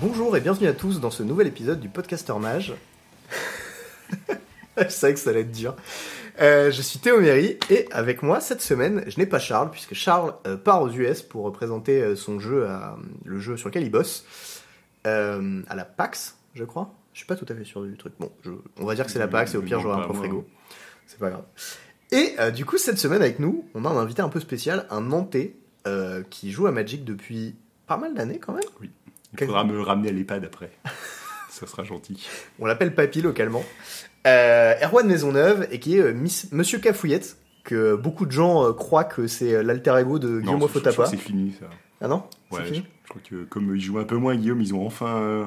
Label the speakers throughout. Speaker 1: Bonjour et bienvenue à tous dans ce nouvel épisode du Podcaster Mage. je savais que ça allait être dur. Euh, je suis Théo Méry et avec moi cette semaine, je n'ai pas Charles puisque Charles euh, part aux US pour représenter euh, son jeu, à- le jeu sur lequel il bosse, euh, à la PAX, je crois. Je suis pas tout à fait sûr du truc. Bon, je- on va dire que c'est la PAX et au pire
Speaker 2: Non,
Speaker 1: j'aurai un
Speaker 2: pas
Speaker 1: prof
Speaker 2: moi.
Speaker 1: frigo. C'est pas grave. Et euh, du coup, cette semaine avec nous, on a un invité un peu spécial, un Nantais euh, qui joue à Magic depuis pas mal d'années quand même.
Speaker 2: Il faudra me ramener à l'EHPAD après. Ça sera gentil.
Speaker 1: On l'appelle Papy localement. Euh, Erwan Maisonneuve et qui est euh, Miss- Monsieur Cafouillette, que beaucoup de gens euh, croient que c'est euh, l'alter ego de
Speaker 2: Non,
Speaker 1: Guillaume
Speaker 2: je- je crois
Speaker 1: Fotapa.
Speaker 2: que C'est fini ça.
Speaker 1: Ah non C'est
Speaker 2: Ouais, je,
Speaker 1: fini
Speaker 2: je crois que comme ils jouent un peu moins Guillaume, ils ont enfin. euh,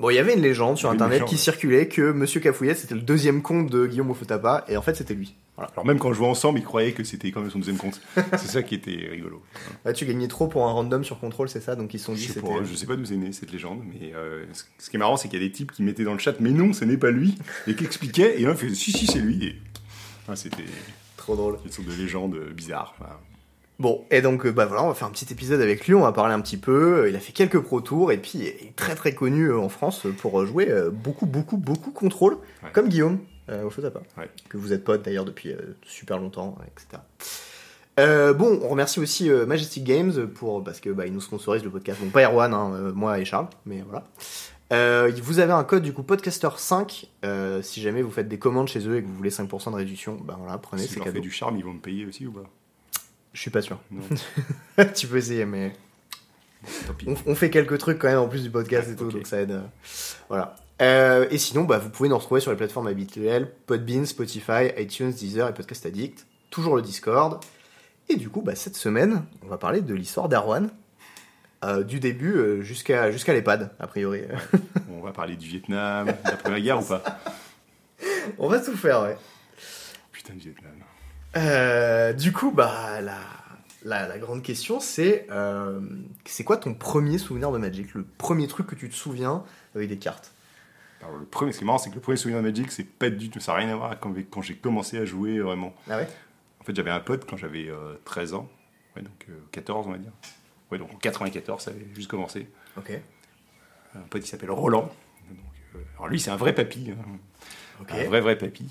Speaker 1: Bon, il y avait une légende sur
Speaker 2: Il y avait une
Speaker 1: internet
Speaker 2: légende,
Speaker 1: qui
Speaker 2: ouais.
Speaker 1: circulait que Monsieur Cafouillette c'était le deuxième compte de Guillaume Fotapa et en fait c'était lui.
Speaker 2: Alors même quand on jouait ensemble, ils croyaient que c'était quand même son deuxième compte. c'est ça qui était rigolo.
Speaker 1: Là, tu gagnais trop pour un random sur contrôle, c'est ça Donc ils se sont dit
Speaker 2: Je sais,
Speaker 1: c'était.
Speaker 2: pas, je sais pas d'où c'est né cette légende, mais euh, ce- ce qui est marrant, c'est qu'il y a des types qui mettaient dans le chat, mais non, ce n'est pas lui, et qui expliquaient, et un faisait, si, si, c'est lui. Et... Ah, c'était
Speaker 1: Trop drôle.
Speaker 2: une sorte de légende euh, bizarre. voilà.
Speaker 1: Bon, et donc euh, bah voilà, on va faire un petit épisode avec lui, on va parler un petit peu, euh, il a fait quelques pro tours et puis il est très très connu euh, en France euh, pour euh, jouer euh, beaucoup beaucoup beaucoup contrôle,
Speaker 2: Ouais.
Speaker 1: comme Guillaume euh, au Shotapa,
Speaker 2: Ouais.
Speaker 1: que vous êtes potes d'ailleurs depuis euh, super longtemps, euh, etc. Euh, bon, on remercie aussi euh, Majestic Games pour parce que bah, ils nous sponsorisent le podcast. Bon, pas Erwan, hein, euh, moi et Charles, mais voilà. Euh, vous avez un code du coup podcaster 5 euh, si jamais vous faites des commandes chez eux et que vous voulez 5% de réduction, ben voilà, prenez,
Speaker 2: Si je
Speaker 1: c'est
Speaker 2: leur fais
Speaker 1: cadeau.
Speaker 2: du charme, ils vont me payer aussi ou pas
Speaker 1: Je suis pas sûr.
Speaker 2: Non,
Speaker 1: tu peux essayer, mais
Speaker 2: tant pis.
Speaker 1: on, on fait quelques trucs quand même en plus du podcast et tout,
Speaker 2: Ok.
Speaker 1: donc ça aide. euh, Voilà. Euh, et sinon, bah, vous pouvez nous retrouver sur les plateformes habituelles Podbean, Spotify, iTunes, Deezer et Podcast Addict. Toujours le Discord. Et du coup, bah, cette semaine, on va parler de l'histoire d'Arwan. euh, du début euh, jusqu'à jusqu'à l'EHPAD, a priori.
Speaker 2: On va parler du Vietnam, de la Première Guerre ou pas
Speaker 1: on va tout faire, ouais.
Speaker 2: Putain, du Vietnam.
Speaker 1: Euh, du coup, bah, la, la, la grande question, c'est euh, c'est quoi ton premier souvenir de Magic Le premier truc que tu te souviens avec des cartes
Speaker 2: Alors, le premier, ce qui est marrant, c'est que le premier souvenir de Magic, c'est pas du tout, ça n'a rien à voir avec quand, quand j'ai commencé à jouer euh, vraiment.
Speaker 1: Ah ouais
Speaker 2: En fait, j'avais un pote quand j'avais euh, 13 ans, ouais, donc euh, 14, on va dire. Ouais, donc en 94, ça avait juste commencé.
Speaker 1: Ok.
Speaker 2: Un pote, il s'appelle Roland. Donc, euh, alors, lui, c'est un vrai papy, hein.
Speaker 1: Ok.
Speaker 2: un vrai, vrai papy.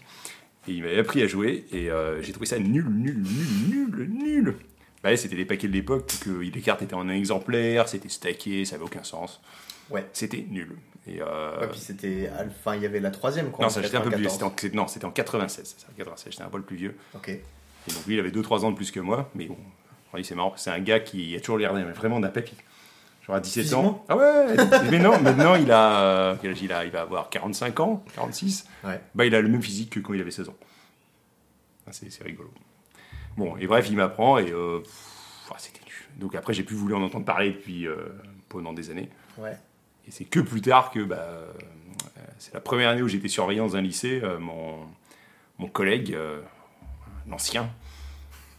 Speaker 2: Et il m'avait appris à jouer, et euh, j'ai trouvé ça nul, nul, nul, nul, nul. Bah, c'était les paquets de l'époque, donc, euh, les cartes étaient en un exemplaire, c'était stacké, ça avait aucun sens.
Speaker 1: Ouais.
Speaker 2: C'était nul. Et, euh,
Speaker 1: Ouais, Ah, puis c'était. al- Enfin, il y avait la troisième, quoi.
Speaker 2: non,
Speaker 1: en
Speaker 2: ça, j'étais un peu plus vieux.
Speaker 1: 94.
Speaker 2: C'était en, c'est- non, c'était en 96, c'est ça, 96, j'étais un peu plus vieux.
Speaker 1: Ok.
Speaker 2: Et donc lui, il avait 2-3 ans de plus que moi, mais bon, oui, c'est marrant, parce que c'est un gars qui a toujours l'air d'un- vraiment d'un papy. Genre à 17 ans.
Speaker 1: Physiquement
Speaker 2: Ah ouais Mais non, maintenant, il a, euh, quel âge il a Il va avoir 45 ans, 46.
Speaker 1: Ouais.
Speaker 2: Bah, il a le même physique que quand il avait 16 ans. Ah, c'est c'est rigolo. Bon, et bref, il m'apprend, et euh, pff, ah, c'était nul. Donc après, j'ai plus voulu en entendre parler depuis euh, pendant des années.
Speaker 1: Ouais.
Speaker 2: Et c'est que plus tard que, bah, euh, c'est la première année où j'étais surveillant dans un lycée, euh, mon, mon collègue, euh, l'ancien,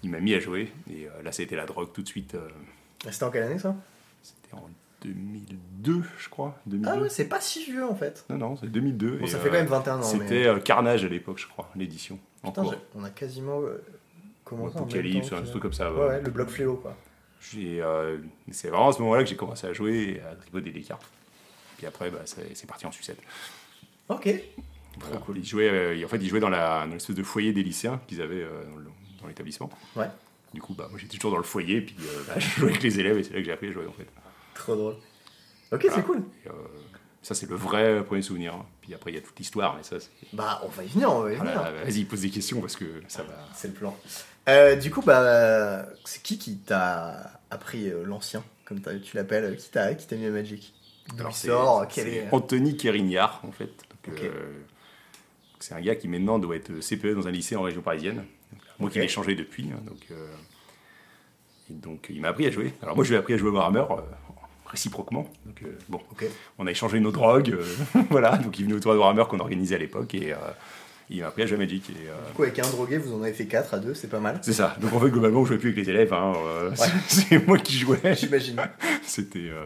Speaker 2: il m'a mis à jouer. Et euh, là, ça a été la drogue tout de suite. euh,
Speaker 1: Et Bah, C'était en quelle année ça
Speaker 2: c'était en 2002, je crois. 2002.
Speaker 1: Ah ouais, c'est pas si vieux en fait.
Speaker 2: Non, non, c'est 2002.
Speaker 1: Bon,
Speaker 2: Mhm. et,
Speaker 1: ça fait
Speaker 2: euh,
Speaker 1: quand même 21 ans.
Speaker 2: C'était
Speaker 1: Mais...
Speaker 2: euh, Carnage à l'époque, je crois, l'édition. En
Speaker 1: Putain,
Speaker 2: cours.
Speaker 1: j'ai- on a quasiment. euh, Commencé en même
Speaker 2: Apocalypse,
Speaker 1: temps
Speaker 2: un
Speaker 1: que-
Speaker 2: truc comme ça.
Speaker 1: Ouais, ouais, le bloc fléau, quoi.
Speaker 2: J'ai, euh, c'est vraiment à ce moment-là que j'ai commencé à jouer et à tripoter des cartes. Puis après, bah, c'est c'est parti en sucette.
Speaker 1: Ok.
Speaker 2: Voilà.
Speaker 1: cool.
Speaker 2: Ils jouaient, euh, ils- en fait, ils jouaient dans, la, dans l'espèce de foyer des lycéens qu'ils avaient euh, dans, le- dans l'établissement.
Speaker 1: Ouais.
Speaker 2: Du coup, bah, moi j'étais toujours dans le foyer, puis euh, bah, je jouais avec les élèves, et c'est là que j'ai appris à jouer en fait.
Speaker 1: Trop drôle. Ok,
Speaker 2: Voilà.
Speaker 1: c'est cool.
Speaker 2: Et, euh, ça, c'est le vrai premier souvenir. hein. Puis après, il y a toute l'histoire, mais ça, c'est.
Speaker 1: Bah, on va y venir, on va y
Speaker 2: Ah là
Speaker 1: venir.
Speaker 2: là, vas-y, pose des questions parce que ça va.
Speaker 1: C'est le plan. Euh, du coup, bah, c'est qui qui t'a appris euh, l'ancien, comme t'as- tu l'appelles euh, Qui t'a qui t'a mis à Magic D'où il
Speaker 2: Alors, c'est-
Speaker 1: sort
Speaker 2: c'est
Speaker 1: Quel est. euh,
Speaker 2: Anthony Kérignard, en fait. Donc,
Speaker 1: Ok.
Speaker 2: euh, c'est un gars qui maintenant doit être CPE dans un lycée en région parisienne. Donc, Moi
Speaker 1: Ok.
Speaker 2: qui l'ai changé depuis. hein, donc, euh, et donc, il m'a appris à jouer. Alors moi, je lui ai appris à jouer à Warhammer euh, réciproquement. Donc, euh, bon,
Speaker 1: Ok.
Speaker 2: on a échangé nos drogues. euh, voilà, donc il venait au tour de Warhammer qu'on organisait à l'époque. Et euh, il m'a appris à jouer à Magic. Et, euh,
Speaker 1: Du coup, avec un drogué, vous en avez fait 4 à 2, c'est pas mal.
Speaker 2: c'est ça. Donc en fait, globalement, on jouait plus avec les élèves. hein, euh, C'est moi qui jouais.
Speaker 1: J'imagine.
Speaker 2: C'était. euh,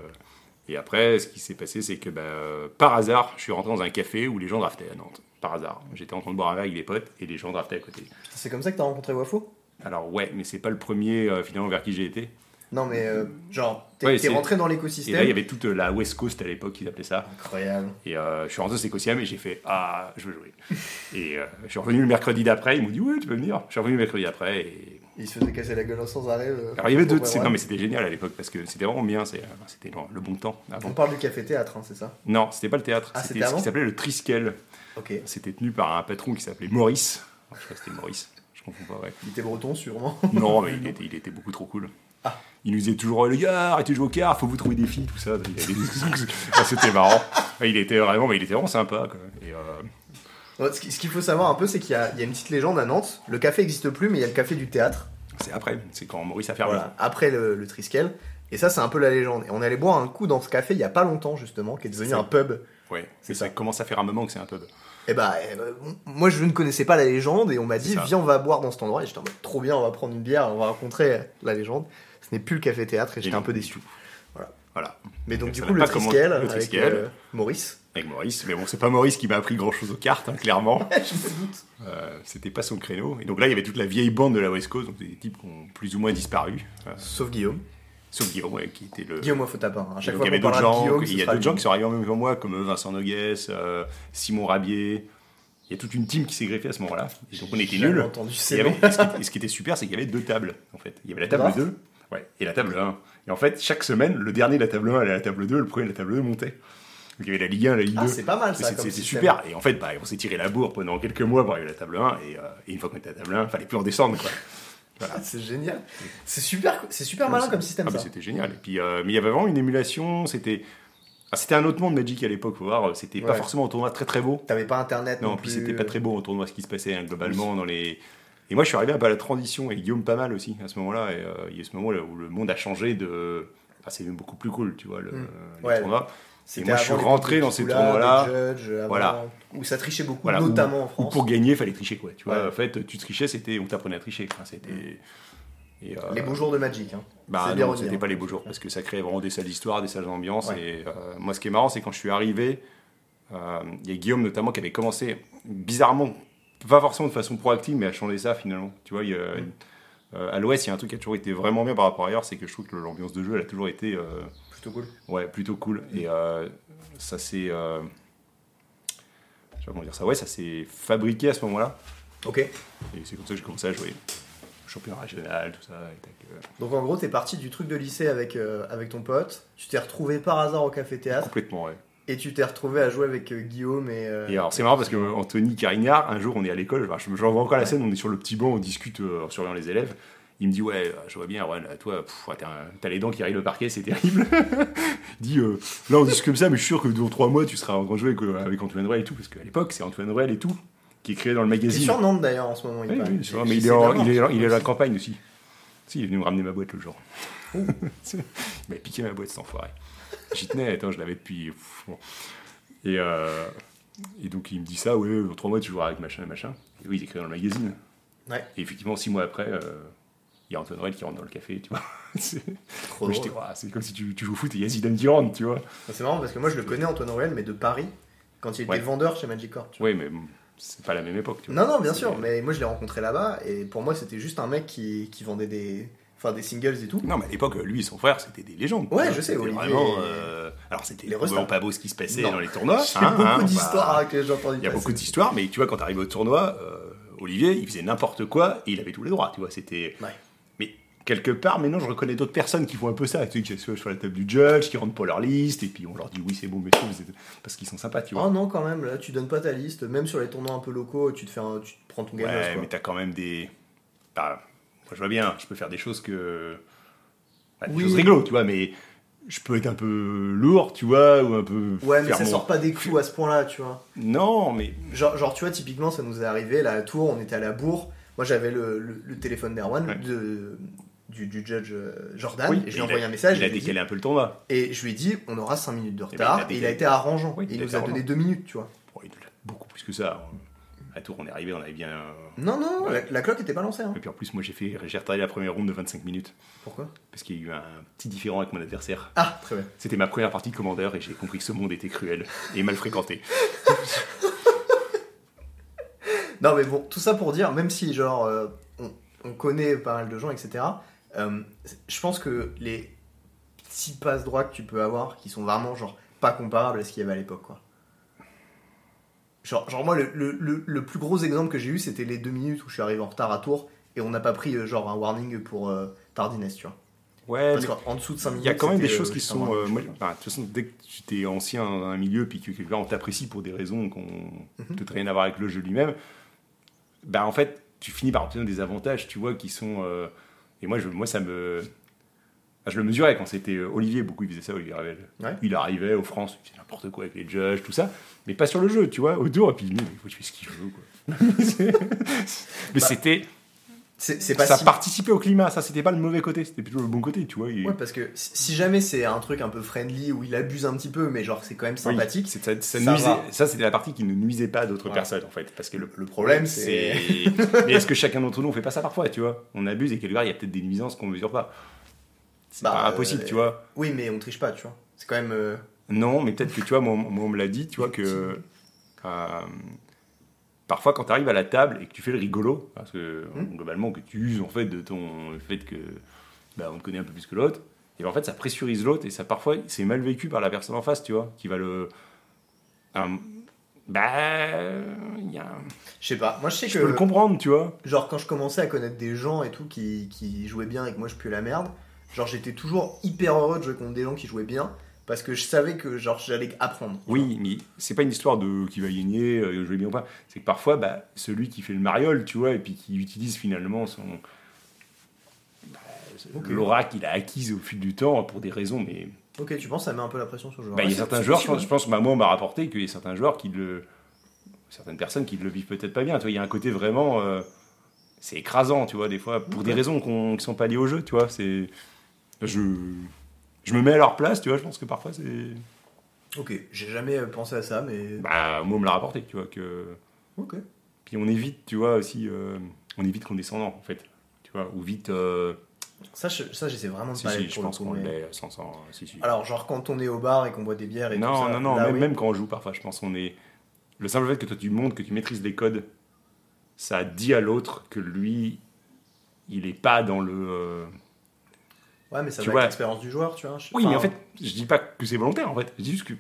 Speaker 2: Et après, ce qui s'est passé, c'est que bah, euh, par hasard, je suis rentré dans un café où les gens draftaient à Nantes. Par hasard. J'étais en train de boire un verre avec des potes et les gens draftaient à côté.
Speaker 1: C'est comme ça que t'as rencontré Wafo
Speaker 2: Alors, ouais, mais c'est pas le premier euh, finalement vers qui j'ai été.
Speaker 1: Non, mais euh, genre, t'es
Speaker 2: Ouais,
Speaker 1: t'es
Speaker 2: c'est-
Speaker 1: rentré dans
Speaker 2: Et là, il y
Speaker 1: l'écosystème.
Speaker 2: avait toute la West Coast à l'époque, ils appelaient ça.
Speaker 1: Incroyable.
Speaker 2: Et euh, je suis rentré au Sécossiam et j'ai fait Ah, je veux jouer. et euh, je suis revenu le mercredi d'après, ils m'ont dit Ouais, tu peux venir. Je suis revenu le mercredi d'après. Et...
Speaker 1: Il se faisait casser la gueule sans arrêt. euh,
Speaker 2: Alors, il y avait
Speaker 1: pour
Speaker 2: deux.
Speaker 1: Power
Speaker 2: c'est-
Speaker 1: One.
Speaker 2: Non, mais c'était génial à l'époque parce que c'était vraiment bien. c'est- euh, C'était dans le bon temps. avant.
Speaker 1: On parle du café-théâtre, hein, c'est ça
Speaker 2: Non, c'était pas le théâtre.
Speaker 1: Ah,
Speaker 2: c'était
Speaker 1: c'était
Speaker 2: ce
Speaker 1: avant
Speaker 2: qui s'appelait le Triskel.
Speaker 1: Ok.
Speaker 2: C'était tenu par un patron qui s'appelait Maurice. Alors, je sais pas si c'était Maurice. Je comprends pas, ouais.
Speaker 1: Il était breton, sûrement.
Speaker 2: Non, mais il était, il était beaucoup trop cool.
Speaker 1: Ah.
Speaker 2: Il nous disait toujours, les gars, arrêtez de jouer au car, faut vous trouver des filles, tout ça. Il avait des excuses. Ah, C'était marrant. Il était vraiment, mais il était vraiment sympa. Quoi. Et, euh,
Speaker 1: Ouais, ce qui- ce qu'il faut savoir un peu, c'est qu'il y, a il y a une petite légende à Nantes. Le café n'existe plus, mais il y a le café du théâtre.
Speaker 2: c'est après, c'est quand Maurice a fermé.
Speaker 1: Voilà, après le, le Triskel. Et ça, c'est un peu la légende. Et on allait boire un coup dans ce café il y a pas longtemps, justement, qui est devenu
Speaker 2: C'est-
Speaker 1: un pub.
Speaker 2: Ouais.
Speaker 1: C'est
Speaker 2: Mais ça
Speaker 1: ça.
Speaker 2: commence à faire un moment que c'est un pub.
Speaker 1: Et bah, euh, moi, je ne connaissais pas la légende et on m'a dit,
Speaker 2: C'est ça.
Speaker 1: viens, on va boire dans cet endroit. Et j'étais en mode, trop bien, on va prendre une bière, on va raconter la légende. Ce n'est plus le café-théâtre et j'étais
Speaker 2: non,
Speaker 1: un peu
Speaker 2: du
Speaker 1: déçu.
Speaker 2: Voilà.
Speaker 1: Mais donc,
Speaker 2: Je
Speaker 1: du
Speaker 2: savais
Speaker 1: coup, le
Speaker 2: pas comment-
Speaker 1: Triskel
Speaker 2: le
Speaker 1: avec
Speaker 2: Triskel.
Speaker 1: euh, Maurice.
Speaker 2: Avec Maurice. Mais bon, c'est pas Maurice qui m'a appris grand chose aux cartes, hein, clairement.
Speaker 1: je me doute.
Speaker 2: Euh, C'était pas son créneau. Et donc là, il y avait toute la vieille bande de la West Coast, donc des types qui ont plus ou moins disparu. Euh,
Speaker 1: Sauf Guillaume.
Speaker 2: sauf Guillaume, ouais, qui était le.
Speaker 1: Guillaume, moi, faut taper. hein. À
Speaker 2: Et
Speaker 1: chaque
Speaker 2: donc,
Speaker 1: fois
Speaker 2: il y
Speaker 1: qu'on
Speaker 2: avait d'autres
Speaker 1: parlera de
Speaker 2: gens,
Speaker 1: Guillaume,
Speaker 2: il y
Speaker 1: ce
Speaker 2: a
Speaker 1: sera
Speaker 2: d'autres gens
Speaker 1: Guillaume.
Speaker 2: qui sont arrivés en même temps que moi, comme Vincent Noguès, euh, Simon Rabier. Il y a toute une team qui s'est greffée à ce moment-là. Et donc on était
Speaker 1: J'ai jamais
Speaker 2: nuls.
Speaker 1: entendu
Speaker 2: Et, il
Speaker 1: ces
Speaker 2: y
Speaker 1: noms.
Speaker 2: avait- et ce qui, et ce qui était super, c'est qu'il y avait deux tables, en fait. Il y avait la table
Speaker 1: Draft.
Speaker 2: 2 ouais, et la table 1. Et en fait, chaque semaine, le dernier de la table 1 allait à la table 2, le premier de la table 2 montait. Donc il y avait la Ligue 1, la Ligue
Speaker 1: Ah,
Speaker 2: 2.
Speaker 1: c'est pas mal, ça,
Speaker 2: C'était
Speaker 1: comme
Speaker 2: c'était
Speaker 1: système.
Speaker 2: super. Et en fait, bah, on s'est tiré la bourre pendant quelques mois pour arriver à la table 1. Et, euh, et une fois qu'on était à la table 1, fallait plus en descendre. Quoi.
Speaker 1: Ah, C'est génial. C'est super, c'est super
Speaker 2: Ah,
Speaker 1: malin
Speaker 2: mais
Speaker 1: comme
Speaker 2: c'est-
Speaker 1: système
Speaker 2: ah, mais
Speaker 1: ça.
Speaker 2: C'était génial. Et puis, euh, mais il y avait vraiment une émulation. C'était, ah, c'était un autre monde Magic à l'époque. Faut voir, c'était pas
Speaker 1: Ouais.
Speaker 2: forcément un tournoi très très beau.
Speaker 1: T'avais pas internet
Speaker 2: Non,
Speaker 1: non
Speaker 2: en plus c'était pas
Speaker 1: euh,
Speaker 2: très beau en tournoi ce qui se passait hein, globalement dans les. Et moi, je suis arrivé un peu à la transition et Guillaume pas mal aussi à ce moment-là. Et euh, il y a ce moment là où le monde a changé de. Ah, c'est beaucoup plus cool, tu vois, le,
Speaker 1: Mm.
Speaker 2: les
Speaker 1: Ouais.
Speaker 2: tournois.
Speaker 1: c'était
Speaker 2: moi, je suis
Speaker 1: avant les
Speaker 2: rentré
Speaker 1: Coupe de
Speaker 2: dans ces
Speaker 1: Kula,
Speaker 2: tournois-là.
Speaker 1: des Judges, avant,
Speaker 2: Voilà.
Speaker 1: Où ça trichait beaucoup,
Speaker 2: Voilà, où-
Speaker 1: notamment en
Speaker 2: Où
Speaker 1: France.
Speaker 2: pour gagner, fallait tricher, quoi. Tu vois,
Speaker 1: Ouais. Hmm.
Speaker 2: en fait, tu trichais, c'était on t'apprenait à tricher. quoi. C'était. et, euh,
Speaker 1: Les beaux jours de Magic. Hein.
Speaker 2: Bah
Speaker 1: C'est
Speaker 2: non,
Speaker 1: l'ironie,
Speaker 2: c'était
Speaker 1: hein.
Speaker 2: pas les beaux jours parce que ça créait vraiment des salles d'histoire, des salles d'ambiance.
Speaker 1: Ouais.
Speaker 2: Et euh, moi, ce qui est marrant, c'est quand je suis arrivé, euh, il y a Guillaume notamment qui avait commencé bizarrement, pas forcément de façon proactive, mais à changer ça finalement. Tu vois, il y a- euh, à l'Ouest, il y a un truc qui a toujours été vraiment bien par rapport à ailleurs, c'est que je trouve que l'ambiance de jeu, elle a toujours été euh,
Speaker 1: Plutôt cool.
Speaker 2: ouais, plutôt cool.
Speaker 1: Mm.
Speaker 2: Et euh, ça s'est. euh, je sais pas comment dire ça, ouais, ça s'est fabriqué à ce moment-là.
Speaker 1: Ok.
Speaker 2: Et c'est comme ça que j'ai commencé à jouer. Championnat régional, tout ça. Et tac, euh,
Speaker 1: Donc en gros, t'es parti du truc de lycée avec, euh, avec ton pote. Tu t'es retrouvé par hasard au café-théâtre.
Speaker 2: complètement, ouais.
Speaker 1: Et tu t'es retrouvé à jouer avec euh, Guillaume et. euh,
Speaker 2: Et alors c'est marrant parce que Anthony Carignard, un jour on est à l'école, je me revois encore la scène, on est sur le petit banc, on discute euh, en surveillant les élèves. Il me dit ouais, euh, je vois bien, Erwan, toi, pff, ouais, t'as un- t'as les dents qui arrivent le parquet, c'est terrible. Il dit euh, là on discute comme ça, mais je suis sûr que dans trois mois tu seras en grand jeu avec, euh, avec Antoine Ruel et tout, parce qu'à l'époque c'est Antoine Ruel et tout qui est créé dans le
Speaker 1: il est
Speaker 2: magazine.
Speaker 1: sur Nantes d'ailleurs en ce moment.
Speaker 2: Oui,
Speaker 1: paraît.
Speaker 2: oui, c'est vrai,
Speaker 1: J'essaie
Speaker 2: mais il est, en-
Speaker 1: d'avoir.
Speaker 2: il est- il est à la campagne aussi. Si, il est venu me ramener ma boîte le jour.
Speaker 1: Oh.
Speaker 2: il m'a piqué ma boîte, cet enfoiré. J'y tenais, attends, je l'avais depuis. pff, bon. Et, euh, et donc il me dit ça, ouais, dans trois mois tu joueras avec machin et machin. Et oui, il écrit dans le magazine.
Speaker 1: Ouais.
Speaker 2: Et effectivement, six mois après, euh, il y a Antoine Ruel qui rentre dans le café, tu vois. C'est
Speaker 1: Trop
Speaker 2: moi, j'étais,
Speaker 1: drôle.
Speaker 2: Ouah, ah, c'est comme si tu, tu joues au foot et il y a Zidane qui rentre, tu vois.
Speaker 1: C'est marrant parce que moi je le connais Antoine Aurel, mais de Paris, quand il était
Speaker 2: Ouais.
Speaker 1: vendeur chez Magic Corp. tu
Speaker 2: Ouais, mais bon, c'est pas la même époque, tu vois.
Speaker 1: Non, non, bien sûr,
Speaker 2: C'est-
Speaker 1: mais moi je l'ai rencontré là-bas et pour moi c'était juste un mec qui, qui vendait des, enfin, des singles et tout.
Speaker 2: Non, mais à l'époque, lui et son frère, c'était des légendes.
Speaker 1: Ouais,
Speaker 2: Hein,
Speaker 1: je sais,
Speaker 2: c'était
Speaker 1: Olivier
Speaker 2: Vraiment,
Speaker 1: et-
Speaker 2: euh, Alors, c'était
Speaker 1: les
Speaker 2: vraiment
Speaker 1: restats.
Speaker 2: pas beau ce qui se passait
Speaker 1: Non.
Speaker 2: dans les tournois.
Speaker 1: J'ai
Speaker 2: hein,
Speaker 1: beaucoup
Speaker 2: hein,
Speaker 1: d'histoires
Speaker 2: bah,
Speaker 1: hein, que j'ai entendues
Speaker 2: Il y a
Speaker 1: passer.
Speaker 2: beaucoup d'histoires, mais tu vois, quand t'arrives au tournoi, euh, Olivier, il faisait n'importe quoi et il avait tous les droits, tu vois. C'était.
Speaker 1: Ouais.
Speaker 2: Mais quelque part, maintenant, je reconnais d'autres personnes qui font un peu ça. Tu sais, qui sont sur la table du judge, qui rentrent pas leur liste, et puis on leur dit oui, c'est bon, mais vous êtes- parce qu'ils sont sympas, tu vois.
Speaker 1: Oh non, quand même, là tu donnes pas ta liste, même sur les tournois un peu locaux, tu te, fais un- tu te prends ton gagnant.
Speaker 2: Ouais,
Speaker 1: quoi.
Speaker 2: mais t'as quand même des. Bah, moi, je vois bien, je peux faire des choses que. bah, des
Speaker 1: Oui.
Speaker 2: choses rigolo, tu vois, mais je peux être un peu lourd, tu vois, ou un peu.
Speaker 1: Ouais, mais
Speaker 2: faire
Speaker 1: ça
Speaker 2: mon-
Speaker 1: sort pas des clous à ce point-là, tu vois.
Speaker 2: Non, mais.
Speaker 1: Genre, genre, tu vois, typiquement, ça nous est arrivé, là, à Tours, on était à la bourre. Moi, j'avais le, le- le téléphone d'Erwan,
Speaker 2: Ouais.
Speaker 1: de, du, du judge euh, Jordan,
Speaker 2: Oui,
Speaker 1: et je
Speaker 2: il
Speaker 1: lui ai envoyé
Speaker 2: a-
Speaker 1: un message.
Speaker 2: Il a
Speaker 1: et je lui ai dit-
Speaker 2: décalé un peu le tournoi.
Speaker 1: Et je lui ai dit, on aura 5 minutes de
Speaker 2: ben,
Speaker 1: retard.
Speaker 2: il a
Speaker 1: et il a
Speaker 2: décalé.
Speaker 1: été arrangeant.
Speaker 2: Oui,
Speaker 1: Et il
Speaker 2: il a
Speaker 1: nous
Speaker 2: été
Speaker 1: a donné
Speaker 2: arrangeant.
Speaker 1: 2 minutes, tu vois.
Speaker 2: Bon, il a beaucoup plus que ça. À Tours, on est arrivé, on avait bien.
Speaker 1: Non, non, non, la, la cloque était pas lancée. Hein.
Speaker 2: Et puis en plus, moi, j'ai fait. J'ai retardé la première ronde de 25 minutes.
Speaker 1: Pourquoi
Speaker 2: Parce qu'il y a eu un petit différent avec mon adversaire.
Speaker 1: Ah, très bien.
Speaker 2: C'était ma première partie de commandeur et j'ai compris que ce monde était cruel et mal fréquenté.
Speaker 1: Non, mais bon, tout ça pour dire, même si, genre, euh, on, on connaît pas mal de gens, etc., Euh, je pense que les petits passes droits que tu peux avoir, qui sont vraiment genre pas comparables à ce qu'il y avait à l'époque, quoi. Genre, genre moi, le, le- le- le plus gros exemple que j'ai eu, c'était les deux minutes où je suis arrivé en retard à Tours et on n'a pas pris euh, genre un warning pour euh, tardiness, tu vois.
Speaker 2: Ouais,
Speaker 1: Parce qu'en dessous de 5
Speaker 2: Il
Speaker 1: minutes.
Speaker 2: y a quand même des
Speaker 1: c'était,
Speaker 2: choses
Speaker 1: euh,
Speaker 2: qui
Speaker 1: juste un
Speaker 2: sont.
Speaker 1: warning,
Speaker 2: euh,
Speaker 1: je
Speaker 2: moi,
Speaker 1: crois.
Speaker 2: enfin, de toute façon, dès que tu es ancien dans un milieu, puis que quelque part, on t'apprécie pour des raisons qui ont
Speaker 1: Mhm.
Speaker 2: peut-être rien à voir avec le jeu lui-même, bah, en fait, tu finis par obtenir des avantages, tu vois, qui sont. euh, et moi, je, moi, ça me. ah, je le mesurais quand c'était euh, Olivier, beaucoup il faisait ça, Olivier Ravel.
Speaker 1: Ouais.
Speaker 2: Il arrivait aux France, il faisait n'importe quoi avec les judges, tout ça, mais pas sur le jeu, tu vois, autour, et puis il dit, mais il faut que tu fasses ce qu'il veut, quoi. C'est- mais
Speaker 1: Bah,
Speaker 2: c'était.
Speaker 1: C'est c'est pas
Speaker 2: Ça
Speaker 1: si
Speaker 2: participait au climat, ça, c'était pas le mauvais côté, c'était plutôt le bon côté, tu vois. il-
Speaker 1: Ouais, parce que si si jamais c'est un truc un peu friendly où il abuse un petit peu, mais genre c'est quand même
Speaker 2: Oui,
Speaker 1: sympathique.
Speaker 2: c'est- ça, ça
Speaker 1: ça
Speaker 2: nuisait-
Speaker 1: va.
Speaker 2: ça, c'était la partie qui ne nuisait pas à d'autres
Speaker 1: Ouais.
Speaker 2: personnes, en fait. Parce que le,
Speaker 1: Le problème, c'est-
Speaker 2: Mais est-ce que chacun d'entre nous, on fait pas ça parfois, tu vois On abuse et quelque part, il y a peut-être des nuisances qu'on mesure pas. C'est
Speaker 1: Bah,
Speaker 2: pas impossible,
Speaker 1: euh,
Speaker 2: tu vois.
Speaker 1: Oui, mais on triche pas, tu vois. C'est quand même. euh,
Speaker 2: Non, mais peut-être que, tu vois, moi, on- moi, on me l'a dit, tu vois, que. euh, Parfois, quand tu arrives à la table et que tu fais le rigolo, parce que
Speaker 1: Hmm.
Speaker 2: globalement, que tu uses en fait de ton le fait que bah, on te connaît un peu plus que l'autre, et ben, en fait, ça pressurise l'autre et ça parfois c'est mal vécu par la personne en face, tu vois, qui va le, un- bah, il y a un-
Speaker 1: Je sais pas. Moi, je sais
Speaker 2: je
Speaker 1: que.
Speaker 2: peux le comprendre, tu vois.
Speaker 1: Genre, quand je commençais à connaître des gens et tout qui, qui jouaient bien et que moi je puais la merde, genre j'étais toujours hyper heureux de jouer contre des gens qui jouaient bien parce que je savais que genre j'allais apprendre.
Speaker 2: Oui, mais c'est pas une histoire de qui va gagner, euh, je vais bien ou pas. C'est que parfois, bah, celui qui fait le mariole, tu vois, et puis qui utilise finalement son bah,
Speaker 1: Ok.
Speaker 2: l'aura qu'il a acquise au fil du temps pour des raisons, mais
Speaker 1: Ok, tu penses que ça met un peu la pression sur le joueur
Speaker 2: Bah, il y a
Speaker 1: C'est-
Speaker 2: certains
Speaker 1: c'est
Speaker 2: joueurs, je
Speaker 1: possible,
Speaker 2: pense, je pense, bah, moi, on m'a rapporté qu'il y a certains joueurs qui le. Certaines personnes qui le vivent peut-être pas bien. Tu vois, il y a un côté vraiment. euh, c'est écrasant, tu vois, des fois, pour des
Speaker 1: Ouais.
Speaker 2: raisons qu'on- qui sont pas liées au jeu, tu vois. C'est. Je. Je me mets à leur place, tu vois, je pense que parfois c'est.
Speaker 1: hein. Ok, j'ai jamais euh, pensé à ça, mais.
Speaker 2: Bah, moi, on me l'a rapporté, tu vois, que.
Speaker 1: Ok.
Speaker 2: Puis on évite, tu vois, aussi. euh, on est vite condescendant, en fait. Tu vois, ou vite. euh,
Speaker 1: Ça, je- ça j'essaie vraiment de
Speaker 2: Si,
Speaker 1: pas être
Speaker 2: si, je
Speaker 1: Ah, pour le
Speaker 2: pense
Speaker 1: coup,
Speaker 2: qu'on
Speaker 1: mais-
Speaker 2: l'est euh, sans. sans si, si.
Speaker 1: Alors, genre quand on est au bar et qu'on boit des bières et tout
Speaker 2: Non,
Speaker 1: ça.
Speaker 2: non, non,
Speaker 1: là,
Speaker 2: même,
Speaker 1: oui.
Speaker 2: même quand on joue parfois, je pense on est. Le simple fait que toi tu montres, que tu maîtrises les codes, ça dit à l'autre que lui, il est pas dans le. euh,
Speaker 1: Ouais, mais ça
Speaker 2: tu
Speaker 1: va
Speaker 2: vois.
Speaker 1: être l'expérience du joueur, tu vois. je-
Speaker 2: Oui, mais en
Speaker 1: enfin,
Speaker 2: fait, je dis pas que c'est volontaire en fait, je dis juste que.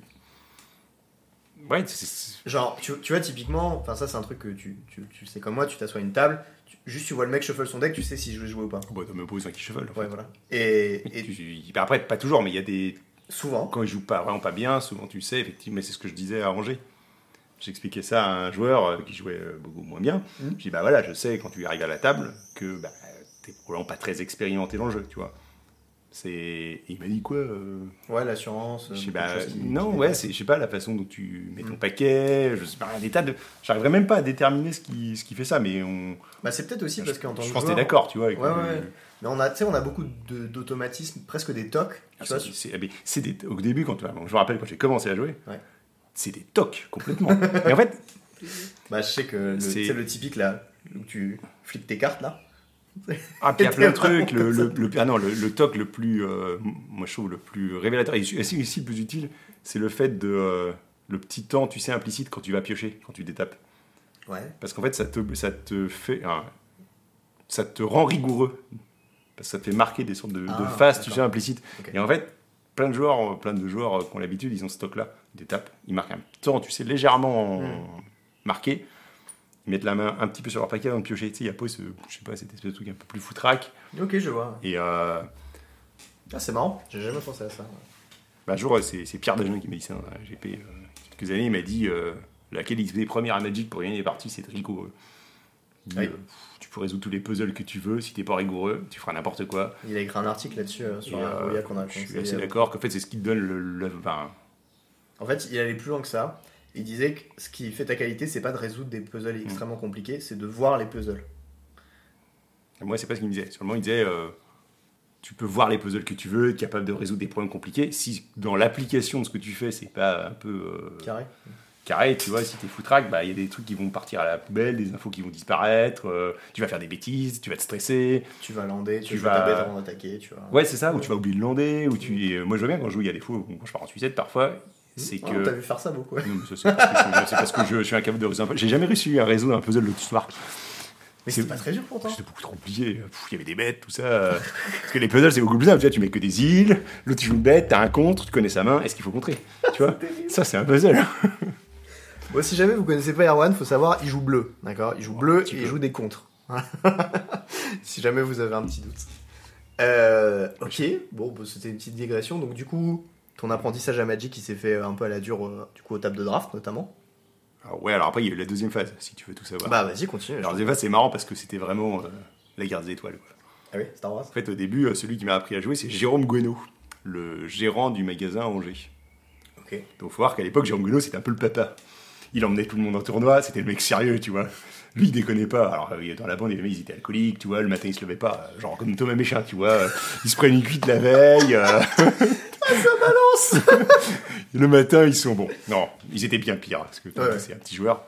Speaker 2: Ouais, c'est- c'est-
Speaker 1: Genre, tu, tu vois, typiquement, enfin, ça, c'est un truc que tu, tu, tu sais comme moi, tu t'assois à une table, tu- juste tu vois le mec shuffle son deck, tu sais si je vais jouer ou pas.
Speaker 2: c'est. Bah, me pose un qui cheval.
Speaker 1: Ouais, voilà. Et, et
Speaker 2: Après, pas toujours, mais il y a des.
Speaker 1: souvent,
Speaker 2: Quand ils jouent pas, vraiment pas bien, souvent tu sais, effectivement, mais c'est ce que je disais à Angers. J'expliquais ça à un joueur euh, qui jouait euh, beaucoup moins bien.
Speaker 1: Mhm.
Speaker 2: Je dis bah voilà, je sais quand tu arrives à la table que bah, t'es probablement pas très expérimenté dans le jeu, tu vois. C'est. et Il m'a dit quoi euh,
Speaker 1: ouais, l'assurance. euh,
Speaker 2: Je dis
Speaker 1: beaucoup de
Speaker 2: bah
Speaker 1: choses qui-
Speaker 2: non,
Speaker 1: qui-
Speaker 2: ouais, c'est- je sais pas la façon dont tu mets ton
Speaker 1: Mhm.
Speaker 2: paquet, je sais pas, des tas de. J'arriverais même pas à déterminer ce qui, ce qui fait ça, mais on.
Speaker 1: Bah, c'est peut-être aussi parce
Speaker 2: je-
Speaker 1: qu'en tant que.
Speaker 2: je pense que t'es
Speaker 1: joueur,
Speaker 2: d'accord, tu vois. avec
Speaker 1: Ouais,
Speaker 2: le-
Speaker 1: ouais, ouais. Mais on a, tu sais, on a beaucoup de- d'automatismes, presque des tocs.
Speaker 2: Ah,
Speaker 1: Tu
Speaker 2: ça,
Speaker 1: vois,
Speaker 2: c'est- c'est- ah, mais c'est des- au début, quand, je me rappelle quand j'ai commencé à jouer,
Speaker 1: Ouais.
Speaker 2: c'est des tocs complètement. mais en fait,
Speaker 1: Bah, je sais que le-
Speaker 2: C'est-
Speaker 1: tu sais, le typique là, où tu flippes tes cartes là.
Speaker 2: Ah, puis il y a
Speaker 1: T'es
Speaker 2: plein de
Speaker 1: vraiment
Speaker 2: trucs. Le,
Speaker 1: comme
Speaker 2: le, le- ah non, le, le toc le plus, euh, moi je trouve le plus révélateur et aussi, aussi le plus utile, c'est le fait de euh, le petit temps, tu sais, implicite quand tu vas piocher, quand tu détapes.
Speaker 1: Ouais.
Speaker 2: Parce qu'en fait, ça te, ça te fait, ah, ça te rend rigoureux. Parce que ça te fait marquer des sortes de, de
Speaker 1: Ah,
Speaker 2: phases, tu
Speaker 1: d'accord.
Speaker 2: sais, implicites.
Speaker 1: Ok.
Speaker 2: Et en fait, plein de joueurs, euh, plein de joueurs euh, qui ont l'habitude, ils ont ce toc-là, ils détapent, ils marquent un temps, tu sais, légèrement
Speaker 1: Mm.
Speaker 2: marqué. Ils mettent la main un petit peu sur leur paquet avant de piocher. Tu sais, il y a pas ce, je sais pas, cette espèce de truc un peu plus foutraque.
Speaker 1: Ok, je vois.
Speaker 2: Et euh,
Speaker 1: Ah, c'est marrant, j'ai jamais pensé à ça.
Speaker 2: bah, un jour, c'est c'est Pierre Dagenin qui m'a dit ça, à GP, euh, quelques années, il m'a dit euh, laquelle XP première à Magic pour gagner les parties, c'est être rigoureux. Il dit,
Speaker 1: Oui.
Speaker 2: euh, tu peux résoudre tous les puzzles que tu veux, si t'es pas rigoureux, tu feras n'importe quoi.
Speaker 1: Il a écrit un article là-dessus euh, sur
Speaker 2: Et, euh,
Speaker 1: Roya qu'on a
Speaker 2: je suis
Speaker 1: conseillé
Speaker 2: assez
Speaker 1: à-
Speaker 2: d'accord qu'en fait, c'est ce qui te donne le. le- ben,
Speaker 1: En fait, il allait plus loin que ça. Il disait que ce qui fait ta qualité, c'est pas de résoudre des puzzles
Speaker 2: Mm.
Speaker 1: extrêmement compliqués, c'est de voir les puzzles.
Speaker 2: moi, c'est pas ce qu'il me disait. Seulement, il disait euh, tu peux voir les puzzles que tu veux, être capable de résoudre des problèmes compliqués. Si dans l'application de ce que tu fais, c'est pas un peu. euh,
Speaker 1: Carré.
Speaker 2: carré, tu vois, si t'es foutraque, bah il y a des trucs qui vont partir à la poubelle, des infos qui vont disparaître, euh, tu vas faire des bêtises, tu vas te stresser.
Speaker 1: Tu vas lander, tu,
Speaker 2: Tu
Speaker 1: vas
Speaker 2: vas-
Speaker 1: ta bête avant d'attaquer, tu vois.
Speaker 2: Ouais, c'est ça, ou tu vas oublier de lander, ou tu et, euh, moi je vois bien quand je joue, il y a des fois où quand je pars en Suissette parfois, c'est
Speaker 1: Ouais, on
Speaker 2: que
Speaker 1: t'a Ah, vu faire ça beaucoup. ouais.
Speaker 2: non, mais ça, c'est parce que, je- c'est parce que je, je suis incapable de résoudre un puzzle. J'ai jamais réussi à résoudre un puzzle le soir.
Speaker 1: Mais
Speaker 2: C'est-
Speaker 1: c'est pas très dur pourtant.
Speaker 2: C'était beaucoup trop compliqué. Pff, Il y avait des bêtes, tout ça. euh. Parce que les puzzles, c'est beaucoup plus simple. Tu, vois, tu mets que des îles, l'autre tu joues une bête, t'as un contre, tu connais sa main, est-ce qu'il faut contrer Tu vois Ça, c'est un puzzle.
Speaker 1: Bon, si jamais vous connaissez pas Erwan, faut savoir, il joue bleu, d'accord Il joue bleu
Speaker 2: petit
Speaker 1: et il
Speaker 2: peu.
Speaker 1: joue des contres. si jamais vous avez un petit doute. Euh, ok, bon, bah, c'était une petite digression. Donc du coup, ton apprentissage à Magic, il s'est fait euh, un peu à la dure, euh, du coup, aux tables de draft notamment.
Speaker 2: Alors, ouais, alors après, il y a eu la deuxième phase, si tu veux tout savoir.
Speaker 1: Bah vas-y, continue.
Speaker 2: alors, la deuxième phase, c'est marrant parce que c'était vraiment euh, la guerre des étoiles. quoi.
Speaker 1: Ah oui, Star Wars
Speaker 2: En fait, au début, euh, celui qui m'a appris à jouer, c'est Jérôme Guénaud, le gérant du magasin à Angers.
Speaker 1: Ok.
Speaker 2: Donc faut voir qu'à l'époque, Jérôme Guénaud, c'était un peu le papa. Il emmenait tout le monde en tournoi, c'était le mec sérieux, tu vois. Lui, il déconnait pas. Alors, euh, il est dans la bande, les mecs, ils étaient alcooliques, tu vois. Le matin, ils se levaient pas. euh, Genre, comme Thomas Méchin, tu vois. euh, Ils se prennent une cuite la veille. euh,
Speaker 1: Ah, Balance
Speaker 2: et le matin, ils sont bons. Non, ils étaient bien pires, parce que Thomas,
Speaker 1: Ouais.
Speaker 2: c'est un petit joueur.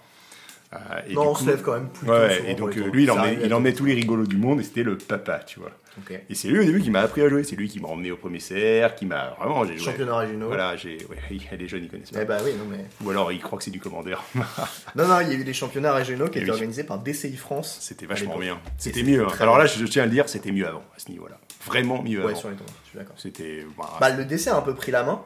Speaker 2: Euh, et
Speaker 1: Non,
Speaker 2: du
Speaker 1: on
Speaker 2: coup-
Speaker 1: se lève quand même plus tôt,
Speaker 2: Ouais,
Speaker 1: souvent
Speaker 2: et
Speaker 1: pour
Speaker 2: donc,
Speaker 1: les
Speaker 2: euh,
Speaker 1: tournois.
Speaker 2: lui, il
Speaker 1: Ça
Speaker 2: emmenait,
Speaker 1: arrive à
Speaker 2: il
Speaker 1: tout
Speaker 2: emmenait
Speaker 1: le
Speaker 2: tous les rigolos du monde, et c'était le papa, tu vois.
Speaker 1: monde. Ok.
Speaker 2: Et c'est lui, au début, qui m'a appris à jouer. C'est lui qui m'a emmené au premier cerf, qui m'a... Vraiment, j'ai joué.
Speaker 1: Championnat régionaux.
Speaker 2: Voilà, j'ai... Ouais, les jeunes, ils connaissent pas.
Speaker 1: Eh bah oui, non mais...
Speaker 2: Ou alors, ils croient que c'est du commandeur.
Speaker 1: Non, non, il y a eu des championnats régionaux qui
Speaker 2: Et
Speaker 1: étaient
Speaker 2: Eh oui.
Speaker 1: organisés par DCI France.
Speaker 2: C'était vachement
Speaker 1: À l'époque.
Speaker 2: bien. C'était
Speaker 1: c'était
Speaker 2: mieux. hein.
Speaker 1: très
Speaker 2: Alors
Speaker 1: bien.
Speaker 2: là, je, je tiens à le dire, c'était mieux avant, à ce niveau-là. Vraiment mieux
Speaker 1: Ouais,
Speaker 2: avant.
Speaker 1: sur les tournois, je suis d'accord.
Speaker 2: C'était. bah,
Speaker 1: Bah, le DC a un peu pris la main.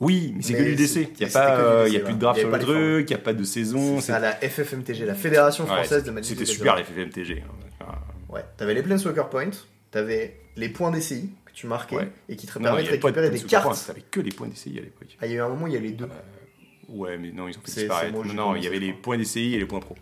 Speaker 2: oui, mais c'est
Speaker 1: mais
Speaker 2: que du
Speaker 1: c'est-
Speaker 2: décès. Il
Speaker 1: mais
Speaker 2: n'y a,
Speaker 1: c'était que
Speaker 2: pas,
Speaker 1: du
Speaker 2: euh,
Speaker 1: décès,
Speaker 2: y a plus
Speaker 1: voilà.
Speaker 2: de draft
Speaker 1: Y
Speaker 2: sur le
Speaker 1: avait pas les
Speaker 2: truc, il n'y a pas de saison.
Speaker 1: C'est à la FFMTG, la Fédération
Speaker 2: c'était- ouais,
Speaker 1: Française de Magic.
Speaker 2: C'était
Speaker 1: Together.
Speaker 2: super, les FFMTG. hein. Enfin,
Speaker 1: Ouais, t'avais les Planeswalker Points, t'avais les points DCI que tu marquais
Speaker 2: Ouais.
Speaker 1: et qui te
Speaker 2: non, il
Speaker 1: permettent
Speaker 2: y
Speaker 1: de
Speaker 2: avait pas de
Speaker 1: récupérer
Speaker 2: points
Speaker 1: des
Speaker 2: sous
Speaker 1: cartes.
Speaker 2: points, T'avais que les points d'essai à l'époque.
Speaker 1: Ah, il y a eu un moment, il y a les deux.
Speaker 2: Ouais, mais non, ils ont fait
Speaker 1: C'est- c'est
Speaker 2: disparaître.
Speaker 1: moi,
Speaker 2: Non,
Speaker 1: j'ai
Speaker 2: non, il y
Speaker 1: commencé,
Speaker 2: avait
Speaker 1: je
Speaker 2: les
Speaker 1: crois.
Speaker 2: points d'essai et les points pro.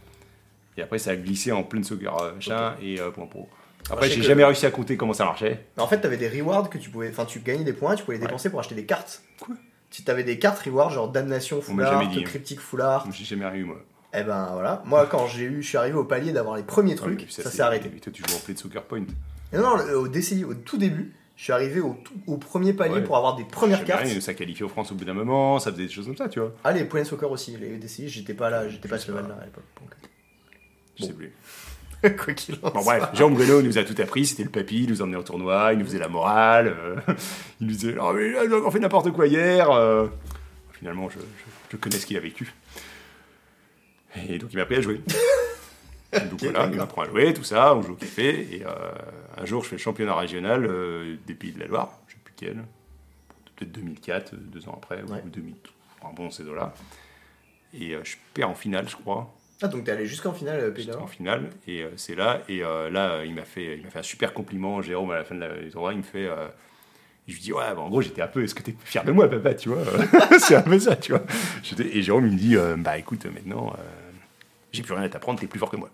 Speaker 2: Et après, ça a glissé en plein soccer euh, machin et euh, points pro. Après,
Speaker 1: Bah, je sais
Speaker 2: j'ai
Speaker 1: que-
Speaker 2: jamais réussi à compter comment ça marchait.
Speaker 1: Mais en fait, t'avais des rewards que tu pouvais. Enfin, tu gagnais des points, tu pouvais les
Speaker 2: Ouais.
Speaker 1: dépenser pour acheter des cartes.
Speaker 2: Quoi
Speaker 1: Tu t'avais des cartes rewards genre Damnation Foulard,
Speaker 2: jamais dit, hein.
Speaker 1: Cryptic Foulard.
Speaker 2: J'ai jamais eu, moi.
Speaker 1: Eh ben voilà. Moi, quand j'ai eu, je suis arrivé au palier d'avoir les premiers
Speaker 2: Ouais,
Speaker 1: trucs,
Speaker 2: mais
Speaker 1: ça
Speaker 2: c'est-
Speaker 1: s'est arrêté.
Speaker 2: mais Toi, tu joues en plein soccer point.
Speaker 1: Et non, non, le- au DCI, au tout début, je suis arrivé au, tout- au premier palier
Speaker 2: Ouais.
Speaker 1: pour avoir des premières
Speaker 2: J'aimais
Speaker 1: cartes.
Speaker 2: bien, ça qualifiait aux France au bout d'un moment, ça faisait des choses comme ça, tu vois.
Speaker 1: Ah, les Points Soccer aussi, les DCI, j'étais pas là, j'étais
Speaker 2: Je
Speaker 1: pas à
Speaker 2: sais
Speaker 1: ce
Speaker 2: pas.
Speaker 1: level-là à l'époque. donc.
Speaker 2: Je
Speaker 1: Bon.
Speaker 2: sais plus.
Speaker 1: Quoi qu'il en
Speaker 2: Bon,
Speaker 1: soit.
Speaker 2: bref, Jérôme Bruno nous a tout appris, c'était le papy, il nous emmenait en tournoi, il nous faisait la morale, euh, il nous disait Ah, mais là, on a encore fait n'importe quoi hier. euh. Finalement, je, je- je connais ce qu'il a vécu. Et donc, il m'a appris à jouer. donc voilà, il
Speaker 1: d'accord.
Speaker 2: m'apprend à jouer, tout ça, on joue au café. Et euh, un jour, je fais le championnat régional euh, des Pays de la Loire, je sais plus quel, peut-être 2004, euh, deux ans après,
Speaker 1: Ouais.
Speaker 2: ou 2000, un bon, ces là Et euh, je perds en finale, je crois.
Speaker 1: Ah, donc t'es allé jusqu'en finale, euh, Pays de la
Speaker 2: J'étais en
Speaker 1: Loire
Speaker 2: finale et euh, c'est là et euh, là euh, il m'a fait il m'a fait un super compliment Jérôme à la fin de la du tournoi il me fait euh, je lui dis ouais bah, en gros j'étais un peu est-ce que t'es fier de moi papa tu vois euh, c'est un peu ça tu vois J'étais- et Jérôme il me dit euh, bah écoute maintenant euh, j'ai plus rien à t'apprendre t'es plus fort que moi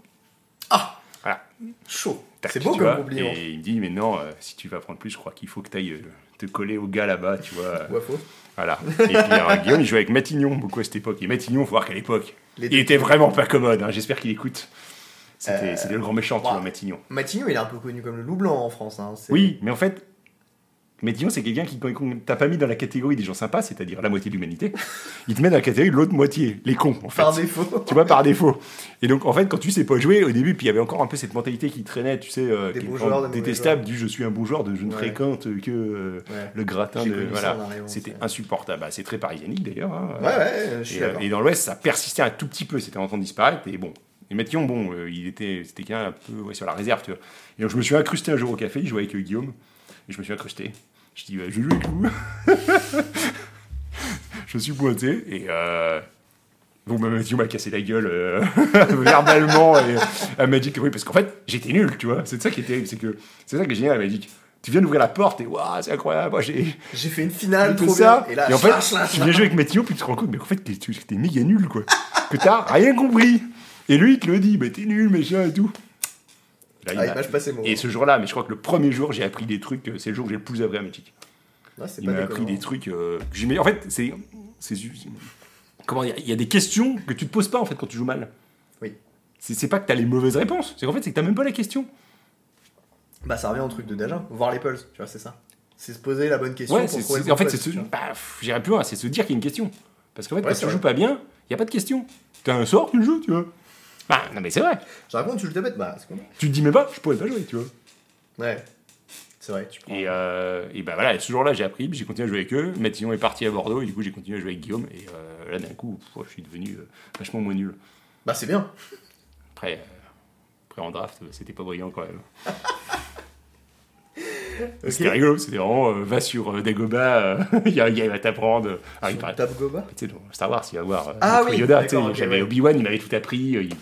Speaker 1: Ah
Speaker 2: voilà
Speaker 1: Chaud
Speaker 2: Tac,
Speaker 1: C'est beau
Speaker 2: tu
Speaker 1: comme
Speaker 2: vois.
Speaker 1: compliment.
Speaker 2: et il me dit maintenant euh, si tu veux apprendre plus je crois qu'il faut que t'ailles euh, te coller au gars là-bas tu vois euh,
Speaker 1: Ouais, faux.
Speaker 2: voilà et puis euh, Guillaume il jouait avec Matignon beaucoup à cette époque et Matignon faut voir qu'à l'époque
Speaker 1: Les
Speaker 2: il était vraiment pas commode hein. j'espère qu'il écoute c'était
Speaker 1: Euh,
Speaker 2: c'était le grand méchant tu
Speaker 1: bah,
Speaker 2: vois Matignon
Speaker 1: Matignon, il est un peu connu comme le loup blanc en France. Hein. c'est-
Speaker 2: Oui, mais en fait, mais disons, c'est quelqu'un qui quand- quand t'as pas mis dans la catégorie des gens sympas, c'est-à-dire la moitié de l'humanité. Il te met dans la catégorie de l'autre moitié, les cons, en fait.
Speaker 1: Par défaut.
Speaker 2: Tu vois, par défaut. Et donc, en fait, quand tu sais pas jouer, au début, puis il y avait encore un peu cette mentalité qui traînait, tu sais, euh,
Speaker 1: Des
Speaker 2: qui est
Speaker 1: bons
Speaker 2: vraiment
Speaker 1: joueurs, des mauvais
Speaker 2: détestable, du je suis un bon joueur, de je ne
Speaker 1: Ouais.
Speaker 2: fréquente que euh,
Speaker 1: Ouais.
Speaker 2: le gratin
Speaker 1: J'ai
Speaker 2: de.
Speaker 1: connu ça
Speaker 2: Voilà.
Speaker 1: en arrivant,
Speaker 2: C'était
Speaker 1: c'est-
Speaker 2: insupportable. Ah, C'est très parisianique d'ailleurs. hein.
Speaker 1: Ouais, ouais, je suis
Speaker 2: Et, euh,
Speaker 1: d'accord.
Speaker 2: et dans l'Ouest, ça persistait un tout petit peu, c'était en train de disparaître, et bon. Et Mathieu, bon, euh, il était, c'était quelqu'un un peu ouais, sur la réserve, tu vois. Et donc je me suis incrusté un jour au café, je jouais avec euh, Guillaume, et je me suis incrusté. Je dis, bah, je joue avec vous. je suis pointé, et euh, bon, bah, Mathieu m'a cassé la gueule euh, verbalement et à Magic, oui, parce qu'en fait, j'étais nul, tu vois. C'est ça qui est terrible, c'est que c'est ça qui est génial à Magic. Tu viens d'ouvrir la porte et waouh, c'est incroyable. Moi, j'ai,
Speaker 1: J'ai fait une finale,
Speaker 2: tout
Speaker 1: Ah, trop
Speaker 2: ça.
Speaker 1: bien. Et là,
Speaker 2: en fait,
Speaker 1: chlac, chlac,
Speaker 2: tu viens jouer avec Mathieu, puis tu te rends compte, mais en fait, t'es, tu- t'es méga nul, quoi. que t'as rien compris. Et lui, il te le dit, mais t'es nul, machin et tout.
Speaker 1: Ah,
Speaker 2: Là,
Speaker 1: il
Speaker 2: m'a-
Speaker 1: mâche pas ses mots.
Speaker 2: Et ce jour-là, mais je crois que le premier jour, j'ai appris des trucs, euh, c'est le jour où j'ai le plus appris à Magic.
Speaker 1: Ouais, c'est
Speaker 2: Il
Speaker 1: pas
Speaker 2: m'a
Speaker 1: déconnant.
Speaker 2: appris des trucs. euh, que j'ai- mais en fait, c'est. c'est su- comment dire Il y a des questions que tu te poses pas, en fait, quand tu joues mal.
Speaker 1: Oui.
Speaker 2: C'est, c'est pas que t'as les mauvaises réponses, c'est qu'en fait, c'est que t'as même pas la question.
Speaker 1: Bah, ça revient au truc de Daja, voir les pulses, tu vois, c'est ça. C'est se poser la bonne question.
Speaker 2: Ouais,
Speaker 1: pour
Speaker 2: c'est-
Speaker 1: trouver le
Speaker 2: c'est-
Speaker 1: bon
Speaker 2: en fait,
Speaker 1: pulse,
Speaker 2: c'est se,
Speaker 1: tu vois.
Speaker 2: bah, pff, j'irais plus loin, c'est se dire qu'il y a une question. Parce qu'en fait, quand
Speaker 1: c'est
Speaker 2: tu
Speaker 1: vrai.
Speaker 2: joues pas bien, il n'y a pas de question. T'as un sort, tu le joues, tu vois. Bah, non, mais c'est vrai.
Speaker 1: Je raconte, tu le tapes, bah, c'est con.
Speaker 2: Tu te dis, mais pas, je pourrais pas jouer, tu vois.
Speaker 1: Ouais. C'est vrai, tu prends.
Speaker 2: Et, euh, et bah voilà, et ce jour-là, j'ai appris, puis j'ai continué à jouer avec eux. Matignon est parti à Bordeaux, et du coup, j'ai continué à jouer avec Guillaume. Et euh, là, d'un coup, pff, je suis devenu euh, vachement moins nul.
Speaker 1: Bah, c'est bien.
Speaker 2: Après, euh, Après en draft, c'était pas brillant quand même.
Speaker 1: Ok.
Speaker 2: C'était rigolo, c'était vraiment euh, va sur euh, Dagobah, euh, il y a un gars il va t'apprendre. Ah, il
Speaker 1: Sur
Speaker 2: paraît-
Speaker 1: Tab Goba
Speaker 2: tu sais, dans Star Wars, il va voir euh,
Speaker 1: Ah
Speaker 2: contre
Speaker 1: oui,
Speaker 2: Yoda. tu sais,
Speaker 1: d'accord, ok,
Speaker 2: J'avais
Speaker 1: ouais.
Speaker 2: Obi-Wan, il m'avait tout appris, euh, il peut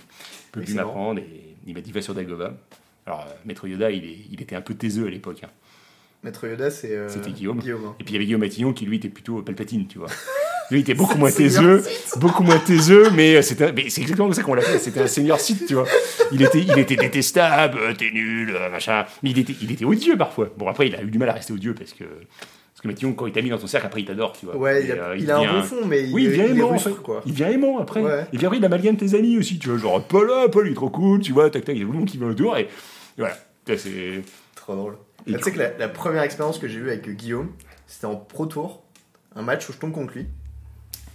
Speaker 1: Mais
Speaker 2: plus
Speaker 1: c'est
Speaker 2: m'apprendre, et il m'a dit va sur Dagobah. Alors, euh, Maître Yoda, il, est- il était un peu taiseux à l'époque. hein.
Speaker 1: Maître Yoda, c'est. euh,
Speaker 2: C'était Guillaume.
Speaker 1: hein.
Speaker 2: Et puis il y avait Guillaume Matillon qui lui était plutôt Palpatine, tu vois. Lui il était beaucoup
Speaker 1: C'est
Speaker 2: moins
Speaker 1: le seigneur
Speaker 2: taiseux,
Speaker 1: Sith.
Speaker 2: beaucoup moins taiseux, mais euh, c'était, mais c'est exactement comme ça qu'on l'appelait, c'était un seigneur site, tu vois. Il était, il était détestable, euh, t'es nul, euh, machin. Mais il était, il était odieux parfois. Bon après il a eu du mal à rester odieux parce que parce que Matillon quand il t'a mis dans son cercle après il t'adore, tu vois.
Speaker 1: Ouais, il
Speaker 2: Et,
Speaker 1: a,
Speaker 2: euh,
Speaker 1: il a un
Speaker 2: devient-
Speaker 1: bon fond, mais il,
Speaker 2: oui, il vient
Speaker 1: il est
Speaker 2: aimant, en
Speaker 1: rustre,
Speaker 2: fait.
Speaker 1: quoi.
Speaker 2: Il vient aimant après.
Speaker 1: Ouais.
Speaker 2: Et puis après, il amalgame tes amis aussi, tu vois. Genre, Paul, ah, Paul, il est trop cool, tu vois, tac, tac, il y a tout le monde qui vient autour. Et voilà. Ça, c'est-
Speaker 1: Trop drôle. Ah,
Speaker 2: Et du
Speaker 1: Tu sais que la, la première expérience que j'ai eue avec Guillaume, c'était en pro tour, un match où je tombe contre lui,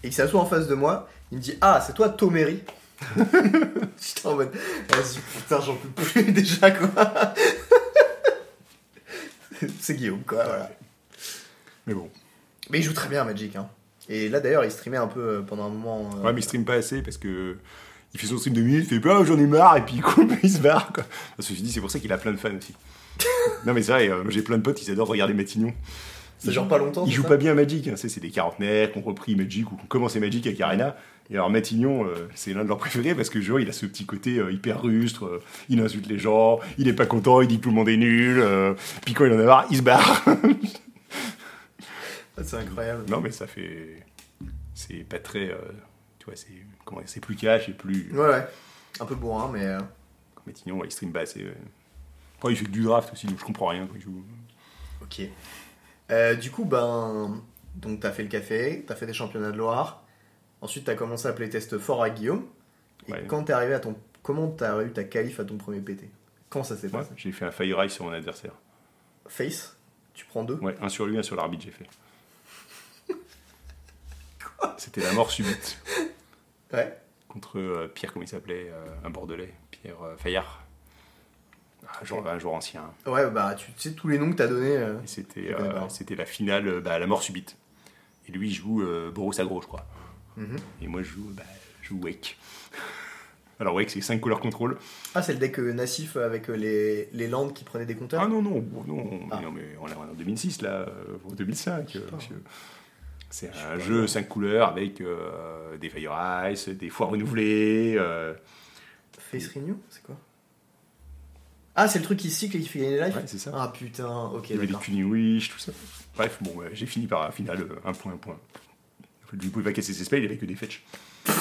Speaker 1: et il s'assoit en face de moi, il me dit Ah, c'est toi Toméry J'étais en mode Vas-y, putain, j'en peux plus déjà quoi C'est Guillaume quoi, Ah, voilà.
Speaker 2: Mais bon.
Speaker 1: Mais il joue très bien à Magic, hein. Et là d'ailleurs, il streamait un peu euh, pendant un moment. euh,
Speaker 2: Ouais, mais il stream pas assez parce que il fait son stream de minutes, il fait bah j'en ai marre, et puis il coupe, il se barre. Quoi. Parce que je dis, c'est pour ça qu'il a plein de fans aussi. non, mais c'est vrai, euh, j'ai plein de potes, ils adorent regarder Matignon.
Speaker 1: Ça dure pas longtemps,
Speaker 2: Ils
Speaker 1: c'est
Speaker 2: jouent
Speaker 1: ça
Speaker 2: pas bien à Magic, hein, tu sais, c'est des quarantenaires qui ont repris Magic ou qui ont commencé Magic avec Arena. Et alors Matignon, euh, c'est l'un de leurs préférés parce que genre, il a ce petit côté euh, hyper rustre, euh, il insulte les gens, il est pas content, il dit que tout le monde est nul, euh, puis quand il en a marre, il se barre.
Speaker 1: Ah, C'est incroyable.
Speaker 2: non, mais ça fait. C'est pas très. euh, tu vois, c'est. Comment dire, C'est plus cash et plus.
Speaker 1: Ouais, ouais. Un peu bourrin, mais. euh,
Speaker 2: Matignon, ouais, il stream pas assez. ouais. Après, il fait que du draft aussi, donc je comprends rien quand il joue.
Speaker 1: Ok. Euh, du coup, ben, donc t'as fait le café, t'as fait des championnats de Loire. Ensuite, t'as commencé à playtest fort à Guillaume. Et
Speaker 2: Ouais.
Speaker 1: quand t'es arrivé à ton, comment t'as eu ta qualif à ton premier PT Quand ça s'est
Speaker 2: Ouais,
Speaker 1: passé
Speaker 2: j'ai fait un fire eye sur mon adversaire.
Speaker 1: Face, tu prends deux.
Speaker 2: Ouais, un sur lui, un sur l'arbitre, j'ai fait. C'était la mort subite
Speaker 1: Ouais.
Speaker 2: contre euh, Pierre, comment il s'appelait euh, Un Bordelais, Pierre euh, Fayard. Un jour, un jour ancien.
Speaker 1: Ouais, bah tu sais tous les noms que t'as donnés. euh.
Speaker 2: Et c'était,
Speaker 1: connais
Speaker 2: euh,
Speaker 1: pas.
Speaker 2: c'était la finale, euh, bah, la mort subite. Et lui, il joue euh, Boros Agro, je crois.
Speaker 1: Mhm.
Speaker 2: Et moi, je joue, bah, je joue Wake. Alors, Wake, c'est 5 couleurs contrôle.
Speaker 1: Ah, c'est le deck euh, Nassif avec euh, les, les landes qui prenaient des compteurs.
Speaker 2: Ah non, non, non, mais
Speaker 1: Ah.
Speaker 2: non, mais on est en 2006, là, euh, en 2005, euh,
Speaker 1: Putain.
Speaker 2: monsieur. C'est
Speaker 1: Je sais
Speaker 2: un
Speaker 1: pas.
Speaker 2: jeu 5 couleurs avec euh, des Fire Ice, des foires renouvelées. euh,
Speaker 1: Ah, Face Renew, c'est quoi Ah, c'est le truc qui cycle et qui fait gagner des lives.
Speaker 2: ouais, c'est ça.
Speaker 1: Ah putain, ok.
Speaker 2: Il y avait des
Speaker 1: d'accord.
Speaker 2: Cuny Wish, tout ça. Bref, bon, ouais, j'ai fini par, un final, euh, un point, un point. Du coup, il va casser ses spells, il avait que des fetch.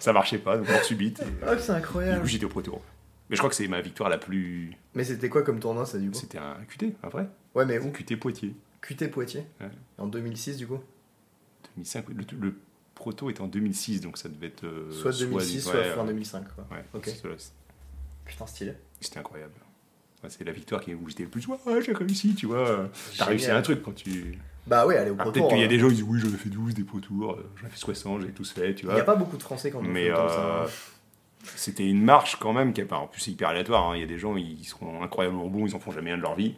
Speaker 2: ça marchait pas, donc mort subite. et,
Speaker 1: Ah,
Speaker 2: euh,
Speaker 1: c'est
Speaker 2: du coup,
Speaker 1: incroyable.
Speaker 2: j'étais au pro tour. Mais je crois que c'est ma victoire la plus.
Speaker 1: Mais c'était quoi comme tournoi ça du coup
Speaker 2: C'était un QT, un vrai
Speaker 1: Ouais, mais où
Speaker 2: QT Poitiers.
Speaker 1: QT Poitiers.
Speaker 2: Ouais. Euh,
Speaker 1: En 2006, du coup.
Speaker 2: 2005, le, le proto était en 2006, donc ça devait être. euh,
Speaker 1: Soit 2006, soit,
Speaker 2: ouais,
Speaker 1: fin
Speaker 2: ouais,
Speaker 1: 2005. Quoi.
Speaker 2: ouais,
Speaker 1: Ok.
Speaker 2: c'est- c'est-
Speaker 1: Putain, stylé.
Speaker 2: C'était incroyable. Ouais, c'est la victoire qui où j'étais le plus. Ouais, j'ai réussi, tu vois. T'as réussi un truc quand tu.
Speaker 1: Bah ouais, allez au
Speaker 2: Alors,
Speaker 1: Pro
Speaker 2: Ah, Peut-être
Speaker 1: Tour.
Speaker 2: qu'il y a
Speaker 1: euh,
Speaker 2: des gens qui disent oui, j'en ai fait 12 des pro tours, euh, j'en ai fait 60, j'ai tous fait, tu
Speaker 1: Il n'y a
Speaker 2: vois.
Speaker 1: pas beaucoup de Français quand on
Speaker 2: Mais
Speaker 1: fait autant que ça. hein.
Speaker 2: euh, c'était une marche quand même qui a pas. En plus, c'est hyper aléatoire. hein. Il y a des gens, ils seront incroyablement bons, ils en font jamais un de leur vie.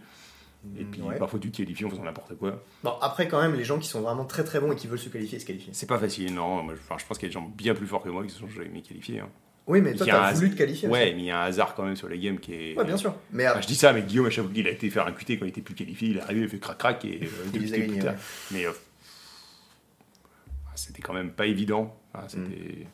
Speaker 2: Et
Speaker 1: Mm,
Speaker 2: puis
Speaker 1: ouais.
Speaker 2: parfois, tu te qualifies en faisant n'importe quoi.
Speaker 1: Bon, après, quand même, les gens qui sont vraiment très très bons et qui veulent se qualifier, se qualifient.
Speaker 2: C'est pas facile, non. Moi, je, enfin, je pense qu'il y a des gens bien plus forts que moi qui se sont jamais qualifiés. hein.
Speaker 1: Oui, mais toi,
Speaker 2: Il y a
Speaker 1: t'as
Speaker 2: un-
Speaker 1: voulu te qualifier.
Speaker 2: Ouais, mais il y a un hasard quand même sur les games qui est.
Speaker 1: aussi. Ouais, bien sûr. Mais
Speaker 2: Enfin, Ah, je dis ça, mais Guillaume, à chaque fois qu'il a été faire un QT quand il était plus qualifié, il est arrivé, il a fait crac-crac et euh, deux
Speaker 1: les a
Speaker 2: QT plus
Speaker 1: gagnés,
Speaker 2: tard.
Speaker 1: ouais.
Speaker 2: Mais euh, ah, c'était quand même pas évident. Enfin,
Speaker 1: Mm.
Speaker 2: c'était.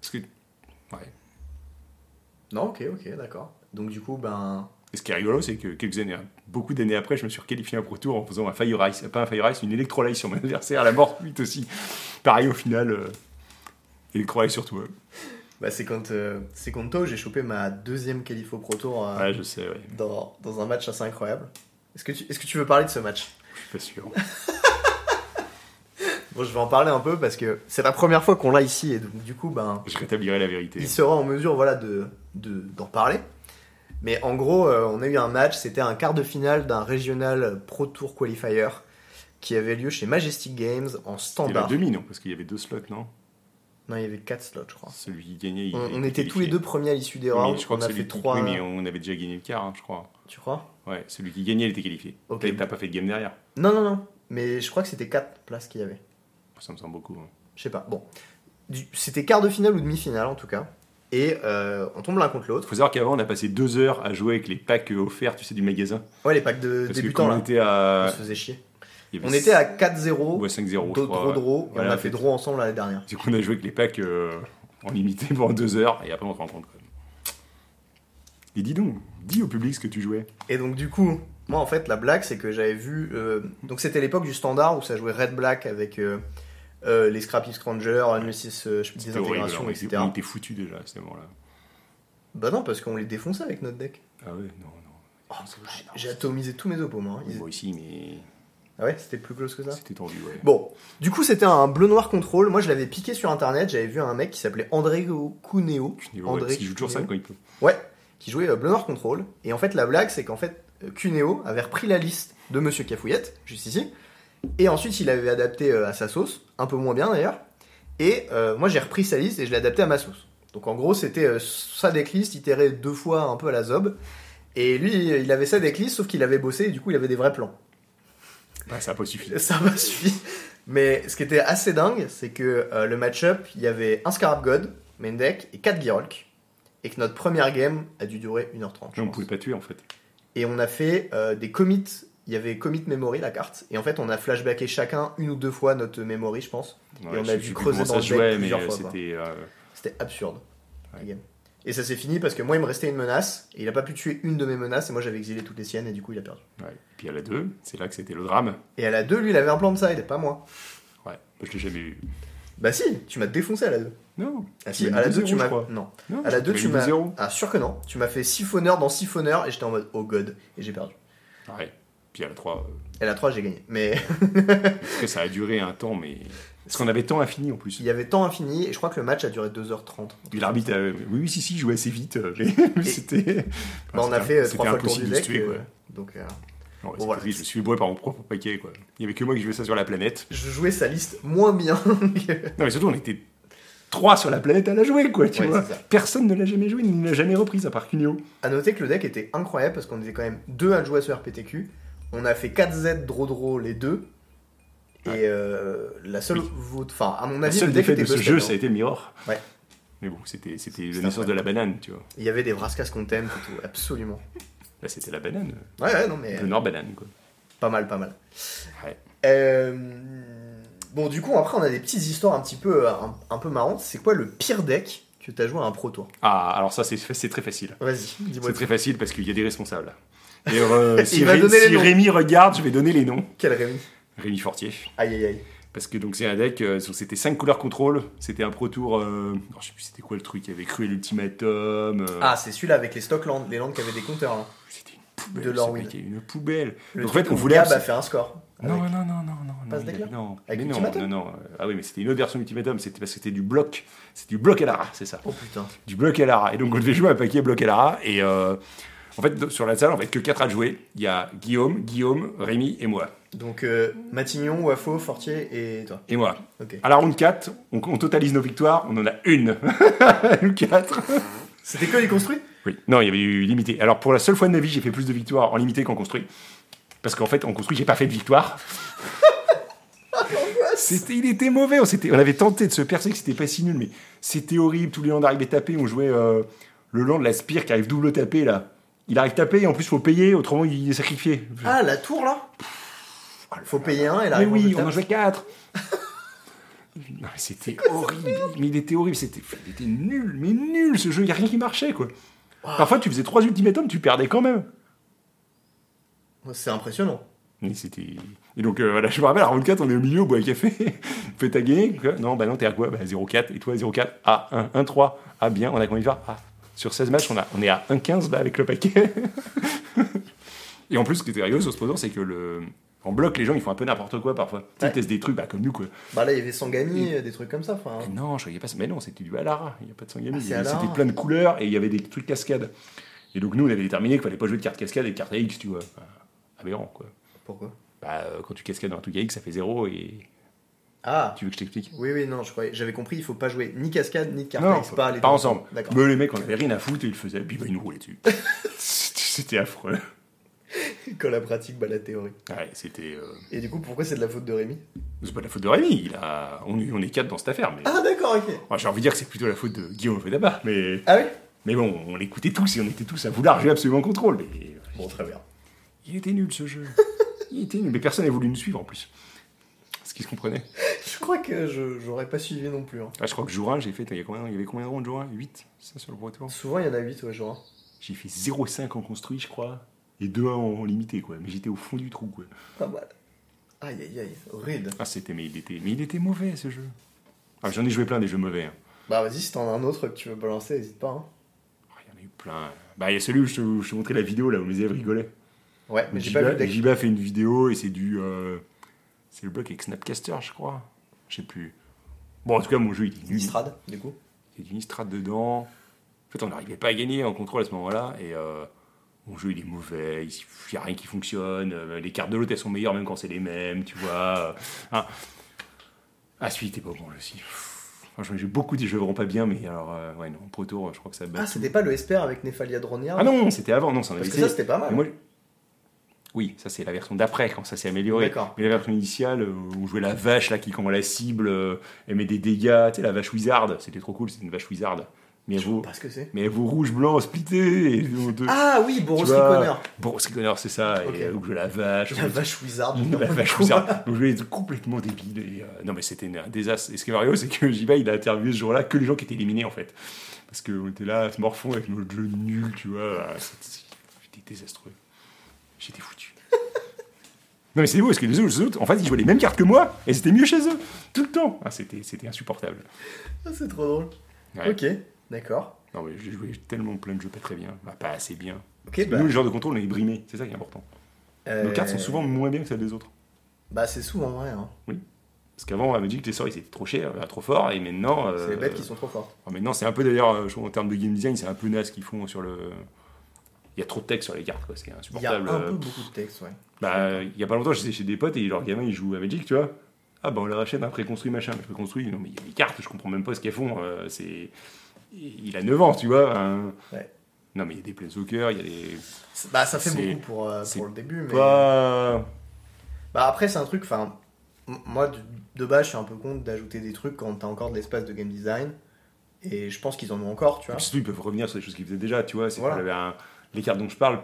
Speaker 2: Parce que. Ouais.
Speaker 1: ah, Non, ok, ok, d'accord. Donc, du coup, ben.
Speaker 2: Et ce qui est rigolo, c'est que quelques années, beaucoup d'années après, je me suis requalifié un Pro Tour en faisant un Fire Ice, pas un Fire Ice, une Electrolyte sur mon adversaire, la mort vite aussi. Pareil au final, euh, Electrolyte sur toi.
Speaker 1: Bah, c'est quand, euh, c'est quand toi où j'ai chopé ma deuxième qualif au Pro Tour euh,
Speaker 2: Ouais, je sais, ouais,
Speaker 1: dans, dans un match assez incroyable. Est-ce que, tu, est-ce que tu veux parler de ce match
Speaker 2: je suis pas sûr.
Speaker 1: Bon, je vais en parler un peu parce que c'est la première fois qu'on l'a ici et donc, du coup, ben.
Speaker 2: Je rétablirai la vérité.
Speaker 1: il sera en mesure voilà de de- d'en parler. Mais en gros, euh, on a eu un match, c'était un quart de finale d'un régional Pro Tour Qualifier qui avait lieu chez Majestic Games en
Speaker 2: C'était la
Speaker 1: standard.
Speaker 2: demi, non Parce qu'il y avait deux slots, non
Speaker 1: Non, il y avait 4 slots, je crois.
Speaker 2: Celui qui gagnait, il
Speaker 1: On, Oh. on
Speaker 2: il
Speaker 1: était tous les
Speaker 2: qualifié.
Speaker 1: deux premiers à l'issue des
Speaker 2: Oui, mais
Speaker 1: rounds.
Speaker 2: je crois
Speaker 1: on
Speaker 2: que
Speaker 1: a
Speaker 2: celui
Speaker 1: fait
Speaker 2: qui-
Speaker 1: 3.
Speaker 2: oui, mais on avait déjà gagné le quart, hein, je crois.
Speaker 1: Tu crois
Speaker 2: Ouais, celui qui gagnait, il était qualifié.
Speaker 1: Ok.
Speaker 2: T'as- T'as pas fait de game derrière
Speaker 1: Non, non, non. Mais je crois que c'était 4 places qu'il y avait.
Speaker 2: Ça me semble beaucoup. hein.
Speaker 1: Je sais pas. Bon. Du- C'était quart de finale ou demi-finale en tout cas. Et euh, on tombe l'un contre l'autre.
Speaker 2: Faut savoir qu'avant, on a passé deux heures à jouer avec les packs offerts, tu sais, du magasin.
Speaker 1: Ouais, les packs de
Speaker 2: Parce que
Speaker 1: débutants,
Speaker 2: quand on
Speaker 1: là,
Speaker 2: était à.
Speaker 1: on se faisait chier.
Speaker 2: il y avait
Speaker 1: On était à
Speaker 2: ou
Speaker 1: 4-0,
Speaker 2: à 5-0, je
Speaker 1: draw,
Speaker 2: crois.
Speaker 1: draw, draw, et
Speaker 2: Voilà,
Speaker 1: on a fait draw ensemble l'année dernière.
Speaker 2: Du coup, on a joué avec les packs euh, en limité pendant deux heures, et après, on se rencontre quand même. Et dis donc, dis au public ce que tu jouais.
Speaker 1: Et donc du coup, moi en fait la blague c'est que j'avais vu... euh, donc c'était l'époque du standard où ça jouait Red Black avec euh, euh, les Scrappy Scranger, Analysis, euh, je-
Speaker 2: C'était horrible, hein,
Speaker 1: désintégration,
Speaker 2: on était-
Speaker 1: etc.
Speaker 2: On était foutus déjà à ce moment-là.
Speaker 1: Bah non parce qu'on les défonçait avec notre deck.
Speaker 2: Ah ouais, non, non.
Speaker 1: Oh, j'ai- J'ai atomisé tous mes opos moi. hein. Ils-
Speaker 2: Moi aussi, mais
Speaker 1: Ah ouais c'était plus close que ça
Speaker 2: c'était tendu, ouais.
Speaker 1: Bon, du coup c'était un bleu-noir contrôle. Moi je l'avais piqué sur internet, j'avais vu un mec qui s'appelait André Cuneo.
Speaker 2: Niveau, ouais, parce qu'il joue toujours ça
Speaker 1: Cuneo.
Speaker 2: quand il peut.
Speaker 1: Ouais, qui jouait euh, Bleu Noir Control. Et en fait, la blague, c'est qu'en fait, euh, Cuneo avait repris la liste de Monsieur Cafouillette, juste ici, et ensuite il avait adapté euh, à sa sauce, un peu moins bien d'ailleurs, et euh, moi j'ai repris sa liste et je l'ai adapté à ma sauce. Donc en gros, c'était euh, sa decklist itérée deux fois un peu à la zob, et lui, il avait sa decklist, sauf qu'il avait bossé, et du coup, il avait des vrais plans.
Speaker 2: Bah, ça n'a pas suffi.
Speaker 1: Ça m'a suffi. Mais ce qui était assez dingue, c'est que euh, le match-up, il y avait un Scarab God, Mendek et 4 Girolk. Et que notre première game a dû durer 1h30. je
Speaker 2: On ne
Speaker 1: pense.
Speaker 2: pouvait pas tuer en fait.
Speaker 1: Et on a fait euh, des commits. Il y avait commit memory, la carte. Et en fait, on a flashbacké chacun une ou deux fois notre memory, je pense.
Speaker 2: Ouais,
Speaker 1: on
Speaker 2: je
Speaker 1: a
Speaker 2: sais
Speaker 1: dû
Speaker 2: plus
Speaker 1: creuser
Speaker 2: comment
Speaker 1: dans
Speaker 2: ça
Speaker 1: le deck
Speaker 2: jouait, mais
Speaker 1: plusieurs
Speaker 2: euh,
Speaker 1: fois, quoi.
Speaker 2: c'était. euh,
Speaker 1: C'était absurde. la
Speaker 2: Ouais.
Speaker 1: game. Et ça s'est fini parce que moi, il me restait une menace. Et il a pas pu tuer une de mes menaces. Et moi, j'avais exilé toutes les siennes. Et du coup, il a perdu.
Speaker 2: ouais. Et Puis à la 2, c'est là que c'était le drame.
Speaker 1: Et à la 2, lui, il avait un plan de side, pas moi.
Speaker 2: Ouais, moi, je l'ai jamais eu.
Speaker 1: Bah si, tu m'as défoncé à la 2.
Speaker 2: Non.
Speaker 1: Ah si, à la 2, tu m'as. Non. À la 2, tu m'as.
Speaker 2: 0
Speaker 1: Ah, sûr que non. Tu m'as fait siphonneur dans siphonneur. Et j'étais en mode, oh god. Et j'ai perdu.
Speaker 2: Ouais. Puis à la 3,
Speaker 1: Et à la 3, j'ai gagné. Mais.
Speaker 2: parce que ça a duré un temps, mais. Parce qu'on avait temps infini en plus.
Speaker 1: Il y avait temps infini et je crois que le match a duré 2h30.
Speaker 2: Puis l'arbitre, euh, oui, oui, si, si, il jouait assez vite, euh, mais, mais c'était.
Speaker 1: Bah, on a
Speaker 2: c'était-
Speaker 1: fait euh,
Speaker 2: c'était
Speaker 1: trois fois le tour
Speaker 2: impossible
Speaker 1: du
Speaker 2: de se
Speaker 1: deck.
Speaker 2: tuer,
Speaker 1: euh,
Speaker 2: quoi.
Speaker 1: donc, euh,
Speaker 2: Genre,
Speaker 1: bon,
Speaker 2: c'était
Speaker 1: voilà.
Speaker 2: triste, je me suis bourré par mon propre paquet, quoi. Il y avait que moi qui jouais ça sur la planète.
Speaker 1: je jouais sa liste moins bien. que-
Speaker 2: Non, mais surtout, on était trois sur la planète à la jouer, quoi, tu
Speaker 1: Ouais,
Speaker 2: vois.
Speaker 1: c'est ça.
Speaker 2: Personne ne l'a jamais joué, ni ne l'a jamais reprise, à part Cuneo.
Speaker 1: à noter que le deck était incroyable parce qu'on était quand même deux à jouer à ce RPTQ. On a fait 4Z draw draw les deux. Et
Speaker 2: Ouais.
Speaker 1: euh, la seule
Speaker 2: Oui.
Speaker 1: vote, enfin à mon
Speaker 2: La
Speaker 1: avis, le
Speaker 2: seule
Speaker 1: deck
Speaker 2: défaite
Speaker 1: était
Speaker 2: de ce
Speaker 1: busted,
Speaker 2: jeu,
Speaker 1: hein.
Speaker 2: ça a été le Mirror.
Speaker 1: Ouais.
Speaker 2: Mais bon, c'était c'était la
Speaker 1: C'était
Speaker 2: naissance de la banane, tu vois.
Speaker 1: Il y avait des Vraskas Contem et tout, absolument.
Speaker 2: Là, c'était la banane.
Speaker 1: Ouais, ouais, non mais
Speaker 2: Le Nord banane, quoi.
Speaker 1: pas mal, pas mal.
Speaker 2: Ouais.
Speaker 1: Euh, bon, du coup, après, on a des petites histoires un petit peu, euh, un, un peu marrantes. C'est quoi le pire deck que t'as joué à un pro tour
Speaker 2: Ah, alors ça, c'est c'est très facile.
Speaker 1: Vas-y, dis-moi
Speaker 2: C'est très facile parce qu'il y a des responsables. Et euh, si,
Speaker 1: Il va
Speaker 2: Ré-
Speaker 1: donner les
Speaker 2: si
Speaker 1: noms.
Speaker 2: Rémi regarde, je vais donner les noms.
Speaker 1: quel Rémi.
Speaker 2: Rémi Fortier.
Speaker 1: Aïe aïe aïe.
Speaker 2: Parce que donc c'est un deck, euh, donc, c'était 5 couleurs contrôle, c'était un pro tour, euh, non, je sais plus c'était quoi le truc, il y avait Cruel Ultimatum, euh,
Speaker 1: Ah, c'est celui-là avec les Stockland, les landes qui avaient des compteurs. hein.
Speaker 2: c'était une poubelle,
Speaker 1: de leur
Speaker 2: ça
Speaker 1: win.
Speaker 2: mettait une poubelle.
Speaker 1: Le
Speaker 2: Donc, en
Speaker 1: truc
Speaker 2: fait on
Speaker 1: où
Speaker 2: voulait...
Speaker 1: Gab a
Speaker 2: abs-
Speaker 1: fait un score.
Speaker 2: Non,
Speaker 1: avec-
Speaker 2: non, non, non, non,
Speaker 1: Pas ce
Speaker 2: non, il y avait-
Speaker 1: deck-là
Speaker 2: non,
Speaker 1: Avec
Speaker 2: mais non,
Speaker 1: Ultimatum
Speaker 2: non, non, euh, ah oui mais c'était une autre version Ultimatum, c'était parce que c'était du bloc, c'était du bloc à la c'est ça.
Speaker 1: Oh putain.
Speaker 2: du bloc à Lara. Et donc, on devait jouer un paquet bloc à Lara. Et euh, en fait, sur la salle, on va être que 4 à jouer. Il y a Guillaume, Guillaume, Rémi et moi.
Speaker 1: Donc euh, Matignon, Wafo, Fortier et toi.
Speaker 2: Et moi.
Speaker 1: Ok.
Speaker 2: À la round 4, on, on totalise nos victoires. On en a une. Nous 4.
Speaker 1: C'était que les construits
Speaker 2: Oui. Non, il y avait eu limité. Alors, pour la seule fois de ma vie, j'ai fait plus de victoires en limité qu'en construit. Parce qu'en fait, en construit, j'ai pas fait de victoire. C'était- il était mauvais. On, s'était- on avait tenté de se percer que c'était pas si nul, mais c'était horrible. Tous les lands arrivaient tapés. On jouait euh, le land de la Spire qui arrive double tapé là. Il arrive tapé et en plus faut payer, autrement il est sacrifié.
Speaker 1: Ah, la tour là Faut payer un et la
Speaker 2: mais
Speaker 1: réponse de
Speaker 2: oui, on
Speaker 1: table.
Speaker 2: en jouait 4 C'était horrible. Mais il était horrible. C'était il était nul, mais nul ce jeu. Il y a rien qui marchait quoi. Parfois tu faisais trois ultimatums, tu perdais quand même.
Speaker 1: C'est impressionnant.
Speaker 2: Mais c'était. Et donc euh, voilà, je me rappelle, à round 4, on est au milieu au bois à café. Fais ta gagner. quoi. Non, bah non, t'es à quoi Bah 0,4. Et toi, 0,4. Ah, 1, 1, 3. Ah, bien, on a combien de victoires Ah, sur 16 matchs, on, a, on est à 1,15 là avec le paquet. et en plus, ce qui était rigolo sur ce projet, c'est que le. En bloc, les gens, ils font un peu n'importe quoi parfois. Tu sais,
Speaker 1: Ouais.
Speaker 2: Ils testent des trucs, bah, comme nous, quoi.
Speaker 1: Bah là, il y avait Sangami, euh, des trucs comme ça. Enfin,
Speaker 2: Mais non, je voyais pas ça. Mais non, c'était du Alara. Il n'y a pas de sangami.
Speaker 1: Ah,
Speaker 2: Il y
Speaker 1: c'est
Speaker 2: avait-
Speaker 1: Alara.
Speaker 2: c'était plein de couleurs et il y avait des trucs cascades. Et donc, nous, on avait déterminé qu'il fallait pas jouer de cartes cascades et de cartes AX, tu vois. Enfin, aberrant, quoi.
Speaker 1: pourquoi
Speaker 2: Bah, euh, quand tu cascades dans un truc AX, ça fait 0 et
Speaker 1: Ah
Speaker 2: Tu veux que je t'explique
Speaker 1: Oui, oui, non, je croyais- j'avais compris, il faut pas jouer ni cascade ni carte.
Speaker 2: Non,
Speaker 1: Ace, pas, les deux
Speaker 2: ensemble.
Speaker 1: D'accord.
Speaker 2: Mais les mecs, on avait rien à foutre et ils le faisaient, puis bah, ils nous roulaient dessus. C'était affreux.
Speaker 1: Quand la pratique bat la théorie.
Speaker 2: Ouais, c'était. euh,
Speaker 1: Et du coup, pourquoi c'est de la faute de Rémi
Speaker 2: C'est pas de la faute de Rémi, il a... on, est- on est quatre dans cette affaire, mais.
Speaker 1: Ah, d'accord, ok.
Speaker 2: Enfin, J'ai envie de dire que c'est plutôt la faute de Guillaume Fedaba, mais.
Speaker 1: Ah oui
Speaker 2: Mais bon, on l'écoutait tous et on était tous à vouloir jouer absolument contrôle. Mais... euh,
Speaker 1: Bon, très bien.
Speaker 2: Il était nul ce jeu. Il était nul, mais personne n'a voulu nous suivre en plus. Ce qui se comprenait.
Speaker 1: Je crois que je- j'aurais pas suivi non plus. hein.
Speaker 2: Ah, je crois que jour 1, j'ai fait. Il y, a combien, il y avait combien de rondes jour 1 8 Ça sur le premier tour
Speaker 1: Souvent, il y en a 8, ouais, genre.
Speaker 2: J'ai fait 0,5 en construit, je crois. Et 2-1 en limité, quoi. Mais j'étais au fond du trou, quoi.
Speaker 1: Pas mal. Aïe, aïe, aïe, horrible.
Speaker 2: Ah, c'était. Mais il était, mais il était mauvais ce jeu. Ah, j'en ai joué plein des jeux mauvais. hein.
Speaker 1: Bah, vas-y, si t'en as un autre que tu veux balancer, n'hésite pas. hein.
Speaker 2: Ah, Il y en a eu plein. Bah, il y a celui où je te, où je te montrais la vidéo, là, où mes élèves rigolaient.
Speaker 1: Ouais, Mm. mais j'ai pas
Speaker 2: Jiba-
Speaker 1: vu le deck.
Speaker 2: Jiba fait une vidéo et c'est du. euh, c'est le bloc avec Snapcaster, je crois. Je sais plus. Bon, en tout cas, mon jeu, il est nul.
Speaker 1: Nistrad, du coup.
Speaker 2: Il y a du Nistrad dedans. En fait, on n'arrivait pas à gagner en contrôle à ce moment-là. Et euh, mon jeu, il est mauvais. Il n'y a rien qui fonctionne. euh, Les cartes de l'autre, elles sont meilleures même quand c'est les mêmes, tu vois. Ah, ah celui était pas bon, le aussi. Enfin, j'en ai joué beaucoup des jeux vraiment pas bien, mais alors, euh, ouais, non, Pro Tour, je crois que ça bat.
Speaker 1: Ah, c'était pas le Esper avec Nephalia Droniard
Speaker 2: Bah, Ah non, c'était avant, non, ça en
Speaker 1: Parce
Speaker 2: avait
Speaker 1: que ça,
Speaker 2: été.
Speaker 1: c'était pas mal.
Speaker 2: Mais moi, je- Oui, ça c'est la version d'après quand ça s'est amélioré.
Speaker 1: D'accord.
Speaker 2: Mais la version initiale, euh, on jouait la vache là qui quand on la cible, euh, elle met des dégâts, tu sais la vache wizard, c'était trop cool, c'était une vache wizard. Mais elle
Speaker 1: Je sais
Speaker 2: vaut,
Speaker 1: pas ce que c'est.
Speaker 2: mais elle vaut rouge blanc splitté. Et on te-
Speaker 1: Ah oui, Boros
Speaker 2: Tu vois,
Speaker 1: Connor.
Speaker 2: Bon, c'est connard, c'est ça.
Speaker 1: Ok.
Speaker 2: Et euh, on jouait la vache.
Speaker 1: La vache wizard.
Speaker 2: Non, la vache wizard. On jouait des trucs complètement débiles. et, euh, non mais c'était un désastre. Et ce qui est Mario, c'est que Jiba il a interviewé ce jour-là que les gens qui étaient éliminés en fait, parce qu'on était là à se morfondre avec notre jeu nul, tu vois. C'était c'était désastreux. J'étais foutu. Non mais c'est beau parce que les autres, les autres, en fait, ils jouaient les mêmes cartes que moi et c'était mieux chez eux tout le temps. Ah, c'était c'était insupportable.
Speaker 1: Ah, c'est trop drôle.
Speaker 2: Ouais.
Speaker 1: Ok, d'accord.
Speaker 2: Non mais j'ai joué tellement plein de jeux pas très bien, Bah, pas assez bien.
Speaker 1: Ok, bah.
Speaker 2: Nous le genre de contrôle on est brimé, c'est ça qui est important. Nos
Speaker 1: euh,
Speaker 2: cartes sont souvent moins bien que celles des autres.
Speaker 1: Bah, c'est souvent vrai. Hein.
Speaker 2: Parce qu'avant, on avait dit que les sorts ils étaient trop chers, euh, trop forts, et maintenant.
Speaker 1: C'est
Speaker 2: euh,
Speaker 1: les bêtes qui sont trop fortes.
Speaker 2: alors maintenant, c'est un peu d'ailleurs, euh, je trouve, en termes de game design, c'est un peu naze ce qu'ils font sur le. Il y a trop de texte sur les cartes, quoi, c'est
Speaker 1: Il y a un
Speaker 2: insupportable.
Speaker 1: peu
Speaker 2: Euh,
Speaker 1: beaucoup de textes, ouais.
Speaker 2: Bah, il y a pas longtemps, j'étais chez des potes et leur gamin il joue à Magic, tu vois. Ah bah on leur achète un préconstruit machin, mais préconstruit, non mais il y a des cartes, je comprends même pas ce qu'elles font. euh, c'est. Il a 9 ans, tu vois. hein.
Speaker 1: Ouais.
Speaker 2: Non mais il y a des planeswalkers, il y a des.
Speaker 1: C'est- Bah, ça fait
Speaker 2: C'est-
Speaker 1: beaucoup pour, euh,
Speaker 2: c'est
Speaker 1: pour le début, mais.
Speaker 2: Pas-
Speaker 1: Bah, après, c'est un truc, enfin. m- Moi, de, de base, je suis un peu contre d'ajouter des trucs quand t'as encore de l'espace de game design. Et je pense qu'ils en ont encore, tu
Speaker 2: Et
Speaker 1: vois.
Speaker 2: puis surtout, ils peuvent revenir sur des choses qu'ils faisaient déjà, tu vois. C'est
Speaker 1: Bah. Voilà.
Speaker 2: qu'on avait un- Les cartes dont je parle,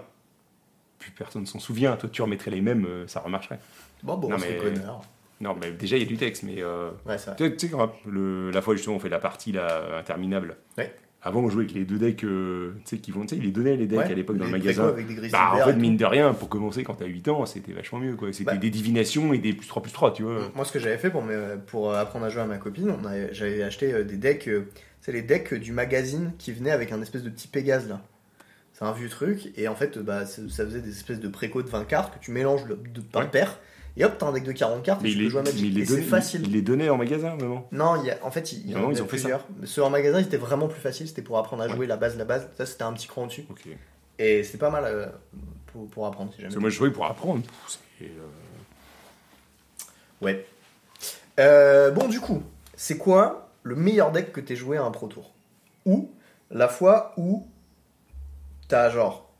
Speaker 2: plus personne s'en souvient. Toi, tu remettrais les mêmes, euh, ça remarcherait.
Speaker 1: Bon, bon,
Speaker 2: Non,
Speaker 1: c'est
Speaker 2: mais-
Speaker 1: connard.
Speaker 2: Non, mais déjà, il y a du texte, mais. euh,
Speaker 1: Ouais, ça.
Speaker 2: Tu sais- tu sais, quand le- la fois justement, on fait la partie là, euh, interminable.
Speaker 1: Ouais.
Speaker 2: Avant, on jouait avec les deux decks, euh, tu sais, qui vont. Tu sais, ils les donnaient les decks
Speaker 1: Ouais,
Speaker 2: à l'époque dans le
Speaker 1: les
Speaker 2: magasin.
Speaker 1: préco avec des grises
Speaker 2: Bah, en
Speaker 1: vertes
Speaker 2: fait,
Speaker 1: et tout.
Speaker 2: mine de rien, pour commencer, quand t'as 8 ans, c'était vachement mieux, quoi. C'était
Speaker 1: Bah.
Speaker 2: des divinations et des plus 3 plus 3, tu vois.
Speaker 1: Moi, ce que j'avais fait pour, mes- pour euh, apprendre à jouer à ma copine, on avait- j'avais acheté euh, des decks. euh, C'est les decks euh, du magazine qui venaient avec un espèce de petit Pégase là. C'est un vieux truc. Et en fait, euh, bah, c'est- ça faisait des espèces de préco de 20 cartes que tu mélanges de, de- par
Speaker 2: Ouais.
Speaker 1: paire. Et hop, t'as un deck de 40 cartes et
Speaker 2: Mais
Speaker 1: tu
Speaker 2: il
Speaker 1: peux
Speaker 2: les,
Speaker 1: jouer à Magic.
Speaker 2: mais il les
Speaker 1: Et c'est
Speaker 2: donnait-
Speaker 1: facile.
Speaker 2: il- il les donnait en magasin, maman.
Speaker 1: Non, il y a- en fait, il y en
Speaker 2: Non,
Speaker 1: a
Speaker 2: ils ont fait ça.
Speaker 1: plusieurs. Ceux en magasin, ils étaient vraiment plus faciles. C'était pour apprendre à
Speaker 2: Ouais.
Speaker 1: jouer la base, la base. Ça, c'était un petit cran au-dessus.
Speaker 2: Ok.
Speaker 1: Et c'était pas mal euh, pour, pour apprendre, si jamais.
Speaker 2: Parce que moi, je jouais pour apprendre. Pff, c'est, euh,
Speaker 1: Ouais. Euh, bon, du coup, c'est quoi le meilleur deck que t'aies joué à un Pro Tour Ou la fois où t'as genre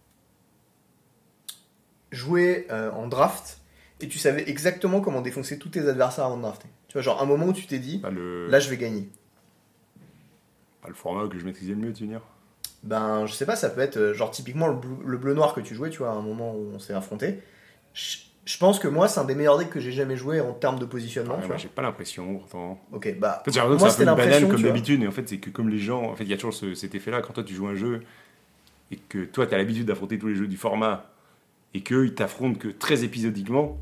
Speaker 1: joué euh, en draft et tu savais exactement comment défoncer tous tes adversaires avant de drafter. Tu vois, genre un moment où tu t'es dit,
Speaker 2: pas bah, le...
Speaker 1: là je vais gagner.
Speaker 2: pas le format que je maîtrisais le mieux, tu veux dire
Speaker 1: Ben, je sais pas, ça peut être euh, genre typiquement le bleu, le bleu noir que tu jouais, tu vois, à un moment où on s'est affronté. Je je pense que moi, c'est un des meilleurs decks que j'ai jamais joué en termes de positionnement,
Speaker 2: Ah, Ouais,
Speaker 1: tu
Speaker 2: moi,
Speaker 1: vois.
Speaker 2: j'ai pas l'impression, pourtant.
Speaker 1: Ok, bah,
Speaker 2: En fait, j'ai l'impression
Speaker 1: moi
Speaker 2: que c'est
Speaker 1: c'était
Speaker 2: un peu
Speaker 1: l'impression,
Speaker 2: une banane comme
Speaker 1: tu vois.
Speaker 2: d'habitude, mais en fait, c'est que comme les gens, en fait, il y a toujours ce- cet effet-là quand toi tu joues un jeu et que toi t'as l'habitude d'affronter tous les jeux du format et qu'eux ils t'affrontent que très épisodiquement,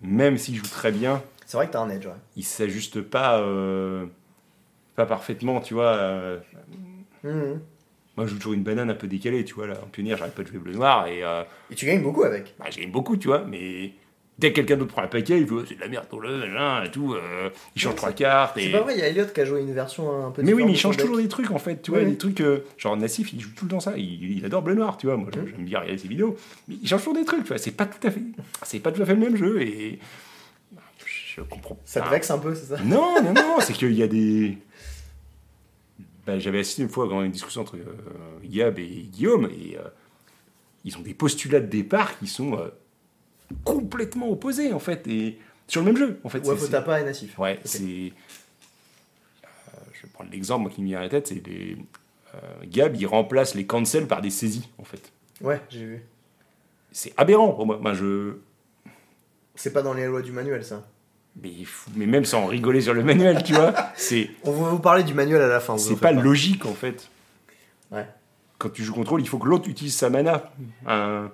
Speaker 2: même s'ils jouent très bien,
Speaker 1: C'est vrai que t'as un edge, ouais.
Speaker 2: ils s'ajustent pas, euh, pas parfaitement, tu vois. euh,
Speaker 1: Mhm.
Speaker 2: moi, je joue toujours une banane un peu décalée, tu vois. Là, en pionnier, j'arrête pas de jouer bleu noir et euh,
Speaker 1: Et tu gagnes beaucoup avec.
Speaker 2: bah, j'aime beaucoup, tu vois, mais. Dès que quelqu'un d'autre prend un paquet, il veut c'est de la merde ton level, hein, et tout. euh, il change
Speaker 1: Ouais,
Speaker 2: trois cartes.
Speaker 1: C'est
Speaker 2: et-
Speaker 1: pas vrai, il y a Elliot qui a joué une version un peu
Speaker 2: Mais
Speaker 1: différente
Speaker 2: oui, mais il
Speaker 1: de
Speaker 2: change
Speaker 1: son deck.
Speaker 2: toujours des trucs en fait, tu
Speaker 1: Oui,
Speaker 2: vois,
Speaker 1: oui.
Speaker 2: des trucs. euh, genre Nassif, il joue tout le temps ça, il, il adore bleu noir, tu vois. Moi, j'aime
Speaker 1: Mhm.
Speaker 2: j'aime bien regarder ses vidéos, mais il change toujours des trucs, tu vois. C'est pas tout à fait, c'est pas tout à fait le même jeu et je comprends. pas.
Speaker 1: Ça te vexe un peu, c'est ça
Speaker 2: Non, non, non, c'est qu'il y a des. Ben, j'avais assisté une fois à une discussion entre euh, Gab et Guillaume et euh, ils ont des postulats de départ qui sont euh, complètement opposés, en fait, et sur le même jeu, en fait. c'est- c'est-
Speaker 1: Wapotapa est natif.
Speaker 2: Ouais,
Speaker 1: Ok.
Speaker 2: c'est. euh, je vais prendre l'exemple moi, qui me vient à la tête, c'est des. euh, Gab, il remplace les cancels par des saisies, en fait.
Speaker 1: Ouais, j'ai vu.
Speaker 2: C'est aberrant pour moi. Moi, je.
Speaker 1: C'est pas dans les lois du manuel, ça.
Speaker 2: Mais, f- mais même sans rigoler sur le manuel, tu vois, c'est
Speaker 1: On va vous parler du manuel à la fin. vous en
Speaker 2: c'est
Speaker 1: faites
Speaker 2: pas logique en fait.
Speaker 1: Ouais.
Speaker 2: Quand tu joues contrôle, il faut que l'autre utilise sa mana. Un-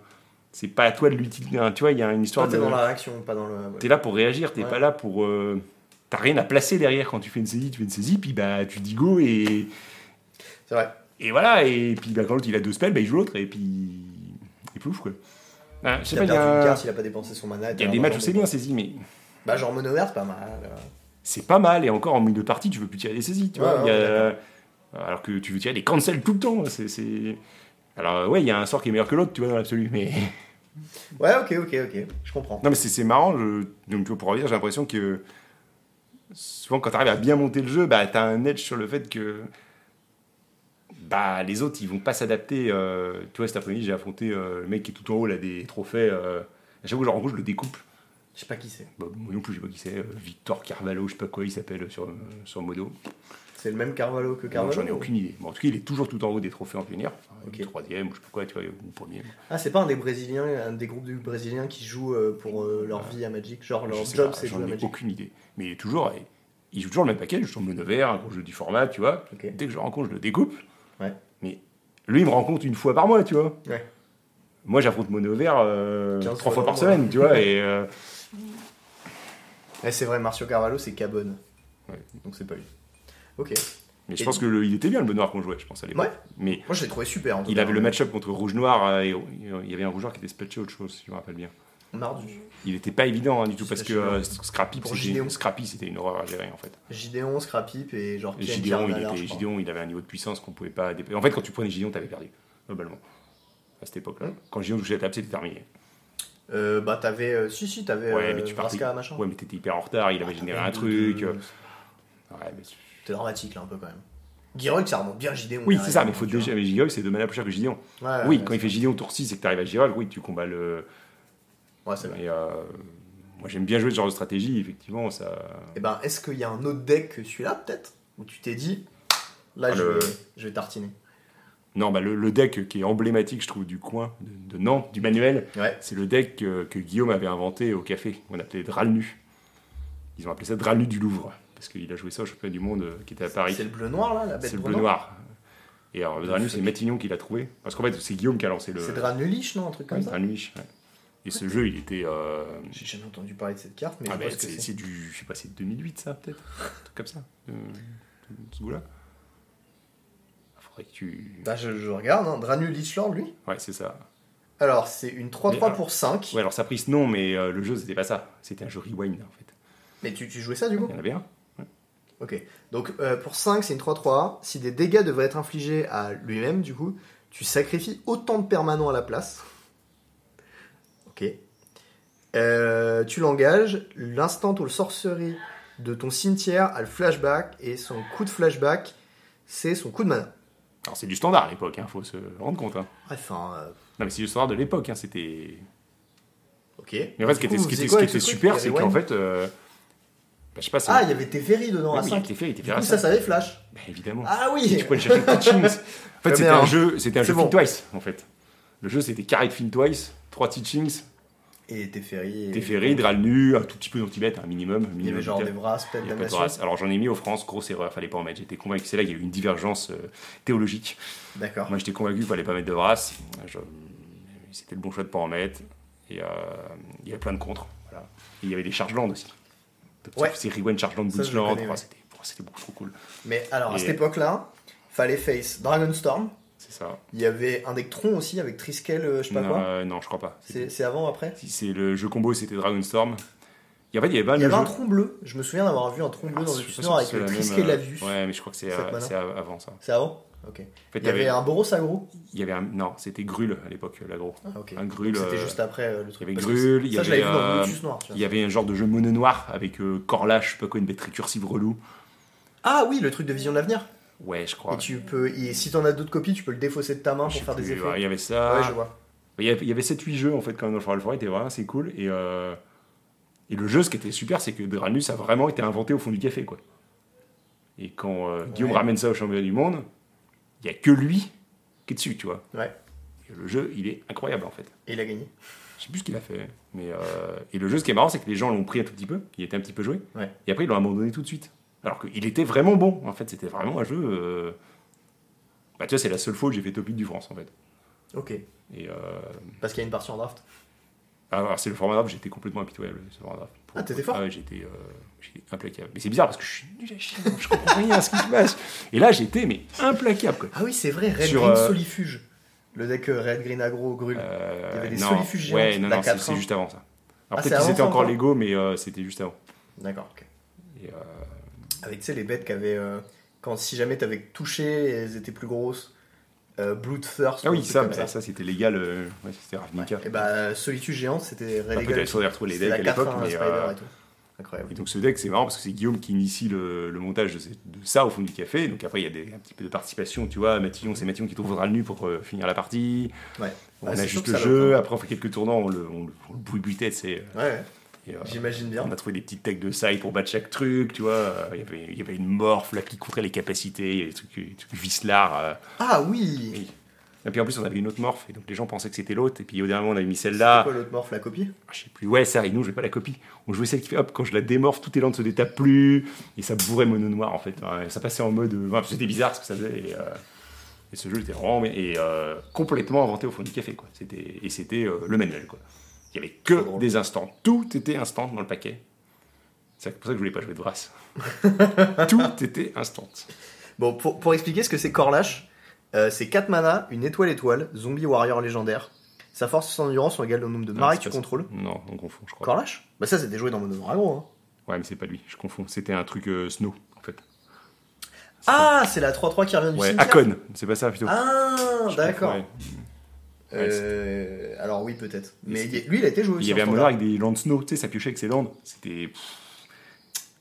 Speaker 2: C'est pas à toi de l'utiliser. un- Tu vois, il y a une
Speaker 1: Toi,
Speaker 2: histoire
Speaker 1: t'es
Speaker 2: de.
Speaker 1: dans la réaction, pas dans le.
Speaker 2: T'es là pour réagir, t'es
Speaker 1: Ouais.
Speaker 2: pas là pour. euh, T'as rien à placer derrière quand tu fais une saisie, tu fais une saisie, puis bah tu dis go et.
Speaker 1: C'est vrai.
Speaker 2: Et voilà, et puis bah, quand l'autre il a deux spells, bah, il joue l'autre, et puis. Et plouf quoi. Ah, je sais
Speaker 1: Il a
Speaker 2: pas, il y
Speaker 1: perdu une
Speaker 2: a,
Speaker 1: carte, il a pas dépensé son mana.
Speaker 2: il y a des matchs où c'est bien saisi, mais
Speaker 1: Bah, genre mono vert, c'est pas mal. euh.
Speaker 2: c'est pas mal, et encore en milieu de partie, tu veux plus tirer des saisies, tu
Speaker 1: Ouais,
Speaker 2: vois. il
Speaker 1: ouais,
Speaker 2: y a- Euh, Alors que tu veux tirer des cancels tout le temps, c'est. c'est- Alors ouais, il y a un sort qui est meilleur que l'autre, tu vois, dans l'absolu, mais.
Speaker 1: Ouais, ok, ok, ok. Je comprends.
Speaker 2: Non, mais c'est- c'est marrant. je- Donc, tu vois, pour revenir, j'ai l'impression que souvent, quand tu arrives à bien monter le jeu, bah, tu as un edge sur le fait que bah, les autres, ils vont pas s'adapter. euh, Tu vois, cet après-midi, j'ai affronté euh, le mec qui est tout en haut là, des trophées. euh, À chaque fois que je le rencontre, je le découpe.
Speaker 1: Je sais pas qui c'est.
Speaker 2: Bah, moi non plus, je sais pas qui c'est. euh, Victor Carvalho, je sais pas quoi il s'appelle sur, sur Modo.
Speaker 1: C'est le même Carvalho que
Speaker 2: Non,
Speaker 1: Carvalho Ah,
Speaker 2: J'en ai aucune idée. Bon, en tout cas, il est toujours tout en haut des trophées en pionnière. Enfin,
Speaker 1: Ok.
Speaker 2: Le troisième, ou je sais pas quoi, tu vois, ou le premier.
Speaker 1: Ah, c'est pas un des Brésiliens, un des groupes de Brésiliens qui jouent euh, pour euh, leur vie à Magic. Genre, leur
Speaker 2: Ah. Je sais
Speaker 1: job,
Speaker 2: pas,
Speaker 1: c'est
Speaker 2: j'en
Speaker 1: jouer à
Speaker 2: ai
Speaker 1: Magic.
Speaker 2: aucune idée. Mais il est toujours, eh, il joue toujours le même paquet, je tombe le 9 un gros jeu du format, tu vois.
Speaker 1: Ok.
Speaker 2: Dès que je le rencontre, je le découpe.
Speaker 1: Ouais.
Speaker 2: Mais lui, il me rencontre une fois par mois, tu vois.
Speaker 1: Ouais.
Speaker 2: Moi, j'affronte mon vert euh,
Speaker 1: 15
Speaker 2: trois
Speaker 1: fois
Speaker 2: fois
Speaker 1: par
Speaker 2: par
Speaker 1: mois.
Speaker 2: semaine, tu vois. Et euh,
Speaker 1: Ouais, Eh, c'est vrai, Marcio Carvalho, c'est Cabonne.
Speaker 2: Ouais.
Speaker 1: Donc, c'est pas lui. Ok.
Speaker 2: mais
Speaker 1: Et-
Speaker 2: je pense que le- il était bien le Benoît qu'on jouait, je pense à l'époque.
Speaker 1: Ouais.
Speaker 2: Mais
Speaker 1: Moi, je l'ai trouvé super. En tout
Speaker 2: il
Speaker 1: cas.
Speaker 2: avait le match-up contre Rouge Noir euh, et il y avait un Rouge Noir qui était spatché autre chose, si je me rappelle bien.
Speaker 1: Mardu.
Speaker 2: Il était pas évident hein, du tout parce que
Speaker 1: Spatché,
Speaker 2: euh, Scrappy,
Speaker 1: Pour
Speaker 2: c'était-
Speaker 1: Gideon.
Speaker 2: Scrappy, c'était une horreur à gérer en fait.
Speaker 1: Gideon, Scrapip et genre
Speaker 2: Et
Speaker 1: Pierre
Speaker 2: Gideon, il,
Speaker 1: Bernard,
Speaker 2: était-
Speaker 1: je crois.
Speaker 2: Gideon, il avait un niveau de puissance qu'on pouvait pas dépasser. En fait, quand tu prenais Gideon, t'avais perdu, globalement, à cette époque-là.
Speaker 1: Hein
Speaker 2: Quand Gideon touchait la table, c'était terminé.
Speaker 1: Euh, bah, t'avais. euh, si, si, t'avais.
Speaker 2: Ouais,
Speaker 1: euh,
Speaker 2: mais tu partais.
Speaker 1: Vraska, machin. Ah,
Speaker 2: Ouais, mais t'étais hyper en retard, il avait généré un truc. euh, ouais, mais-
Speaker 1: C'est dramatique là un peu quand même. Girol, ça remonte bien Gideon.
Speaker 2: Oui,
Speaker 1: derrière,
Speaker 2: c'est ça, mais il faut
Speaker 1: tu vois.
Speaker 2: déjà. Mais Gideon, c'est de mana plus cher que Gideon.
Speaker 1: Ouais,
Speaker 2: oui,
Speaker 1: Ah, ouais,
Speaker 2: quand il fait Gideon tour 6 et que t'arrives à Girold, oui, tu combats le.
Speaker 1: Ouais, c'est vrai.
Speaker 2: Et, euh, moi, j'aime bien jouer ce genre de stratégie, effectivement. ça...
Speaker 1: Et ben, est-ce qu'il y a un autre deck que celui-là peut-être Où tu t'es dit, là
Speaker 2: Ah,
Speaker 1: je,
Speaker 2: le-
Speaker 1: vais, je vais tartiner.
Speaker 2: Non, bah, le, le deck qui est emblématique, je trouve, du coin, de, de Nantes, du manuel,
Speaker 1: Ouais.
Speaker 2: C'est le deck que, que Guillaume avait inventé au café, qu'on appelait Dralnu. Ils ont appelé ça Dralnu du Louvre, parce qu'il a joué ça au championnat du monde euh, qui était à Paris.
Speaker 1: C'est le bleu noir là, la bête
Speaker 2: C'est le bleu
Speaker 1: noire.
Speaker 2: noir. Et alors, Dralnu, c'est Matignon qui l'a trouvé. Parce qu'en fait, c'est Guillaume qui a lancé le.
Speaker 1: C'est Dranulich, non Un truc comme
Speaker 2: Ouais,
Speaker 1: ça
Speaker 2: Dranulich, ouais. Et ce jeu, il était. euh,
Speaker 1: J'ai jamais entendu parler de cette carte, mais
Speaker 2: ah,
Speaker 1: je
Speaker 2: ben,
Speaker 1: pense que
Speaker 2: c'est
Speaker 1: c'est.
Speaker 2: c'est du. Je sais pas, c'est 2008, ça, peut-être Un truc comme ça. euh, de ce goût-là. Ah, Faudrait que tu.
Speaker 1: Bah, je, je regarde, hein. Dranulich Lord lui.
Speaker 2: Ouais, c'est ça.
Speaker 1: Alors, c'est une
Speaker 2: Mais
Speaker 1: 3-3
Speaker 2: alors-
Speaker 1: pour 5.
Speaker 2: Ouais, alors ça a pris ce nom, mais euh, le jeu, c'était pas ça. C'était un jeu rewind, en fait.
Speaker 1: Mais tu, tu jouais ça du coup
Speaker 2: Il y en avait un.
Speaker 1: Ok. Donc euh, pour 5, c'est une 3-3. Si des dégâts devraient être infligés à lui-même, du coup, tu sacrifies autant de permanents à la place. Ok. Euh, tu l'engages, l'instant ou le sorcerie de ton cimetière a le flashback, et son coup de flashback, c'est son coup de mana.
Speaker 2: Alors c'est du standard à l'époque, hein, faut se rendre compte. hein.
Speaker 1: Enfin, euh,
Speaker 2: Non mais c'est du standard de l'époque, hein, c'était.
Speaker 1: ok.
Speaker 2: Mais en fait, ce qui
Speaker 1: Du coup,
Speaker 2: était, ce qui
Speaker 1: vous faisiez quoi
Speaker 2: était- ce qui
Speaker 1: avec
Speaker 2: était
Speaker 1: ce truc
Speaker 2: super,
Speaker 1: Il y
Speaker 2: c'est
Speaker 1: avait
Speaker 2: qu'en
Speaker 1: Wayne
Speaker 2: fait, euh, bah, je sais pas, c'est.
Speaker 1: Ah, il y avait Teferi dedans
Speaker 2: oui,
Speaker 1: à
Speaker 2: oui,
Speaker 1: 5.
Speaker 2: il était fait, il était
Speaker 1: Du
Speaker 2: fait
Speaker 1: coup,
Speaker 2: à
Speaker 1: ça,
Speaker 2: cinq.
Speaker 1: ça avait flash.
Speaker 2: Bah, évidemment.
Speaker 1: Ah
Speaker 2: Tu
Speaker 1: oui
Speaker 2: pouvais le chercher de teachings. En fait,
Speaker 1: Très
Speaker 2: c'était
Speaker 1: bien.
Speaker 2: un jeu, c'était un
Speaker 1: C'est
Speaker 2: jeu
Speaker 1: bon.
Speaker 2: Think Twice, en fait. Le jeu, c'était Carré de Think Twice, 3 teachings,
Speaker 1: Et Teferi. et-
Speaker 2: Teferi, Dral nu, un tout petit peu d'antibet, un minimum.
Speaker 1: Il y
Speaker 2: minimum
Speaker 1: avait genre
Speaker 2: de-
Speaker 1: des brasses, peut-être
Speaker 2: il y avait
Speaker 1: des
Speaker 2: pas de race. Alors j'en ai mis aux France, grosse erreur, fallait pas en mettre. J'étais convaincu, c'est là qu'il y a eu une divergence euh, théologique.
Speaker 1: D'accord.
Speaker 2: Ah, Moi, j'étais convaincu qu'il fallait pas mettre de race. Je- C'était le bon choix de pas en mettre. Et euh, il y avait plein de contres. Voilà. Et il y avait des Chargeland aussi. Donc,
Speaker 1: Ouais.
Speaker 2: C'est Rewind Chargeland,
Speaker 1: Ça, je le
Speaker 2: Bootsland.
Speaker 1: connais,
Speaker 2: enfin,
Speaker 1: ouais.
Speaker 2: Oh, C'était bon, c'était beaucoup trop cool.
Speaker 1: Mais alors, à
Speaker 2: Et-
Speaker 1: cette époque-là, fallait face Dragonstorm.
Speaker 2: C'est ça.
Speaker 1: Il y avait un deck Tron aussi avec Triskel, euh, je sais pas
Speaker 2: non,
Speaker 1: quoi.
Speaker 2: euh, non, je crois pas.
Speaker 1: C'est
Speaker 2: C'était-
Speaker 1: c'est avant, après
Speaker 2: si C'est le jeu combo, c'était Dragonstorm. Et en fait, il y avait pas
Speaker 1: Il y
Speaker 2: le
Speaker 1: avait un
Speaker 2: jeu.
Speaker 1: Tron bleu. Je me souviens d'avoir vu un Tron bleu
Speaker 2: Ah,
Speaker 1: dans
Speaker 2: je
Speaker 1: le
Speaker 2: suis pas
Speaker 1: Tutor
Speaker 2: sûr que
Speaker 1: avec
Speaker 2: ce
Speaker 1: le
Speaker 2: soit la
Speaker 1: Triskel
Speaker 2: même,
Speaker 1: la
Speaker 2: euh,
Speaker 1: vue.
Speaker 2: Ouais, mais je crois que c'est
Speaker 1: Cette
Speaker 2: euh,
Speaker 1: mana.
Speaker 2: c'est av- avant ça. En
Speaker 1: C'est avant Ok.
Speaker 2: fait,
Speaker 1: hein. Il y avait un Boros aggro.
Speaker 2: il y avait un- Non, c'était Grul à l'époque, euh, l'agro.
Speaker 1: Ah, ok.
Speaker 2: Un
Speaker 1: Donc
Speaker 2: Grul.
Speaker 1: C'était
Speaker 2: euh,
Speaker 1: juste après euh, le truc.
Speaker 2: il y avait
Speaker 1: Parce que
Speaker 2: Grul, il y
Speaker 1: Ça, je
Speaker 2: avait,
Speaker 1: l'avais vu dans
Speaker 2: euh,
Speaker 1: le Lotus Noir. tu
Speaker 2: Il
Speaker 1: vois.
Speaker 2: y avait un genre de jeu mono noir avec euh, Corlash, je sais pas quoi, une bête récursive relou.
Speaker 1: Ah oui, le truc de vision de l'avenir.
Speaker 2: Ouais, je crois.
Speaker 1: Et tu peux. et si t'en as d'autres copies, tu peux le défausser de ta main
Speaker 2: Je
Speaker 1: pour
Speaker 2: sais
Speaker 1: faire des
Speaker 2: plus,
Speaker 1: effets.
Speaker 2: ouais, Il
Speaker 1: Ouais,
Speaker 2: y avait ça.
Speaker 1: je vois.
Speaker 2: Il y avait, il y avait 7-8 jeux en fait quand même dans Feral Forest, et voilà, c'est cool. Et, euh, et le jeu, ce qui était super, c'est que Dranus a vraiment été inventé au fond du café. quoi. Et quand euh, Guillaume
Speaker 1: Ouais.
Speaker 2: ramène ça au championnat du monde, il n'y a que lui qui est dessus, tu vois.
Speaker 1: Ouais.
Speaker 2: Et le jeu, il est incroyable en fait.
Speaker 1: Et il a gagné.
Speaker 2: Je sais plus ce qu'il a fait. Mais euh, Et le jeu, ce qui est marrant, c'est que les gens l'ont pris un tout petit peu. Il était un petit peu joué.
Speaker 1: Ouais.
Speaker 2: Et après, ils l'ont abandonné tout de suite. Alors qu'il était vraiment bon. En fait, c'était vraiment un jeu. euh, Bah, tu vois, c'est la seule fois où j'ai fait top 8 du France, en fait.
Speaker 1: Ok.
Speaker 2: Et euh,
Speaker 1: Parce qu'il y a une partie en draft.
Speaker 2: Ah, alors, c'est le format draft, j'étais complètement impitoyable. sur le format draft. Pour-
Speaker 1: Ah, t'étais fort.
Speaker 2: ouais, j'étais euh, j'étais implacable. Mais c'est bizarre parce que je suis nul à chier. Je comprends rien à ce qui se passe. Et là, j'étais, mais implacable, quoi.
Speaker 1: Ah oui, c'est vrai, Red
Speaker 2: Sur,
Speaker 1: Green
Speaker 2: euh,
Speaker 1: Solifuge. Le deck euh, Red Green Agro Grul.
Speaker 2: Euh,
Speaker 1: Il y avait des
Speaker 2: non,
Speaker 1: solifuges géantes,
Speaker 2: ouais, non,
Speaker 1: la
Speaker 2: non, c'est
Speaker 1: 4,
Speaker 2: c'est
Speaker 1: hein.
Speaker 2: juste avant ça.
Speaker 1: Ah,
Speaker 2: Alors,
Speaker 1: c'est
Speaker 2: peut-être qu'ils
Speaker 1: avant
Speaker 2: étaient
Speaker 1: ça,
Speaker 2: encore
Speaker 1: encore
Speaker 2: Lego, mais euh, c'était juste avant.
Speaker 1: D'accord, ok.
Speaker 2: Et, euh,
Speaker 1: Avec, tu sais, les bêtes qui avaient. euh, quand si jamais t'avais touché, elles étaient plus grosses. Euh, Bloodthirst.
Speaker 2: Ah
Speaker 1: ou un
Speaker 2: oui,
Speaker 1: truc
Speaker 2: ça,
Speaker 1: comme
Speaker 2: bah, ça, c'était légal. euh, ouais, c'était Ravnica.
Speaker 1: Et bah, Solitude Géante, c'était Red
Speaker 2: Après, t'avais
Speaker 1: Eagle.
Speaker 2: sûrement retrouvé les
Speaker 1: C'était
Speaker 2: decks
Speaker 1: la
Speaker 2: à l'époque,
Speaker 1: 4
Speaker 2: mais.
Speaker 1: Spider
Speaker 2: euh,
Speaker 1: et tout. Incroyable.
Speaker 2: et donc ce deck, c'est marrant parce que c'est Guillaume qui initie le, le montage de, ces- de ça au fond du café. Donc après, il y a des, un petit peu de participation, tu vois. Matillon, c'est Matillon qui trouvera le nu pour euh, finir la partie.
Speaker 1: Ouais.
Speaker 2: On
Speaker 1: Ah, c'est
Speaker 2: a
Speaker 1: sûr
Speaker 2: juste
Speaker 1: que
Speaker 2: le
Speaker 1: ça
Speaker 2: jeu.
Speaker 1: va.
Speaker 2: Après, on fait quelques tournants, on le, on le, on le bourributait, tu sais.
Speaker 1: Ouais, ouais,
Speaker 2: Et, euh,
Speaker 1: j'imagine bien.
Speaker 2: on a trouvé des petites techs de side pour battre chaque truc, tu vois. Euh, Il y avait, il y avait une morph là qui contrait les capacités, il y avait des trucs, des trucs vislards. euh.
Speaker 1: Ah oui
Speaker 2: Oui. Et puis en plus, on avait une autre morph, et donc les gens pensaient que c'était l'autre. Et puis au dernier moment, on avait mis
Speaker 1: C'est
Speaker 2: celle-là.
Speaker 1: quoi l'autre morph, la copie
Speaker 2: Ah, Je sais plus, ouais, ça, et nous, je vais pas la copie. On jouait celle qui fait hop, quand je la démorphe, tout élan ne se détape plus. Et ça bourrait mono noir en fait. Ouais, ça passait en mode. euh, ouais, c'était bizarre ce que ça faisait. Et, euh, et ce jeu était vraiment mais- et, euh, complètement inventé au fond du café. Quoi. C'était, et c'était euh, le manuel. Quoi. Il y avait
Speaker 1: Trop
Speaker 2: que
Speaker 1: drôle.
Speaker 2: des instants. Tout était instant dans le paquet. C'est pour ça que je voulais pas jouer de brasse. tout était instant.
Speaker 1: Bon, pour, pour expliquer ce que c'est Corlash, euh, c'est 4 mana, une étoile étoile, zombie warrior légendaire. Sa force et son endurance sont égales au nombre de marais
Speaker 2: Ah, c'est
Speaker 1: que tu
Speaker 2: pas ça.
Speaker 1: contrôles.
Speaker 2: Non, on confond, je crois.
Speaker 1: Corlash Bah ça, c'était joué dans Mono Dragon. Hein.
Speaker 2: Ouais, mais c'est pas lui, je confonds. C'était un truc euh, snow, en fait.
Speaker 1: Ah, c'est la 3-3 qui revient du
Speaker 2: Ouais,
Speaker 1: cimetière
Speaker 2: Akon, c'est pas ça plutôt.
Speaker 1: Ah,
Speaker 2: Je
Speaker 1: d'accord.
Speaker 2: confonds, ouais. Ouais,
Speaker 1: Euh, alors oui, peut-être. Mais
Speaker 2: c'était-
Speaker 1: il- lui, il a été joué
Speaker 2: Il
Speaker 1: aussi. hein,
Speaker 2: y avait
Speaker 1: en
Speaker 2: un
Speaker 1: standard.
Speaker 2: monarque avec des lands snow, tu sais, ça piochait avec ses lands. C'était. pff,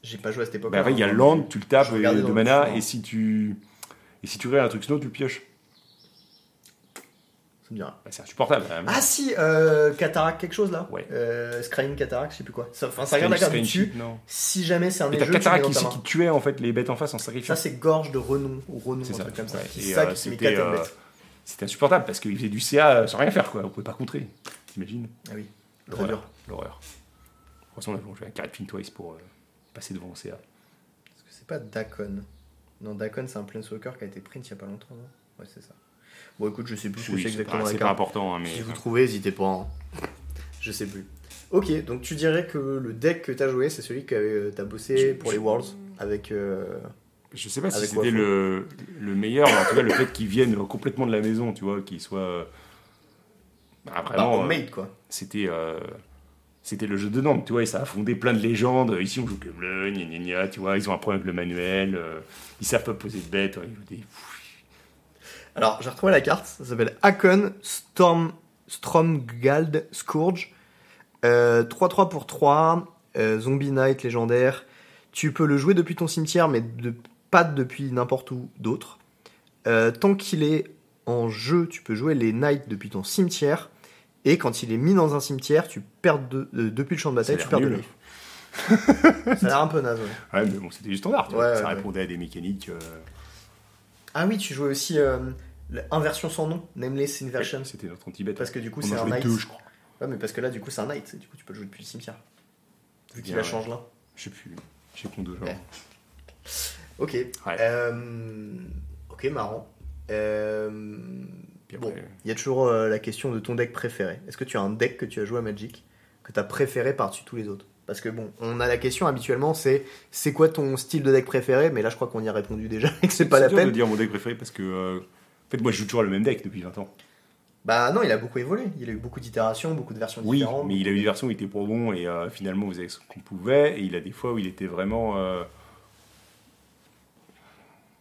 Speaker 1: J'ai pas joué à cette hein, époque.
Speaker 2: Bah, après, il y a land, tu le tapes,
Speaker 1: Je
Speaker 2: il y a
Speaker 1: regardais
Speaker 2: deux
Speaker 1: dans le
Speaker 2: mana,
Speaker 1: document.
Speaker 2: et si tu. Et si tu rêves un truc snow, tu le pioches.
Speaker 1: Ça me dira.
Speaker 2: Bah, c'est insupportable. hein.
Speaker 1: Ah si, euh, Cataract quelque chose là.
Speaker 2: Ouais.
Speaker 1: Euh, Scrying Cataract, je sais plus quoi. Ça- Enfin, ça
Speaker 2: Strange-
Speaker 1: regarde la carte
Speaker 2: Strange
Speaker 1: dessus.
Speaker 2: Sheep, Non.
Speaker 1: Si jamais c'est un
Speaker 2: Et
Speaker 1: des
Speaker 2: t'as
Speaker 1: jeux que tu mets
Speaker 2: Cataract
Speaker 1: dans ta
Speaker 2: ici
Speaker 1: main.
Speaker 2: qui tuait en fait les bêtes en face en sacrifiant.
Speaker 1: Ça c'est gorge de renom ou renom,
Speaker 2: C'est
Speaker 1: un
Speaker 2: ça,
Speaker 1: truc comme ça.
Speaker 2: ouais.
Speaker 1: Qui
Speaker 2: Et,
Speaker 1: sac,
Speaker 2: euh,
Speaker 1: qui se met
Speaker 2: c'était,
Speaker 1: quatre
Speaker 2: euh,
Speaker 1: bêtes.
Speaker 2: C'était insupportable parce qu'il faisait du CA sans rien faire quoi, on pouvait pas contrer. T'imagines
Speaker 1: Ah oui, très dur.
Speaker 2: L'horreur. L'horreur. Heureusement, on a joué un carré de Fin Twice pour euh, passer devant au CA.
Speaker 1: Parce que c'est pas Dakon. Non, Dakon c'est un Planeswalker qui a été print il y a pas longtemps. Non ouais, c'est ça. Bon, écoute, je sais plus ce que
Speaker 2: Oui,
Speaker 1: c'est
Speaker 2: c'est
Speaker 1: exactement
Speaker 2: pas,
Speaker 1: la
Speaker 2: c'est pas
Speaker 1: carte.
Speaker 2: important, hein, mais.
Speaker 1: Si vous trouvez, n'hésitez pas. hein. Je sais plus. Ok, donc tu dirais que le deck que t'as joué, c'est celui que euh, t'as bossé
Speaker 2: Je-
Speaker 1: pour
Speaker 2: je-
Speaker 1: les Worlds avec. euh,
Speaker 2: Je sais pas si
Speaker 1: Avec
Speaker 2: c'était
Speaker 1: Wafo.
Speaker 2: le, le meilleur, mais en tout cas le fait qu'ils viennent complètement de la maison, tu vois, qu'ils soient. euh, bah,
Speaker 1: bah,
Speaker 2: vraiment, euh,
Speaker 1: homemade, quoi.
Speaker 2: c'était. euh, C'était le jeu de Nantes, tu vois, et ça a fondé plein de légendes. Ici, on joue que bleu, gna gna gna, tu vois, ils ont un problème avec le manuel, euh, ils savent pas poser de bêtes, ouais, ils jouent des-
Speaker 1: Alors, j'ai retrouvé la carte, ça s'appelle Akon Storm Stromgald Scourge. Euh, 3-3 pour 3, euh, Zombie Knight légendaire. Tu peux le jouer depuis ton cimetière, mais de- pas depuis n'importe où d'autre. Euh, tant qu'il est en jeu, tu peux jouer les Knights depuis ton cimetière. Et quand il est mis dans un cimetière, tu perds de- euh, depuis le champ de
Speaker 2: Ça a
Speaker 1: bataille, tu
Speaker 2: l'air
Speaker 1: perds de
Speaker 2: nul.
Speaker 1: vie. Ça a l'air un peu naze. ouais.
Speaker 2: Ouais, mais bon, c'était du standard, tu
Speaker 1: Ouais,
Speaker 2: vois,
Speaker 1: ouais,
Speaker 2: ça
Speaker 1: ouais.
Speaker 2: répondait à des mécaniques. euh,
Speaker 1: Ah oui, tu jouais aussi euh, la- Inversion sans nom, Nameless Inversion.
Speaker 2: C'était notre anti-bête.
Speaker 1: Parce que du coup,
Speaker 2: on
Speaker 1: c'est
Speaker 2: en
Speaker 1: un
Speaker 2: jouait
Speaker 1: Knight.
Speaker 2: deux, je crois.
Speaker 1: Ouais, mais parce que là, du coup, c'est un knight, et du coup, tu peux le jouer depuis le cimetière. Vu qu'il
Speaker 2: Bien,
Speaker 1: la
Speaker 2: ouais.
Speaker 1: change là.
Speaker 2: Je sais plus. Je sais qu'on deux, genre.
Speaker 1: Ouais. Ok.
Speaker 2: Ouais.
Speaker 1: Euh, Ok, marrant. Euh,
Speaker 2: Puis
Speaker 1: Bon,
Speaker 2: après,
Speaker 1: il y a toujours euh, la question de ton deck préféré. Est-ce que tu as un deck que tu as joué à Magic que tu as préféré par-dessus tous les autres Parce que bon, on a la question habituellement, c'est c'est quoi ton style de deck préféré Mais là, je crois qu'on y a répondu déjà et que c'est pas la
Speaker 2: dur
Speaker 1: peine.
Speaker 2: de dire mon deck préféré parce que. euh, en fait, moi, je joue toujours le même deck depuis 20 ans.
Speaker 1: Bah non, il a beaucoup évolué. Il a eu beaucoup d'itérations, beaucoup de versions
Speaker 2: Oui,
Speaker 1: différentes.
Speaker 2: mais il a eu des versions où il était pour bon et euh, finalement vous avez ce qu'on pouvait. Et il a des fois où il était vraiment. euh,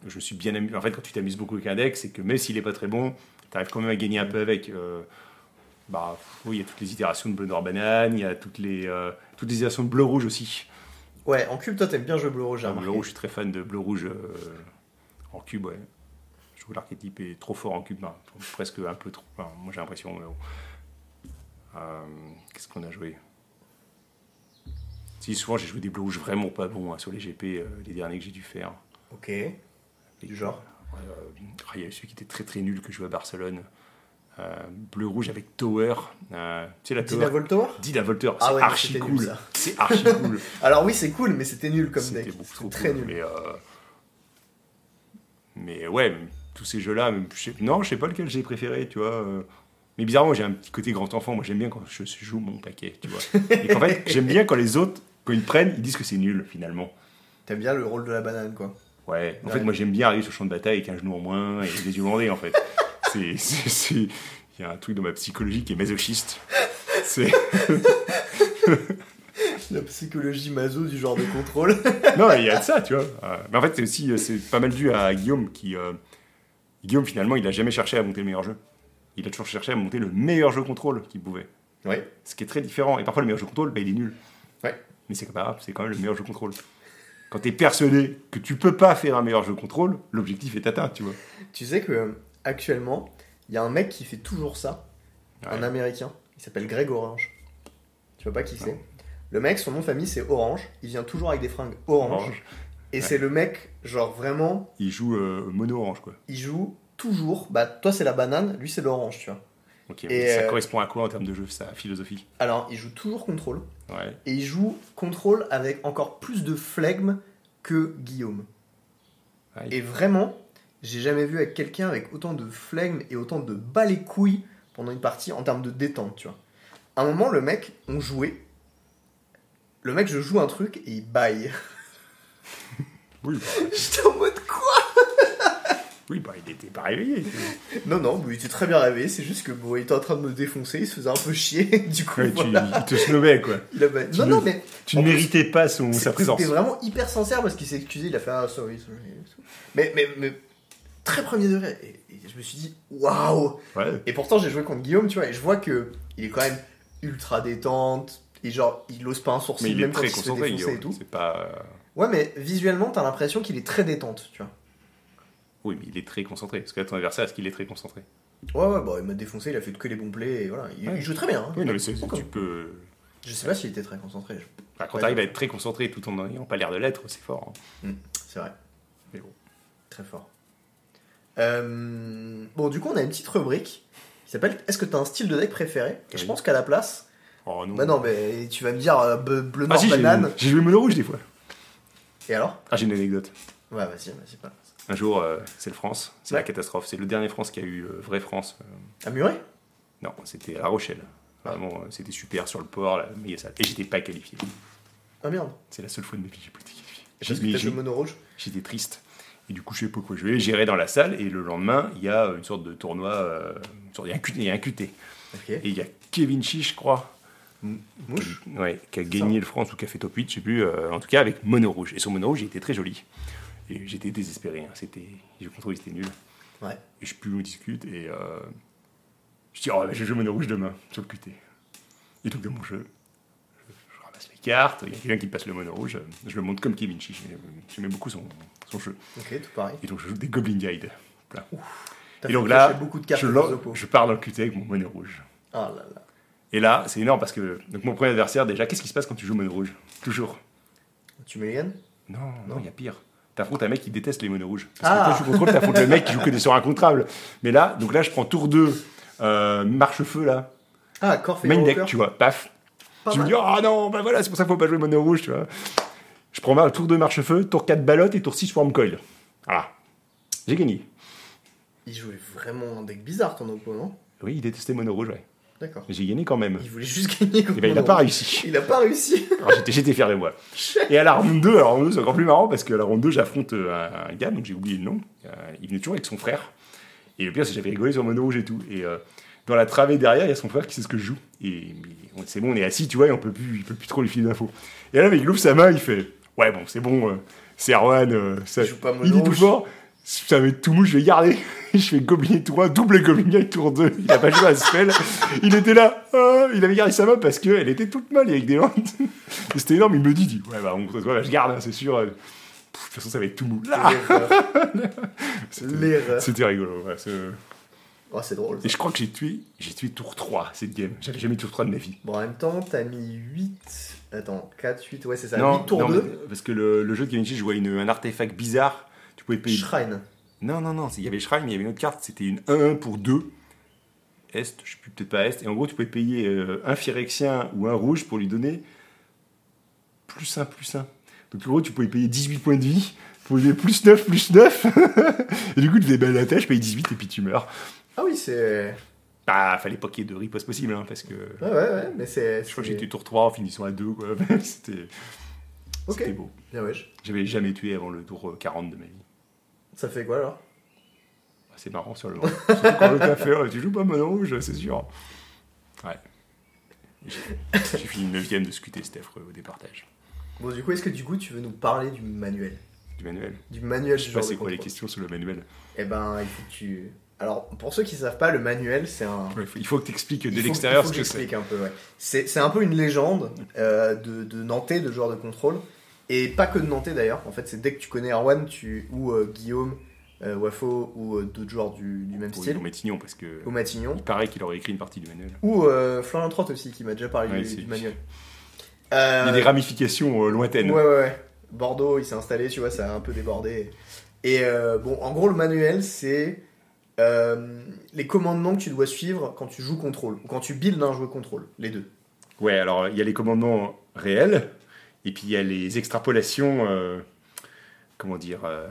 Speaker 2: Je me suis bien amusé. En fait, quand tu t'amuses beaucoup avec un deck, c'est que même s'il est pas très bon, t'arrives quand même à gagner un peu avec. euh, Bah, oui, il y a toutes les itérations de bleu noir banane, il y a toutes les, euh, toutes les itérations de bleu rouge aussi.
Speaker 1: Ouais, en cube, toi, t'aimes bien jouer bleu rouge. j'ai
Speaker 2: Ah,
Speaker 1: remarqué.
Speaker 2: bleu rouge, je suis très fan de bleu rouge euh, en cube. Ouais. Je trouve que l'archétype est trop fort en cube, hein. presque un peu trop. enfin, moi j'ai l'impression. mais bon. Euh, Qu'est-ce qu'on a joué Si, souvent j'ai joué des blouses vraiment pas bons hein, sur les GP, euh, les derniers que j'ai dû faire.
Speaker 1: Ok. Du genre
Speaker 2: Ouais, euh, ah, Il y avait celui qui était très très nul que je jouais à Barcelone. Euh, bleu-rouge avec Tower. Euh, tu sais la
Speaker 1: Dina
Speaker 2: Tower
Speaker 1: Voltor
Speaker 2: Dina Volter,
Speaker 1: Ah
Speaker 2: c'est
Speaker 1: ouais,
Speaker 2: archi
Speaker 1: c'était nul,
Speaker 2: cool.
Speaker 1: ça.
Speaker 2: C'est archi cool.
Speaker 1: Alors oui, c'est cool, mais c'était nul comme
Speaker 2: C'était
Speaker 1: deck.
Speaker 2: beaucoup trop
Speaker 1: C'était très
Speaker 2: cool,
Speaker 1: nul.
Speaker 2: Mais, euh, mais ouais, mais tous ces jeux-là, même, je sais- non, je sais pas lequel j'ai préféré, tu vois. euh, Mais bizarrement, j'ai un petit côté grand enfant. Moi, j'aime bien quand je je joue mon paquet, tu vois. Et qu'en fait, j'aime bien quand les autres, quand ils prennent, ils disent que c'est nul, finalement.
Speaker 1: T'aimes bien le rôle de la banane, quoi.
Speaker 2: Ouais. En
Speaker 1: Ouais.
Speaker 2: fait, moi, j'aime bien arriver sur le champ de bataille avec un genou en moins et les yeux bandés, en fait. C'est. c'est- c'est- Il y a un truc dans ma psychologie qui est masochiste. C'est.
Speaker 1: La psychologie maso du genre de contrôle.
Speaker 2: non, il y a de ça, tu vois. Euh, mais en fait, c'est aussi euh, c'est pas mal dû à Guillaume qui. euh, Guillaume, finalement, il a jamais cherché à monter le meilleur jeu. Il a toujours cherché à monter le meilleur jeu contrôle qu'il pouvait.
Speaker 1: ouais.
Speaker 2: Ce qui est très différent. Et parfois, le meilleur jeu contrôle, bah, il est nul.
Speaker 1: Ouais.
Speaker 2: Mais c'est pas grave, c'est quand même le meilleur jeu contrôle. Quand t'es persuadé que tu peux pas faire un meilleur jeu contrôle, l'objectif est atteint, tu vois.
Speaker 1: Tu sais que euh, actuellement, il y a un mec qui fait toujours ça, un
Speaker 2: Ouais. Ah
Speaker 1: américain. Il s'appelle Greg Orange. Tu vois pas qui c'est
Speaker 2: Non.
Speaker 1: Le mec, son nom de famille c'est Orange. Il vient toujours avec des fringues orange.
Speaker 2: Orange.
Speaker 1: Et c'est le mec, genre vraiment,
Speaker 2: Il joue euh, mono-orange, quoi.
Speaker 1: il joue toujours. Bah, toi c'est la banane, lui c'est l'orange, tu vois.
Speaker 2: Ok,
Speaker 1: Et
Speaker 2: mais ça
Speaker 1: euh,
Speaker 2: correspond à quoi en termes de jeu, sa philosophie
Speaker 1: Alors, il joue toujours contrôle.
Speaker 2: Ouais.
Speaker 1: Et il joue contrôle avec encore plus de flegme que Guillaume.
Speaker 2: Aïe.
Speaker 1: Et vraiment, j'ai jamais vu avec quelqu'un avec autant de flegme et autant de bas les couilles pendant une partie en termes de détente, tu vois. À un moment, le mec, on jouait. Le mec, je joue un truc et il baille.
Speaker 2: Oui, bah,
Speaker 1: J'étais en mode quoi
Speaker 2: oui, bah, il était pas réveillé. tu vois.
Speaker 1: Non, non, mais il était très bien réveillé, c'est juste que bon, il était en train de me défoncer, il se faisait un peu chier, du coup,
Speaker 2: Ouais, tu-
Speaker 1: voilà,
Speaker 2: il te snobait, quoi.
Speaker 1: il a baillé.
Speaker 2: tu
Speaker 1: Non,
Speaker 2: me-
Speaker 1: non, mais
Speaker 2: Tu ne
Speaker 1: En plus,
Speaker 2: méritais pas son, sa
Speaker 1: C'était
Speaker 2: présence.
Speaker 1: c'était vraiment hyper sincère parce qu'il s'est excusé, il a fait ah sorry, sorry. Mais, mais, mais très premier degré. Et, et je me suis dit waouh.
Speaker 2: Ouais.
Speaker 1: Et pourtant j'ai joué contre Guillaume, tu vois, et je vois que il est quand même ultra détente et genre il ose pas un sourcil
Speaker 2: Mais il
Speaker 1: même
Speaker 2: est
Speaker 1: quand
Speaker 2: très
Speaker 1: il se fait
Speaker 2: concentré,
Speaker 1: défoncer et
Speaker 2: Guillaume.
Speaker 1: tout.
Speaker 2: C'est pas. euh,
Speaker 1: Ouais, mais visuellement t'as l'impression qu'il est très détente, tu
Speaker 2: Oui, mais il est très concentré. Parce que ton adversaire, est-ce qu'il est très concentré
Speaker 1: vois. Ouais, ouais, bah il m'a défoncé, il a fait que les bons plays et voilà. Il,
Speaker 2: Ouais.
Speaker 1: il joue très bien. hein.
Speaker 2: Oui, non, mais c'est-
Speaker 1: Pourquoi
Speaker 2: tu peux.
Speaker 1: Je sais pas s'il était très concentré. je-
Speaker 2: Enfin, quand
Speaker 1: Ouais,
Speaker 2: t'arrives à
Speaker 1: d'accord.
Speaker 2: être très concentré tout en n'ayant pas l'air de l'être, c'est fort. hein.
Speaker 1: C'est vrai.
Speaker 2: Mais bon.
Speaker 1: Très fort. Euh, bon, du coup, on a une petite rubrique qui s'appelle Est-ce que t'as un style de deck préféré Et je
Speaker 2: Oui.
Speaker 1: pense qu'à la place.
Speaker 2: Oh non.
Speaker 1: Bah non, mais tu vas me dire euh, bleu bleu
Speaker 2: ah
Speaker 1: noir
Speaker 2: si, j'ai-
Speaker 1: banane.
Speaker 2: j'ai joué mono rouge des fois.
Speaker 1: Et alors
Speaker 2: Ah, j'ai une anecdote.
Speaker 1: Ouais, vas-y, vas-y, pas.
Speaker 2: Un jour, euh, c'est le France, c'est
Speaker 1: Ouais.
Speaker 2: la catastrophe. C'est le dernier France qui a eu euh, vrai France. euh,
Speaker 1: À Muret
Speaker 2: Non, c'était à La Rochelle. Vraiment, euh, c'était super sur le port, là, mais ça. Et j'étais pas qualifié.
Speaker 1: Ah merde.
Speaker 2: C'est la seule fois de ma vie que j'ai pas été qualifié.
Speaker 1: J'ai
Speaker 2: Mais
Speaker 1: peut-être
Speaker 2: j'ai-
Speaker 1: le mono rouge.
Speaker 2: J'étais triste. Et du coup, je sais pas quoi jouer. J'irai dans la salle et le lendemain, il y a une sorte de tournoi. euh, une sorte- Il y a un Q- il y a un QT.
Speaker 1: Ok.
Speaker 2: Et il y a Kevin Chi, je crois,
Speaker 1: Mouche
Speaker 2: ouais, qui a gagné le France ou qui a fait top 8, je sais plus, euh, en tout cas avec Mono Rouge. Et son Mono Rouge, il était très joli. Et j'étais désespéré. hein, C'était, je contrôle, c'était nul.
Speaker 1: Ouais.
Speaker 2: Et je plus on discute et euh, je dis, oh, bah, je joue Mono Rouge demain sur le QT. Et donc, dans mon jeu, je, je ramasse les cartes. Il y a quelqu'un qui me passe le Mono Rouge. euh, Je le monte comme Kevin Chi. J'aimais beaucoup son, son jeu.
Speaker 1: Ok, tout pareil.
Speaker 2: Et donc, je joue des Goblin Guide. Voilà.
Speaker 1: T'as
Speaker 2: Et
Speaker 1: fait
Speaker 2: donc là,
Speaker 1: flasher beaucoup de cartes
Speaker 2: je,
Speaker 1: aux
Speaker 2: lan-
Speaker 1: oppos.
Speaker 2: je pars dans le QT avec mon Mono Rouge.
Speaker 1: Ah là là.
Speaker 2: Et là, c'est énorme parce que donc mon premier adversaire, déjà, qu'est-ce qui se passe quand tu joues mono rouge Toujours.
Speaker 1: Tu me les gagnes
Speaker 2: Non, non, il y a pire. T'affrontes un mec qui déteste les mono rouges. Parce
Speaker 1: Ah.
Speaker 2: que quand tu contrôles, t'affrontes le mec qui joue que des sorts incontrables. Mais là, donc là, je prends tour 2, marche-feu là,
Speaker 1: Ah, Corf et
Speaker 2: main deck,
Speaker 1: Walker.
Speaker 2: tu vois, paf.
Speaker 1: Pas
Speaker 2: tu me
Speaker 1: mal.
Speaker 2: dis, oh non, bah voilà, c'est pour ça qu'il faut pas jouer mono rouge, tu vois. Je prends ma- tour 2 marche-feu, tour 4 balotte et tour 6 warm coil. Voilà. J'ai gagné.
Speaker 1: Il jouait vraiment un deck bizarre, ton opponent.
Speaker 2: Oui, il détestait mono rouge, ouais.
Speaker 1: D'accord.
Speaker 2: Mais j'ai gagné quand même.
Speaker 1: Il voulait juste gagner contre
Speaker 2: Et ben, il a
Speaker 1: Mono
Speaker 2: pas
Speaker 1: Rouge.
Speaker 2: réussi.
Speaker 1: Il a pas réussi.
Speaker 2: Alors, j'étais, j'étais fier de moi. Et à la ronde 2, à la ronde 2, c'est encore plus marrant parce que à la ronde 2, j'affronte euh, un, un gars, donc j'ai oublié le nom. Euh, il venait toujours avec son frère. Et le pire, c'est que j'avais rigolé sur Mono Rouge et tout. Et euh, dans la travée derrière, il y a son frère qui sait ce que je joue. Et mais, on- c'est bon, on est assis, tu vois, et on peut plus, il peut plus trop lui filer d'infos. Et là, le mec, il ouvre sa main, il fait Ouais, bon, c'est bon, euh, c'est Erwan, euh, ça,
Speaker 1: Il joue pas Mono
Speaker 2: il dit tout
Speaker 1: Rouge.
Speaker 2: fort. Ça va être tout mou, je vais garder. je fais gobeliner tour 1, double gobeliner tour 2. Il a pas joué à ce spell. Il était là. Ah, il avait gardé sa main parce qu'elle était toute molle et avec des lentes. Et C'était énorme. Il me dit, il dit, Ouais, bah, on, ouais, bah, je garde, hein, c'est sûr. Pff, De toute façon, ça va être tout mou. Là,
Speaker 1: L'erreur.
Speaker 2: c'était-
Speaker 1: Ah, L'erreur.
Speaker 2: C'était rigolo. ouais, c'est-
Speaker 1: Oh, c'est drôle. ça.
Speaker 2: euh. Et je crois que j'ai tué, j'ai tué tour 3 cette game. J'avais jamais tour 3 de ma vie.
Speaker 1: Bon, en même temps, t'as mis 8. Attends, 4, 8, ouais, c'est ça.
Speaker 2: non,
Speaker 1: 8 tours
Speaker 2: non,
Speaker 1: 2.
Speaker 2: mais- parce que le, le jeu de Kenichi, je vois une, un artefact bizarre. Tu pouvais payer.
Speaker 1: Shrine.
Speaker 2: Non, non, non, c'est- il y avait Shrine, mais il y avait une autre carte, c'était une 1-1 pour 2. Est, je sais plus, peut-être pas Est. Et en gros, tu pouvais payer euh, un Phyrexien ou un rouge pour lui donner plus 1, plus 1. Donc en gros, tu pouvais payer 18 points de vie pour lui donner plus 9, plus 9. et du coup, tu faisais ben, la tâche, paye 18 et puis tu meurs.
Speaker 1: Ah oui, c'est.
Speaker 2: Bah, fallait pas qu'il y ait de riposte possible, hein, parce que
Speaker 1: Ouais, ouais, ouais, mais c'est.
Speaker 2: je crois que
Speaker 1: c'est-
Speaker 2: j'ai tué tour 3 en finissant à 2, quoi. c'était
Speaker 1: Ok,
Speaker 2: c'était beau.
Speaker 1: bien wesh.
Speaker 2: J'avais jamais tué avant le tour euh, 40 de ma vie.
Speaker 1: Ça fait quoi alors
Speaker 2: Bah, C'est marrant sur le Surtout quand le café, ouais, tu joues pas Mono Rouge, c'est sûr. Ouais. J'ai j'ai fini 9ème de scuter Steph euh, au départage.
Speaker 1: Bon, du coup, est-ce que du coup, tu veux nous parler du manuel
Speaker 2: Du manuel.
Speaker 1: Du manuel
Speaker 2: Je sais pas c'est quoi les questions sur le manuel.
Speaker 1: Eh ben, il faut que tu. Alors, pour ceux qui savent pas, le manuel, c'est un.
Speaker 2: Ouais, faut- il faut que t'expliques
Speaker 1: Il
Speaker 2: de
Speaker 1: faut-
Speaker 2: l'extérieur
Speaker 1: il
Speaker 2: ce
Speaker 1: faut
Speaker 2: que c'est.
Speaker 1: j'explique un peu, ouais. C'est c'est un peu une légende euh, de, de Nantais, de joueurs de contrôle. Et pas que de Nantais d'ailleurs. En fait, c'est dès que tu connais Erwan tu, ou euh, Guillaume, euh, Wafo ou euh, d'autres joueurs du, du même
Speaker 2: Oui,
Speaker 1: style,
Speaker 2: au Matignon, parce que
Speaker 1: au Matignon.
Speaker 2: il paraît qu'il aurait écrit une partie du manuel.
Speaker 1: Ou euh, Florian Trott aussi, qui m'a déjà parlé
Speaker 2: Ouais,
Speaker 1: du,
Speaker 2: c'est-
Speaker 1: du manuel.
Speaker 2: Il y a des ramifications euh, lointaines.
Speaker 1: Ouais, ouais, ouais. Bordeaux, il s'est installé, tu vois, ça a un peu débordé. Et euh, bon, en gros, le manuel, c'est euh, les commandements que tu dois suivre quand tu joues contrôle, ou quand tu builds un jeu contrôle, les deux.
Speaker 2: Ouais, alors il y a les commandements réels, et puis il y a les extrapolations, euh, comment dire, euh,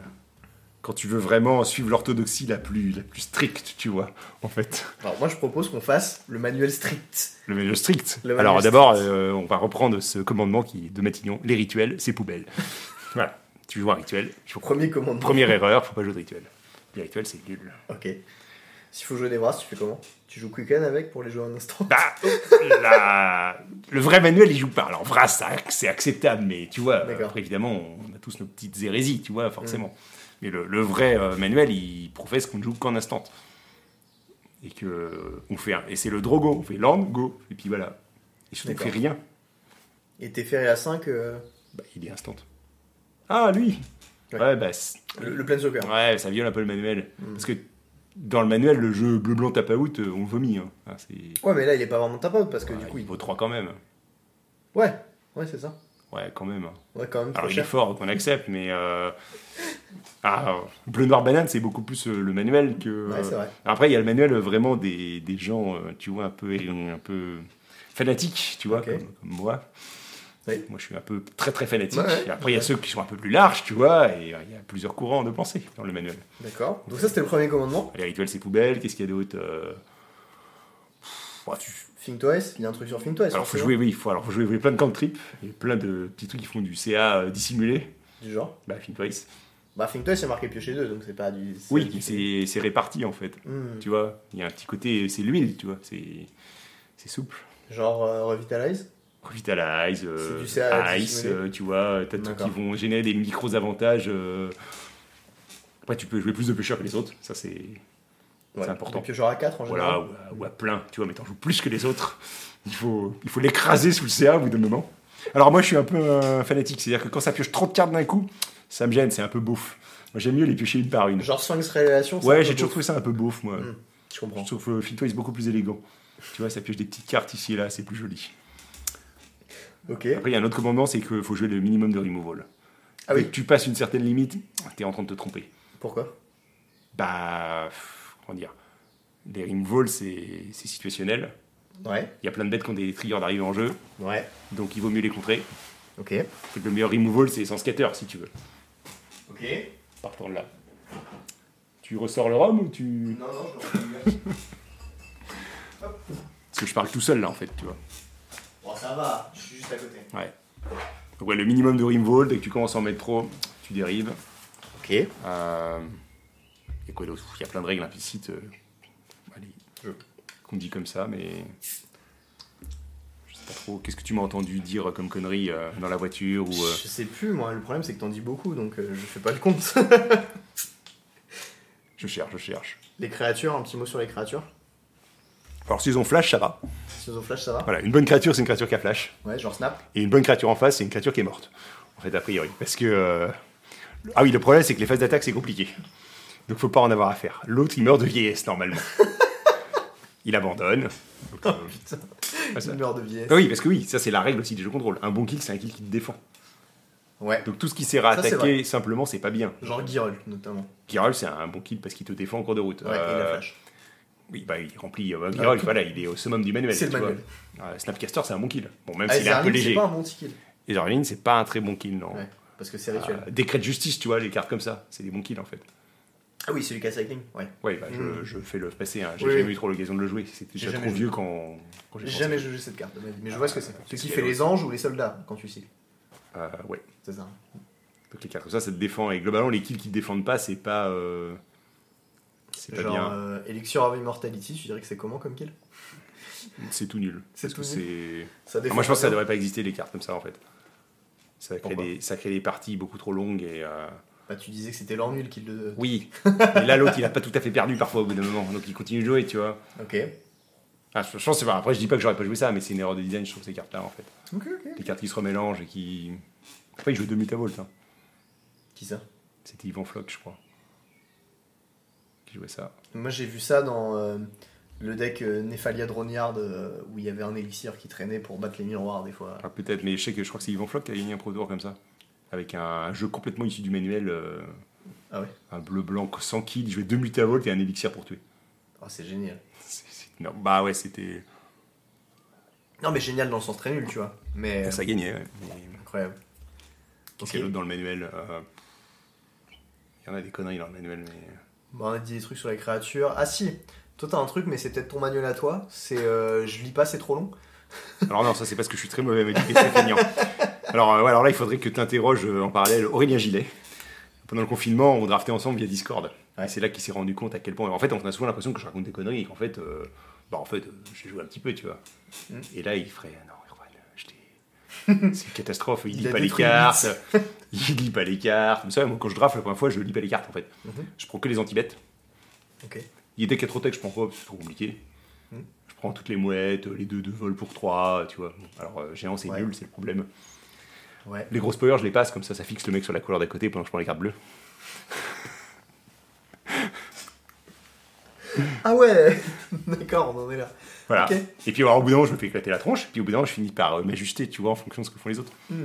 Speaker 2: quand tu veux vraiment suivre l'orthodoxie la plus, la plus stricte, tu vois, en fait.
Speaker 1: Alors moi je propose qu'on fasse le manuel strict.
Speaker 2: Le manuel strict.
Speaker 1: Le manuel
Speaker 2: alors
Speaker 1: strict.
Speaker 2: d'abord, euh, on va reprendre ce commandement qui est de Matignon, les rituels, c'est poubelle. voilà, tu joues un rituel, tu joues-
Speaker 1: Premier commandement.
Speaker 2: première erreur, faut pas jouer de rituel. Les rituels, c'est nul.
Speaker 1: Ok. S'il faut jouer des brasses, tu fais comment Tu joues Quicken avec pour les jouer en instant
Speaker 2: Bah, la- le vrai manuel, il joue pas. Alors, vrai, ça, c'est acceptable, mais tu vois,
Speaker 1: D'accord.
Speaker 2: après, évidemment, on a tous nos petites hérésies, tu vois, forcément.
Speaker 1: Mm.
Speaker 2: Mais le, le vrai euh, manuel, il professe qu'on ne joue qu'en instant. Et que euh, on fait un- Et c'est le drogo, on fait land, go, et puis voilà. Et surtout, on
Speaker 1: D'accord.
Speaker 2: fait rien.
Speaker 1: Et t'es ferré à 5 euh,
Speaker 2: Bah, il est instant. Ah, lui
Speaker 1: Ouais. Hmm.
Speaker 2: Ouais, bah, c'est-
Speaker 1: le, le Planeswalker.
Speaker 2: ouais, ça viole un peu le manuel. Parce que dans le manuel, le jeu bleu-blanc tap out, euh, on le vomit. hein. Ah, c'est...
Speaker 1: Ouais mais là il est pas vraiment ta pote parce que
Speaker 2: Ouais,
Speaker 1: du coup
Speaker 2: il
Speaker 1: il...
Speaker 2: vaut 3 quand même.
Speaker 1: Ouais, ouais c'est ça.
Speaker 2: Ouais, quand même. hein.
Speaker 1: Ouais quand même trop
Speaker 2: Alors il est
Speaker 1: cher.
Speaker 2: fort, qu'on accepte, mais euh, ah, bleu noir banane, c'est beaucoup plus euh, le manuel que. euh,
Speaker 1: Ouais c'est vrai.
Speaker 2: Après, il y a le manuel euh, vraiment des, des gens, euh, tu vois, un peu un peu fanatiques, tu vois,
Speaker 1: Ok.
Speaker 2: comme, comme moi.
Speaker 1: Oui.
Speaker 2: Moi, je suis un peu très très fanatique.
Speaker 1: Ouais, ouais.
Speaker 2: Et après, il y
Speaker 1: Ouais.
Speaker 2: a ceux qui sont un peu plus larges, tu vois, et euh, il y a plusieurs courants de pensée dans le manuel.
Speaker 1: D'accord. Donc ça c'était le premier commandement.
Speaker 2: Les rituels, c'est poubelle. Qu'est-ce qu'il y a d'autre euh, pff, ouais, tu-
Speaker 1: Think twice, il y a un truc sur Think twice.
Speaker 2: Alors, faut
Speaker 1: forcément.
Speaker 2: jouer, oui, il faut, alors, faut jouer, plein de cantrips et plein de petits trucs qui font du CA euh, dissimulé.
Speaker 1: Du genre.
Speaker 2: Bah, Finpoise.
Speaker 1: Bah Think twice c'est marqué piocher 2 donc c'est pas du... c'est
Speaker 2: Oui,
Speaker 1: du-
Speaker 2: mais c'est c'est réparti en fait.
Speaker 1: Hmm.
Speaker 2: Tu vois, il y a un petit côté, c'est l'huile, tu vois, c'est c'est souple.
Speaker 1: Genre euh, Revitalize
Speaker 2: Revitalize, euh,
Speaker 1: C'est du CA
Speaker 2: ice,
Speaker 1: dissimulé.
Speaker 2: euh, tu vois, t'as tout
Speaker 1: D'accord.
Speaker 2: qui vont générer des micros avantages. euh. Après, tu peux jouer plus de pêcheurs que les autres, ça c'est
Speaker 1: Ouais.
Speaker 2: important.
Speaker 1: Des piogeurs à 4 en général.
Speaker 2: voilà, ou à, ou à plein, tu vois, mais t'en joues plus que les autres. Il faut il faut l'écraser sous le CA au bout d'un moment. Alors moi, je suis un peu un fanatique, c'est-à-dire que quand ça pioche trop de cartes d'un coup, ça me gêne, c'est un peu beauf. Moi, j'aime mieux les piocher une par une.
Speaker 1: Genre Sphinx Révélation c'est un
Speaker 2: Ouais,
Speaker 1: peu
Speaker 2: j'ai toujours
Speaker 1: beau.
Speaker 2: trouvé ça un peu beauf, moi.
Speaker 1: Mm. Je comprends.
Speaker 2: Je trouve que le Fintois est beaucoup plus élégant. Tu vois, ça pioche des petites cartes ici et là, c'est plus joli.
Speaker 1: Ok.
Speaker 2: Après, il y a un autre commandement, c'est qu'il faut jouer le minimum de removal.
Speaker 1: Ah
Speaker 2: Dès
Speaker 1: oui.
Speaker 2: que tu passes une certaine limite, t'es en train de te tromper.
Speaker 1: Pourquoi
Speaker 2: Bah, pff, comment dire Les removals, c'est c'est situationnel.
Speaker 1: Ouais.
Speaker 2: Il y a plein de bêtes qui ont des triggers d'arrivée en jeu,
Speaker 1: Ouais.
Speaker 2: donc il vaut mieux les contrer.
Speaker 1: Ok.
Speaker 2: Fait que Le meilleur removal, c'est sans scatter, si tu veux.
Speaker 1: Ok.
Speaker 2: Partant de là. Tu ressors le rhum ou tu...
Speaker 1: Non, non,
Speaker 2: Parce que je parle tout seul, là, en fait, tu vois.
Speaker 1: Bon, ça va, je suis juste à côté.
Speaker 2: Ouais. Donc ouais, le minimum de removal, dès que tu commences à en mettre trop, tu dérives.
Speaker 1: Ok.
Speaker 2: Euh, et quoi d'autre Il y a plein de règles implicites euh, allez, euh,
Speaker 1: Je-
Speaker 2: qu'on dit comme ça, mais je sais pas trop. Qu'est-ce que tu m'as entendu dire comme connerie euh, dans la voiture ou euh,
Speaker 1: Je sais plus, moi, le problème c'est que t'en dis beaucoup, donc euh, je fais pas le compte.
Speaker 2: Je cherche, je cherche.
Speaker 1: les créatures, un petit mot sur les créatures.
Speaker 2: Alors s'ils ont flash, ça va.
Speaker 1: Si on flash, ça va
Speaker 2: Voilà, une bonne créature, c'est une créature qui a flash,
Speaker 1: Ouais, genre snap.
Speaker 2: et une bonne créature en face, c'est une créature qui est morte. En fait, a priori, parce que euh, le- ah oui, le problème c'est que les phases d'attaque c'est compliqué. Donc faut pas en avoir à faire. L'autre il meurt de vieillesse normalement. il abandonne. Donc, euh, ouais, ça-
Speaker 1: Une meurt de vieillesse.
Speaker 2: Ah oui, parce que oui, ça c'est la règle aussi des jeux de contrôle. Un bon kill, c'est un kill qui te défend.
Speaker 1: Ouais.
Speaker 2: Donc tout ce qui sert à
Speaker 1: Ça, c'est
Speaker 2: attaquer simplement, c'est pas bien.
Speaker 1: Genre Girl, notamment.
Speaker 2: Girl, c'est un bon kill parce qu'il te défend en cours de route.
Speaker 1: Ouais, et la
Speaker 2: Euh,
Speaker 1: flash.
Speaker 2: Oui, bah, il remplit. euh, Girl, voilà, il est au summum du manuel.
Speaker 1: C'est le
Speaker 2: tu vois.
Speaker 1: manuel.
Speaker 2: Euh, Snapcaster, c'est un bon kill. Bon, même
Speaker 1: Ah,
Speaker 2: s'il est un peu
Speaker 1: Zerline,
Speaker 2: léger. Ah.
Speaker 1: C'est pas un bon ticket.
Speaker 2: Et Zorlin, c'est pas un très bon kill, non.
Speaker 1: Ouais, parce que c'est rituel.
Speaker 2: Euh, décret de justice, tu vois, les cartes comme ça, c'est des bons kills en fait.
Speaker 1: Ah oui, c'est Lucas Cycling, ouais.
Speaker 2: Ouais, bah, je-
Speaker 1: Mm.
Speaker 2: je, fais le passé, hein. j'ai
Speaker 1: Oui,
Speaker 2: jamais
Speaker 1: oui.
Speaker 2: eu trop l'occasion de le jouer. C'était
Speaker 1: J'ai
Speaker 2: déjà
Speaker 1: jamais
Speaker 2: trop
Speaker 1: joué.
Speaker 2: vieux quand, quand
Speaker 1: J'ai
Speaker 2: pensé.
Speaker 1: jamais joué cette carte de ma vie, mais je vois ce que c'est.
Speaker 2: Ah,
Speaker 1: Ce qui
Speaker 2: qu'est-ce
Speaker 1: fait
Speaker 2: qu'elle
Speaker 1: les anges ou les soldats quand tu cycles,
Speaker 2: Euh, ouais.
Speaker 1: c'est ça.
Speaker 2: Donc les cartes comme ça, ça te défend. Et globalement, les kills qui te défendent pas, c'est pas. euh, C'est pas
Speaker 1: Genre
Speaker 2: bien.
Speaker 1: euh, Elixir of Immortality, tu dirais que c'est comment comme kill
Speaker 2: C'est tout nul.
Speaker 1: c'est
Speaker 2: Parce que
Speaker 1: tout
Speaker 2: c'est.
Speaker 1: nul. ça
Speaker 2: Ah,
Speaker 1: défend
Speaker 2: moi, je pense que
Speaker 1: pas
Speaker 2: ça devrait pas exister les cartes comme ça en fait. Ça crée,
Speaker 1: Pourquoi
Speaker 2: des, ça crée des parties beaucoup trop longues et. euh,
Speaker 1: Bah, tu disais que c'était l'or nul qui le.
Speaker 2: Oui. et là, l'autre, il a pas tout à fait perdu parfois au bout d'un moment, donc il continue de jouer, tu vois.
Speaker 1: Ok.
Speaker 2: Ah, je, je pense, enfin, après, je dis pas que j'aurais pas joué ça, mais c'est une erreur de design, je trouve ces cartes-là en fait.
Speaker 1: Ok, ok.
Speaker 2: Les cartes qui se remélangent et qui. Après, il joue deux mutavolt. Hein.
Speaker 1: Qui ça
Speaker 2: C'était Yvan Flock, je crois. Qui jouait ça.
Speaker 1: Moi j'ai vu ça dans euh, le deck euh, Nephalia Dronyard euh, où il y avait un élixir qui traînait pour battre les miroirs des fois.
Speaker 2: Ah, peut-être, mais je sais que je crois que c'est Yvan Flock qui a gagné un Pro Tour comme ça. Avec un jeu complètement issu du manuel. euh,
Speaker 1: Ah ouais
Speaker 2: Un bleu-blanc sans kill. Il jouait deux mutavolt et un élixir pour tuer.
Speaker 1: Oh, c'est génial.
Speaker 2: C'est- c'est- non, bah ouais, c'était.
Speaker 1: Non, mais génial dans le sens très nul, tu vois. Mais
Speaker 2: Ça gagnait, ouais. Mais
Speaker 1: incroyable.
Speaker 2: Qu'est-ce qu'il y a d'autre dans le manuel euh, Il y en a des conneries dans le manuel, mais.
Speaker 1: Bon, on a dit des trucs sur les créatures. Ah si, toi t'as un truc, mais c'est peut-être ton manuel à toi. C'est euh, je lis pas, c'est trop long.
Speaker 2: Alors non, ça c'est parce que je suis très mauvais avec les feignant. Alors, euh, ouais, alors là, il faudrait que tu interroges euh, en parallèle Aurélien Gillet. Pendant le confinement, on draftait ensemble via Discord.
Speaker 1: Ouais.
Speaker 2: Et c'est là qu'il s'est rendu compte à quel point. En fait, on a souvent l'impression que je raconte des conneries et qu'en fait, euh, bah, en fait, euh, j'ai joué un petit peu, tu vois.
Speaker 1: Mm.
Speaker 2: Et là, il ferait ah non, Erwan, je t'ai- c'est une catastrophe. Il,
Speaker 1: Il
Speaker 2: lit
Speaker 1: a
Speaker 2: pas les
Speaker 1: détruit
Speaker 2: cartes. il lit pas les cartes. Comme ça, moi, quand je drafte la première fois, je lis pas les cartes en fait.
Speaker 1: Mhm.
Speaker 2: Je prends que les anti-bêtes.
Speaker 1: Ok.
Speaker 2: Il y a des 4 que je prends pas, parce que c'est trop compliqué.
Speaker 1: Mm.
Speaker 2: Je prends toutes les mouettes, les deux de vol pour 3, tu vois. Bon, Alors, euh, géant, c'est
Speaker 1: Ouais.
Speaker 2: nul, c'est le problème.
Speaker 1: Ouais.
Speaker 2: Les grosses power, je les passe, comme ça, ça fixe le mec sur la couleur d'à côté pendant que je prends les cartes bleues.
Speaker 1: Ah ouais D'accord, on en est là.
Speaker 2: Voilà.
Speaker 1: Ok.
Speaker 2: Et puis, alors, au bout d'un moment, je me fais éclater la tronche, puis au bout d'un moment, je finis par euh, m'ajuster, tu vois, en fonction de ce que font les autres.
Speaker 1: Hmm.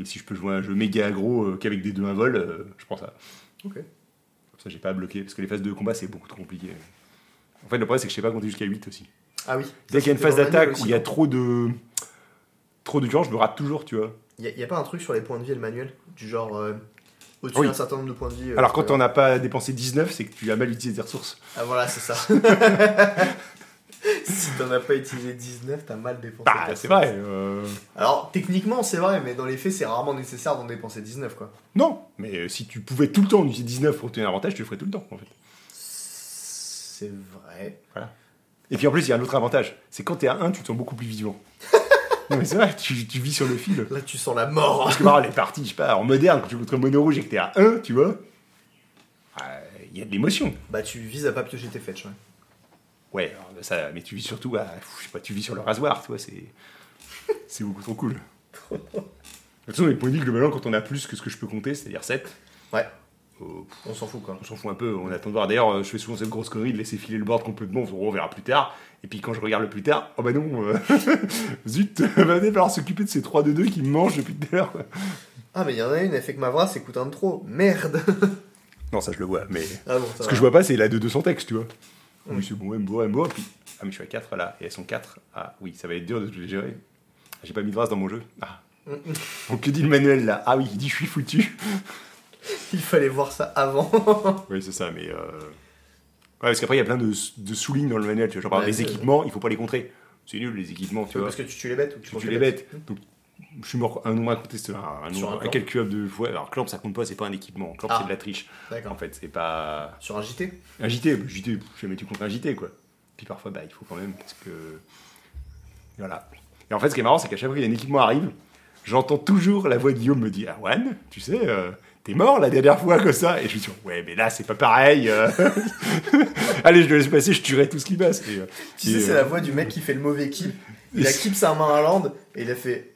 Speaker 2: Et si je peux jouer un jeu méga aggro euh, qu'avec des deux un vol, euh, je prends ça.
Speaker 1: Ok.
Speaker 2: Comme ça, j'ai pas à bloquer, parce que les phases de combat, c'est beaucoup trop compliqué. En fait, le problème, c'est que je sais pas compter jusqu'à 8 aussi.
Speaker 1: Ah oui.
Speaker 2: Dès qu'il y a une
Speaker 1: c'était
Speaker 2: phase
Speaker 1: dans le manuel
Speaker 2: d'attaque où
Speaker 1: aussi, hein.
Speaker 2: il y a
Speaker 1: non
Speaker 2: trop de. trop de violence, je me rate toujours, tu vois.
Speaker 1: Y a, y a pas un truc sur les points de vie et le manuel Du genre euh, au-dessus
Speaker 2: Oui.
Speaker 1: d'un certain nombre de points de vie. euh,
Speaker 2: Alors quand
Speaker 1: euh,
Speaker 2: on n'a pas dépensé 19, c'est que tu as mal utilisé tes ressources.
Speaker 1: Ah voilà, c'est ça. si t'en as pas utilisé 19, t'as mal dépensé.
Speaker 2: Bah
Speaker 1: ta
Speaker 2: c'est
Speaker 1: source.
Speaker 2: vrai. euh,
Speaker 1: Alors techniquement, c'est vrai, mais dans les faits, c'est rarement nécessaire d'en dépenser 19 quoi.
Speaker 2: Non, mais euh, si tu pouvais tout le temps utiliser 19 pour obtenir un avantage, tu le ferais tout le temps en fait.
Speaker 1: C'est vrai.
Speaker 2: Et puis en plus, il y a un autre avantage, c'est quand t'es à 1, tu te sens beaucoup plus vivant. non mais c'est vrai, tu, tu vis sur le fil.
Speaker 1: Là, tu sens la mort. hein.
Speaker 2: Parce que bah, les parties, je sais pas, en moderne, quand tu contre mono rouge et que t'es à 1, tu vois, euh, il y a de l'émotion.
Speaker 1: Bah, tu vises à pas piocher tes fetch. Ouais.
Speaker 2: Ouais, alors, ça, mais tu vis surtout à, je sais pas, tu vis sur le rasoir, tu vois, c'est, c'est beaucoup trop cool. De toute façon, les points de vie, globalement, quand on a plus que ce que je peux compter, c'est-à-dire 7,
Speaker 1: Ouais,
Speaker 2: euh,
Speaker 1: on s'en fout quoi.
Speaker 2: On s'en fout un peu, on attend de voir. D'ailleurs, euh, je fais souvent cette grosse connerie de laisser filer le board complètement, on se dit, on verra plus tard. Et puis quand je regarde le plus tard, oh bah non, euh, zut, va falloir s'occuper de ces 3 de 2 qui me mangent depuis tout à l'heure. quoi.
Speaker 1: Ah, mais il y en a une, elle fait que ma vrasse écoute un de trop. Merde
Speaker 2: Non, ça je le vois, mais.
Speaker 1: Ah bon, ça
Speaker 2: Ce
Speaker 1: va.
Speaker 2: que je vois pas, c'est la de 200 textes, tu vois.
Speaker 1: Mm.
Speaker 2: Oui, c'est bon, elle me boit, elle me boit, puis. Ah, mais je suis à 4 là, et elles sont 4. Ah oui, ça va être dur de les gérer. Ah, J'ai pas mis de race dans mon jeu. Ah.
Speaker 1: Mm, mm.
Speaker 2: Donc que dit le manuel là Ah oui, il dit je suis foutu.
Speaker 1: Il fallait voir ça avant.
Speaker 2: Oui, c'est ça, mais. euh, Ouais, parce qu'après, il y a plein de, de sous-lignes dans le manuel. Tu vois, genre, par
Speaker 1: Ouais, c'est-
Speaker 2: exemple, les équipements, il faut pas les contrer. C'est nul, les équipements, tu vois.
Speaker 1: Parce que tu tues les bêtes ou tu,
Speaker 2: tu,
Speaker 1: manges
Speaker 2: tu les bêtes. Donc, je suis mort un nombre incontestable, un, un
Speaker 1: Sur Ah, un
Speaker 2: nombre
Speaker 1: clamp.
Speaker 2: incalculable de fois. Alors, clamp, ça compte pas, c'est pas un équipement. Clamp,
Speaker 1: Ah.
Speaker 2: c'est de la triche. En
Speaker 1: D'accord.
Speaker 2: fait, c'est pas.
Speaker 1: Sur un JT
Speaker 2: Un JT, bah, JT, pff, jamais tu comptes un JT, quoi. Puis parfois, bah, il faut quand même, parce que. Voilà. Et en fait, ce qui est marrant, c'est qu'à chaque fois qu'un équipement arrive, j'entends toujours la voix de Guillaume me dire Erwan, tu sais, euh, t'es mort la dernière fois, comme ça. Et je suis sûr, ouais, mais là, c'est pas pareil. euh. Allez, je le laisse passer, je tuerai tout ce qui passe. Et, euh,
Speaker 1: Tu
Speaker 2: et,
Speaker 1: sais, c'est
Speaker 2: euh,
Speaker 1: la voix du mec qui fait le mauvais keep. Il a keep sa main à land et il a fait.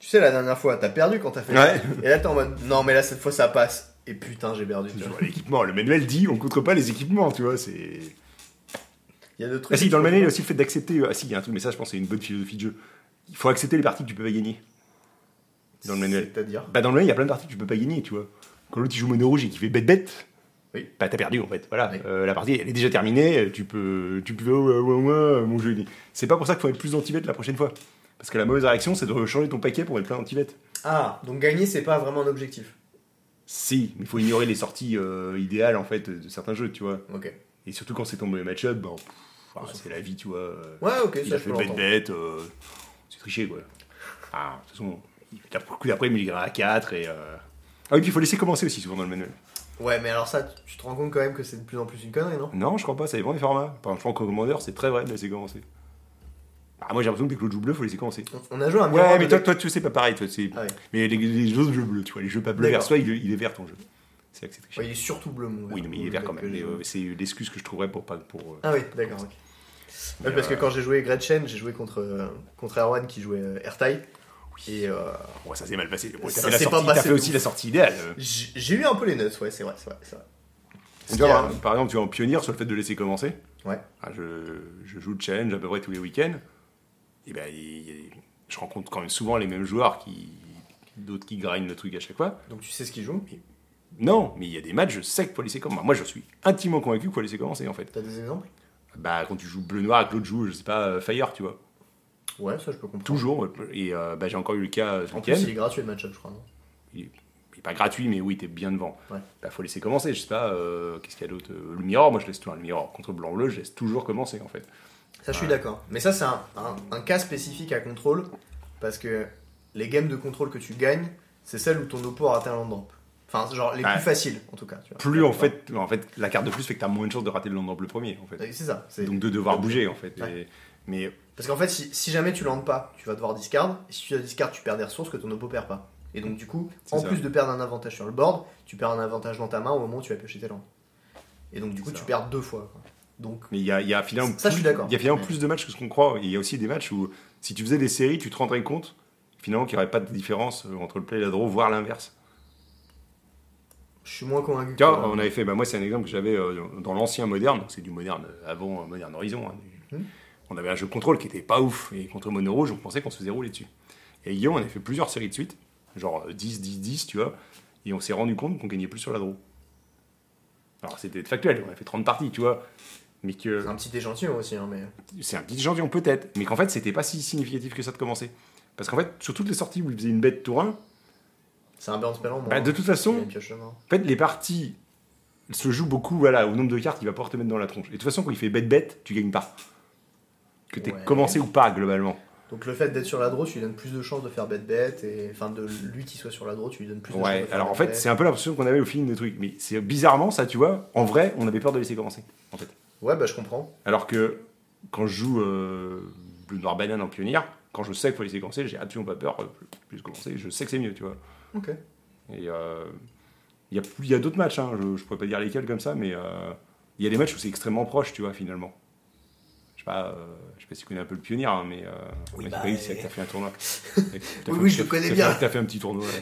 Speaker 1: Tu sais, la dernière fois, t'as perdu quand t'as fait
Speaker 2: Ouais.
Speaker 1: ça. Et là, t'es en mode. Non, mais là, cette fois, ça passe. Et putain, j'ai perdu.
Speaker 2: Je
Speaker 1: tu
Speaker 2: dis,
Speaker 1: vois.
Speaker 2: bon, L'équipement, le manuel dit, on compte pas les équipements, tu vois, c'est...
Speaker 1: Il y a d'autres
Speaker 2: Ah si,
Speaker 1: trucs
Speaker 2: dans le
Speaker 1: que je
Speaker 2: manuel, il y a
Speaker 1: vois.
Speaker 2: aussi le fait d'accepter. Ah si, il y a un truc, mais ça, je pense, que c'est une bonne philosophie de jeu. Il faut accepter les parties que tu peux pas gagner. Dans le manuel.
Speaker 1: C'est-à-dire
Speaker 2: Bah, dans le manuel, il y a plein de parties que tu peux pas gagner, tu vois. Quand l'autre il joue mono rouge et qu'il fait bête bête.
Speaker 1: Oui.
Speaker 2: Bah, t'as perdu en fait. Voilà.
Speaker 1: Oui.
Speaker 2: Euh, la partie, elle est déjà terminée. euh, Tu peux. Tu peux. Ouais, ouais, ouais, mon jeu. il est- C'est pas pour ça qu'il faut être plus anti-bête la prochaine fois. Parce que la mauvaise réaction, c'est de changer ton paquet pour être plein anti-bête.
Speaker 1: Ah, donc gagner, c'est pas vraiment un objectif.
Speaker 2: Si, mais il faut ignorer les sorties euh, idéales en fait de certains jeux, tu vois.
Speaker 1: Ok.
Speaker 2: Et surtout quand c'est ton mauvais match-up, bon, pff, ah, c'est la vie, tu vois. euh,
Speaker 1: Ouais, ok,
Speaker 2: il
Speaker 1: ça
Speaker 2: a
Speaker 1: je peux
Speaker 2: fait bête
Speaker 1: l'entendre.
Speaker 2: bête, euh, c'est triché quoi. Ah, de toute façon, il fait pour le coup d'après, il met les grains à 4 et. euh, Ah oui, puis il faut laisser commencer aussi souvent dans le manuel.
Speaker 1: Ouais, mais alors ça, tu- tu te rends compte quand même que c'est de plus en plus une connerie, non
Speaker 2: Non, je crois pas, ça dépend des formats. Par exemple, Franco Commander, c'est très vrai de laisser commencer. Ah, moi j'ai l'impression que dès que l'autre joue bleu, faut laisser commencer.
Speaker 1: On- On a joué à un miroir
Speaker 2: Ouais, mais
Speaker 1: de
Speaker 2: toi,
Speaker 1: deck.
Speaker 2: toi, tu sais, pas pareil, toi, c'est.
Speaker 1: Ah ouais.
Speaker 2: Mais les, les autres jeux bleus, tu vois, les jeux pas bleus,
Speaker 1: D'accord.
Speaker 2: vers soi, il, il est vert ton jeu. C'est là que c'est triché.
Speaker 1: Ouais, il est surtout bleu, mon gars.
Speaker 2: Oui, non, mais il est vert quand même. mais, euh, c'est l'excuse que je trouverais pour pas. Pour, euh,
Speaker 1: Ah oui, d'accord. ok. Ouais, parce que quand j'ai joué Gretchen, j'ai joué contre, euh, contre Erwan qui jouait euh, Ertai. Et euh,
Speaker 2: Ouais, ça s'est mal passé. Bon,
Speaker 1: Ça
Speaker 2: t'as fait, la
Speaker 1: s'est pas
Speaker 2: sortie- t'as
Speaker 1: passé
Speaker 2: fait
Speaker 1: de
Speaker 2: aussi
Speaker 1: ouf.
Speaker 2: la sortie idéale. euh.
Speaker 1: j- j'ai eu un peu les notes, ouais, c'est vrai, c'est vrai. c'est vrai.
Speaker 2: Tu
Speaker 1: Parce
Speaker 2: vois,
Speaker 1: qu'il y
Speaker 2: par exemple, tu vois, en pionnier, sur le fait de laisser commencer,
Speaker 1: a- euh, Ouais.
Speaker 2: ah, je, je joue le challenge à peu près tous les week-ends, et ben, il y a- je rencontre quand même souvent les mêmes joueurs, qui d'autres qui grindent le truc à chaque fois.
Speaker 1: Donc tu sais ce qu'il joue
Speaker 2: Non, mais il y a des matchs, je sais qu'il faut laisser commencer. Moi, je suis intimement convaincu qu'il faut laisser commencer, en fait.
Speaker 1: T'as des exemples
Speaker 2: Bah, quand tu joues bleu-noir et que l'autre joue, je sais pas, euh, Fire, tu vois.
Speaker 1: Ouais, ça je peux comprendre.
Speaker 2: Toujours, euh, et euh, bah, j'ai encore eu le cas euh, ce
Speaker 1: En
Speaker 2: week-end.
Speaker 1: plus, il est gratuit le match-up, je crois. non
Speaker 2: il est- il est pas gratuit, mais oui, t'es bien devant.
Speaker 1: Ouais.
Speaker 2: Bah, faut laisser commencer, je sais pas, euh, qu'est-ce qu'il y a d'autre Euh, Le mirror, moi je laisse toujours le mirror. Contre blanc-bleu, je laisse toujours commencer, en fait.
Speaker 1: Ça, je suis d'accord. Mais ça, c'est un, un- un cas spécifique à contrôle, parce que les games de contrôle que tu gagnes, c'est celles où ton oppo a raté un land drop. Enfin, genre les
Speaker 2: Ouais.
Speaker 1: plus faciles, en tout cas. tu vois.
Speaker 2: Plus, en fait, en fait, la carte de plus fait que t'as moins de chances de rater le land le premier, en fait.
Speaker 1: Euh, C'est ça. c'est-
Speaker 2: Donc de devoir bouger, en fait.
Speaker 1: Ouais.
Speaker 2: Et- mais
Speaker 1: Parce qu'en fait, si, si jamais tu landes pas, tu vas devoir discard. Et si tu discard, tu perds des ressources que ton oppo perd pas. Et donc, du coup,
Speaker 2: C'est
Speaker 1: en
Speaker 2: ça.
Speaker 1: plus de perdre un avantage sur le board, tu perds un avantage dans ta main au moment où tu vas piocher tes landes. Et donc, du coup,
Speaker 2: C'est
Speaker 1: tu
Speaker 2: ça.
Speaker 1: perds deux fois. quoi. Donc,
Speaker 2: mais il y a, il y a finalement,
Speaker 1: Ça, je
Speaker 2: plus,
Speaker 1: suis d'accord.
Speaker 2: il y a finalement
Speaker 1: Mais-
Speaker 2: plus de matchs que ce qu'on croit. Et Il y a aussi des matchs où, si tu faisais des séries, tu te rendrais compte, finalement, qu'il n'y aurait pas de différence euh, entre le play et la draw, voire l'inverse.
Speaker 1: je suis moins convaincu.
Speaker 2: Tu vois,
Speaker 1: que-
Speaker 2: on avait fait, bah, moi c'est un exemple que j'avais euh, dans l'ancien moderne, donc c'est du moderne euh, avant euh, moderne horizon. hein, mais
Speaker 1: Mhm.
Speaker 2: On avait un jeu de contrôle qui était pas ouf, et contre Mono Rouge, on pensait qu'on se faisait rouler dessus. Et Guillaume, on a fait plusieurs séries de suite, genre euh, 10, 10, 10, tu vois, et on s'est rendu compte qu'on gagnait plus sur la draw. Alors c'était factuel, on a fait 30 parties, tu vois, mais que
Speaker 1: C'est un petit échantillon aussi, hein, mais.
Speaker 2: c'est un petit échantillon peut-être, mais qu'en fait c'était pas si significatif que ça de commencer. Parce qu'en fait, sur toutes les sorties où il faisait une bête tour 1,
Speaker 1: C'est un burn spell en moins. hein,
Speaker 2: bah, de toute façon, En fait, les parties se jouent beaucoup voilà, au nombre de cartes qu'il va pouvoir te mettre dans la tronche. Et de toute façon, quand il fait bête-bête, tu gagnes pas. Que t'aies
Speaker 1: Ouais.
Speaker 2: commencé ou pas, globalement.
Speaker 1: Donc le fait d'être sur la draw, tu lui donnes plus de chances de faire bête bête et enfin de lui qui soit sur la draw, tu lui donnes plus de chances. de
Speaker 2: Ouais,
Speaker 1: faire
Speaker 2: alors en
Speaker 1: bête
Speaker 2: fait,
Speaker 1: bête.
Speaker 2: c'est un peu l'impression qu'on avait au film des trucs. Mais c'est bizarrement, ça, tu vois, en vrai, on avait peur de laisser commencer. En fait.
Speaker 1: Ouais, bah je comprends.
Speaker 2: Alors que quand je joue euh, Bleu Noir Banane en pionnière, quand je sais qu'il faut laisser commencer, j'ai absolument pas peur. euh, Je laisse commencer, je sais que c'est mieux, tu vois.
Speaker 1: Ok.
Speaker 2: Et euh, il y a, plus- il y a d'autres matchs, hein, je, je pourrais pas dire lesquels comme ça, mais euh, il y a des matchs où c'est extrêmement proche, tu vois, finalement. Je sais pas, euh, je sais pas si tu connais un peu le pionnier, hein, mais euh,
Speaker 1: Oui,
Speaker 2: mais
Speaker 1: bah,
Speaker 2: c'est pas eu, c'est
Speaker 1: euh,
Speaker 2: que t'as fait un tournoi.
Speaker 1: Oui, oui, je le connais bien.
Speaker 2: Tu as fait un petit tournoi. ouais.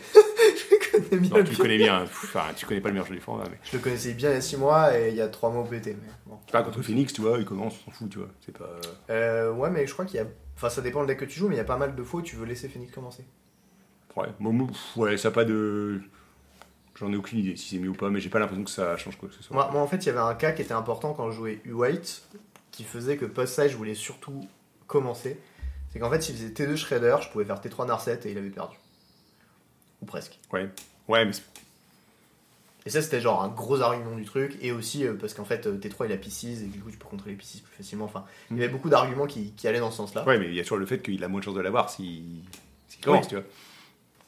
Speaker 1: je, connais bien
Speaker 2: Non,
Speaker 1: le
Speaker 2: tu le connais bien. pff, Enfin, tu connais pas le meilleur jeu des formats, mais.
Speaker 1: Je le connaissais bien il y a 6 mois et il y a 3 mois au PT. Mais bon.
Speaker 2: Je sais pas, contre Phoenix, tu vois, il commence, on s'en fout, tu vois. C'est pas.
Speaker 1: Euh, ouais, mais je crois qu'il y a. Enfin, ça dépend le deck que tu joues, mais il y a pas mal de fois où tu veux laisser Phoenix commencer.
Speaker 2: Ouais, bon, bon, pff, ouais ça a pas de. J'en ai aucune idée si c'est mieux ou pas, mais j'ai pas l'impression que ça change quoi que ce soit.
Speaker 1: Moi, moi, en fait, il y avait un cas qui était important quand je jouais U-White qui faisait que post-side, je voulais surtout commencer. C'est qu'en fait, il faisait T2 Shredder, je pouvais faire T3 Narset et il avait perdu. Ou presque.
Speaker 2: Ouais, ouais, mais c'est-
Speaker 1: Et ça, c'était genre un gros argument du truc, et aussi euh, parce qu'en fait, euh, T3 il a P6, et que du coup, tu peux contrer les P6 plus facilement. Enfin, il y avait beaucoup d'arguments qui, qui allaient dans ce sens-là.
Speaker 2: Ouais, mais il y a toujours le fait qu'il a moins de chances de l'avoir s'il s'il
Speaker 1: Oui. Ah,
Speaker 2: commence, tu vois.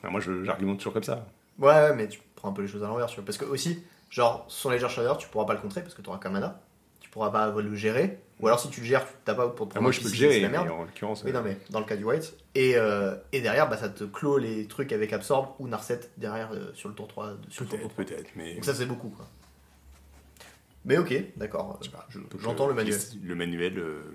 Speaker 2: Enfin, moi, je- j'argumente toujours comme ça.
Speaker 1: Ouais, ouais, mais tu prends un peu les choses à l'envers, tu vois. Parce que aussi, genre, son Ledger Shader, tu pourras pas le contrer parce que tu auras qu'un mana, tu pourras pas le gérer, ou alors si tu le gères, tu t'as pas pour te prendre
Speaker 2: Enfin, Ah, moi,
Speaker 1: un
Speaker 2: je peux
Speaker 1: P6,
Speaker 2: le
Speaker 1: c'est
Speaker 2: gérer,
Speaker 1: la
Speaker 2: mais
Speaker 1: merde.
Speaker 2: en l'occurrence. euh,
Speaker 1: Oui, non, mais dans le cas du White. Et, euh, et derrière, bah, ça te clôt les trucs avec Absorb ou Narset derrière euh, sur le tour 3. de- sur le tour
Speaker 2: Peut-être,
Speaker 1: trois.
Speaker 2: peut-être, mais.
Speaker 1: Donc ça, c'est beaucoup, quoi. Mais ok, d'accord.
Speaker 2: je sais pas,
Speaker 1: je-
Speaker 2: donc,
Speaker 1: J'entends
Speaker 2: euh,
Speaker 1: le manuel.
Speaker 2: Le manuel. euh,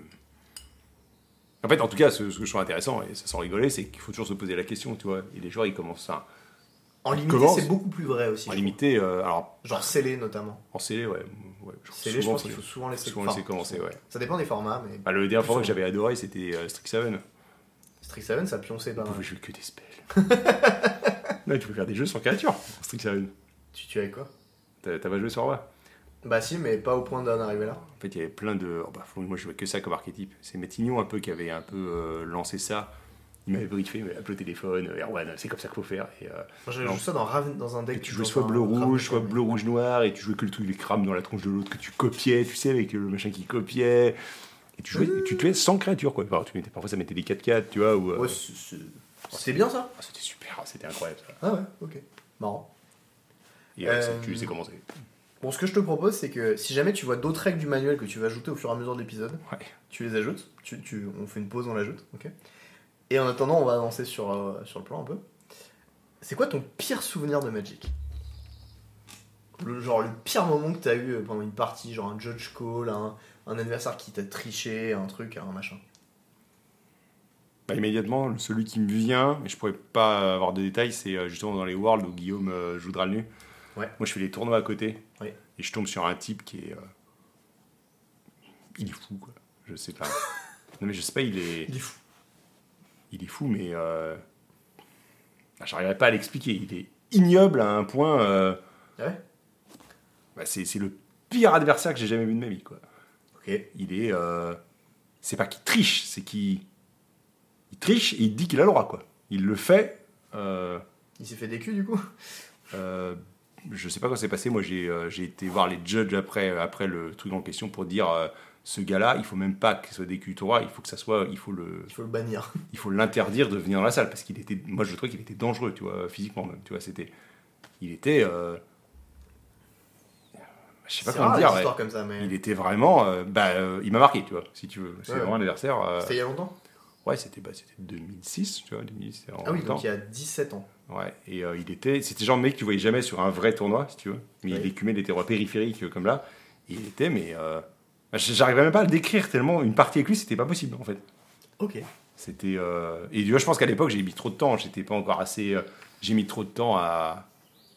Speaker 2: En fait, en tout cas, ce, ce que je trouve intéressant, et ça sans rigoler, c'est qu'il faut toujours se poser la question, tu vois. Et les joueurs, ils commencent à.
Speaker 1: En limité,
Speaker 2: Comment
Speaker 1: c'est beaucoup plus vrai aussi.
Speaker 2: En
Speaker 1: je
Speaker 2: limité, euh, alors
Speaker 1: trouve. Genre scellé notamment.
Speaker 2: en scellé, ouais. ouais je-
Speaker 1: Scellé, je
Speaker 2: souvent,
Speaker 1: pense
Speaker 2: c'est-
Speaker 1: qu'il faut souvent laisser
Speaker 2: souvent
Speaker 1: enfin,
Speaker 2: laisser commencer, ouais.
Speaker 1: Ça dépend des formats, mais
Speaker 2: Bah, le dernier format que j'avais adoré, c'était euh,
Speaker 1: Ah
Speaker 2: Strixhaven.
Speaker 1: Strixhaven, ça pionçait pas
Speaker 2: On
Speaker 1: mal.
Speaker 2: pouvait jouer que des spells. non, tu peux faire des jeux sans créature, Strixhaven.
Speaker 1: Tu tuais quoi
Speaker 2: T'as t'as pas joué sur moi
Speaker 1: Bah si, mais pas au point d'en arriver là.
Speaker 2: En fait, il y avait plein de. oh, bah, moi, je jouais que ça comme archétype. C'est Matignon un peu qui avait un peu euh, lancé ça. Il m'avait briefé, il m'avait appelé au téléphone. euh, Erwan, c'est comme ça qu'il faut faire. Et, euh,
Speaker 1: Moi j'avais
Speaker 2: Non.
Speaker 1: joué ça dans, Raven- dans un deck.
Speaker 2: Et tu jouais
Speaker 1: dans
Speaker 2: soit
Speaker 1: un
Speaker 2: bleu
Speaker 1: Raven-
Speaker 2: rouge, soit bleu rouge noir, et tu jouais que le truc les crames dans la tronche de l'autre que tu copiais, tu sais, avec le machin qui copiait. Et tu jouais, tu tuais sans créature quoi. Enfin, tu mettais- parfois ça mettait des 4-4, tu vois. Ou, euh,
Speaker 1: Ouais, c'est- c'est- c'était bien ça
Speaker 2: ah, c'était super, c'était incroyable ça.
Speaker 1: Ah ouais, ok. Marrant.
Speaker 2: Et euh, ça,
Speaker 1: Euh,
Speaker 2: tu laissais commencer.
Speaker 1: Bon, ce que je te propose, c'est que si jamais tu vois d'autres règles du manuel que tu vas ajouter au fur et à mesure de l'épisode,
Speaker 2: Ouais.
Speaker 1: tu les ajoutes. Tu, tu- on fait une pause, on l'ajoute, ok Et en attendant, on va avancer sur, euh, sur le plan un peu. C'est quoi ton pire souvenir de Magic le, Genre le pire moment que t'as eu euh, pendant une partie, genre un judge call, un, un adversaire qui t'a triché, un truc, un machin.
Speaker 2: Bah, immédiatement, celui qui me vient, et je pourrais pas avoir de détails, c'est euh, justement dans les Worlds où Guillaume euh, joue Dral nu.
Speaker 1: Ouais.
Speaker 2: Moi, je fais les tournois à côté,
Speaker 1: Ouais.
Speaker 2: et je tombe sur un type qui est. euh, Il est fou, quoi. Je sais pas. non, mais je sais pas, il est.
Speaker 1: Il est fou.
Speaker 2: il est fou, mais euh, j'arriverai pas à l'expliquer. Il est ignoble à un point. euh,
Speaker 1: Ah Ouais
Speaker 2: bah, c'est c'est le pire adversaire que j'ai jamais vu de ma vie. Quoi.
Speaker 1: Ok.
Speaker 2: Il est. euh, c'est pas qu'il triche, c'est qu'il. Il triche et il dit qu'il a le droit. Quoi. Il le fait. euh,
Speaker 1: Il s'est fait des culs du coup
Speaker 2: euh, je sais pas quand c'est passé. Moi, j'ai euh, j'ai été voir les judges après, après le truc en question pour dire. euh, ce gars-là, il faut même pas qu'il soit décu il faut que ça soit, il faut le,
Speaker 1: Il faut le bannir.
Speaker 2: il faut l'interdire de venir dans la salle parce qu'il était moi je trouvais qu'il était dangereux tu vois physiquement même tu vois c'était il était euh, je sais pas
Speaker 1: C'est
Speaker 2: comment
Speaker 1: rare,
Speaker 2: dire
Speaker 1: les
Speaker 2: ouais.
Speaker 1: histoires comme ça, mais.
Speaker 2: il était vraiment euh, bah euh, il m'a marqué tu vois si tu veux c'est
Speaker 1: Ouais,
Speaker 2: vraiment un adversaire euh,
Speaker 1: C'était il y a longtemps
Speaker 2: ouais c'était bah, c'était 2006 tu vois 2006 en
Speaker 1: Ah oui,
Speaker 2: même temps.
Speaker 1: donc il y a 17 ans.
Speaker 2: ouais et euh, il était c'était genre le mec que tu voyais jamais sur un vrai tournoi si tu veux mais
Speaker 1: Ouais.
Speaker 2: il écumait des terroirs périphériques euh, comme là Et il était mais euh, bah, j'arriverais même pas à le décrire tellement une partie avec lui c'était pas possible en fait
Speaker 1: Ok.
Speaker 2: c'était euh, et tu vois, je pense qu'à l'époque j'ai mis trop de temps. J'étais pas encore assez. euh, J'ai mis trop de temps à.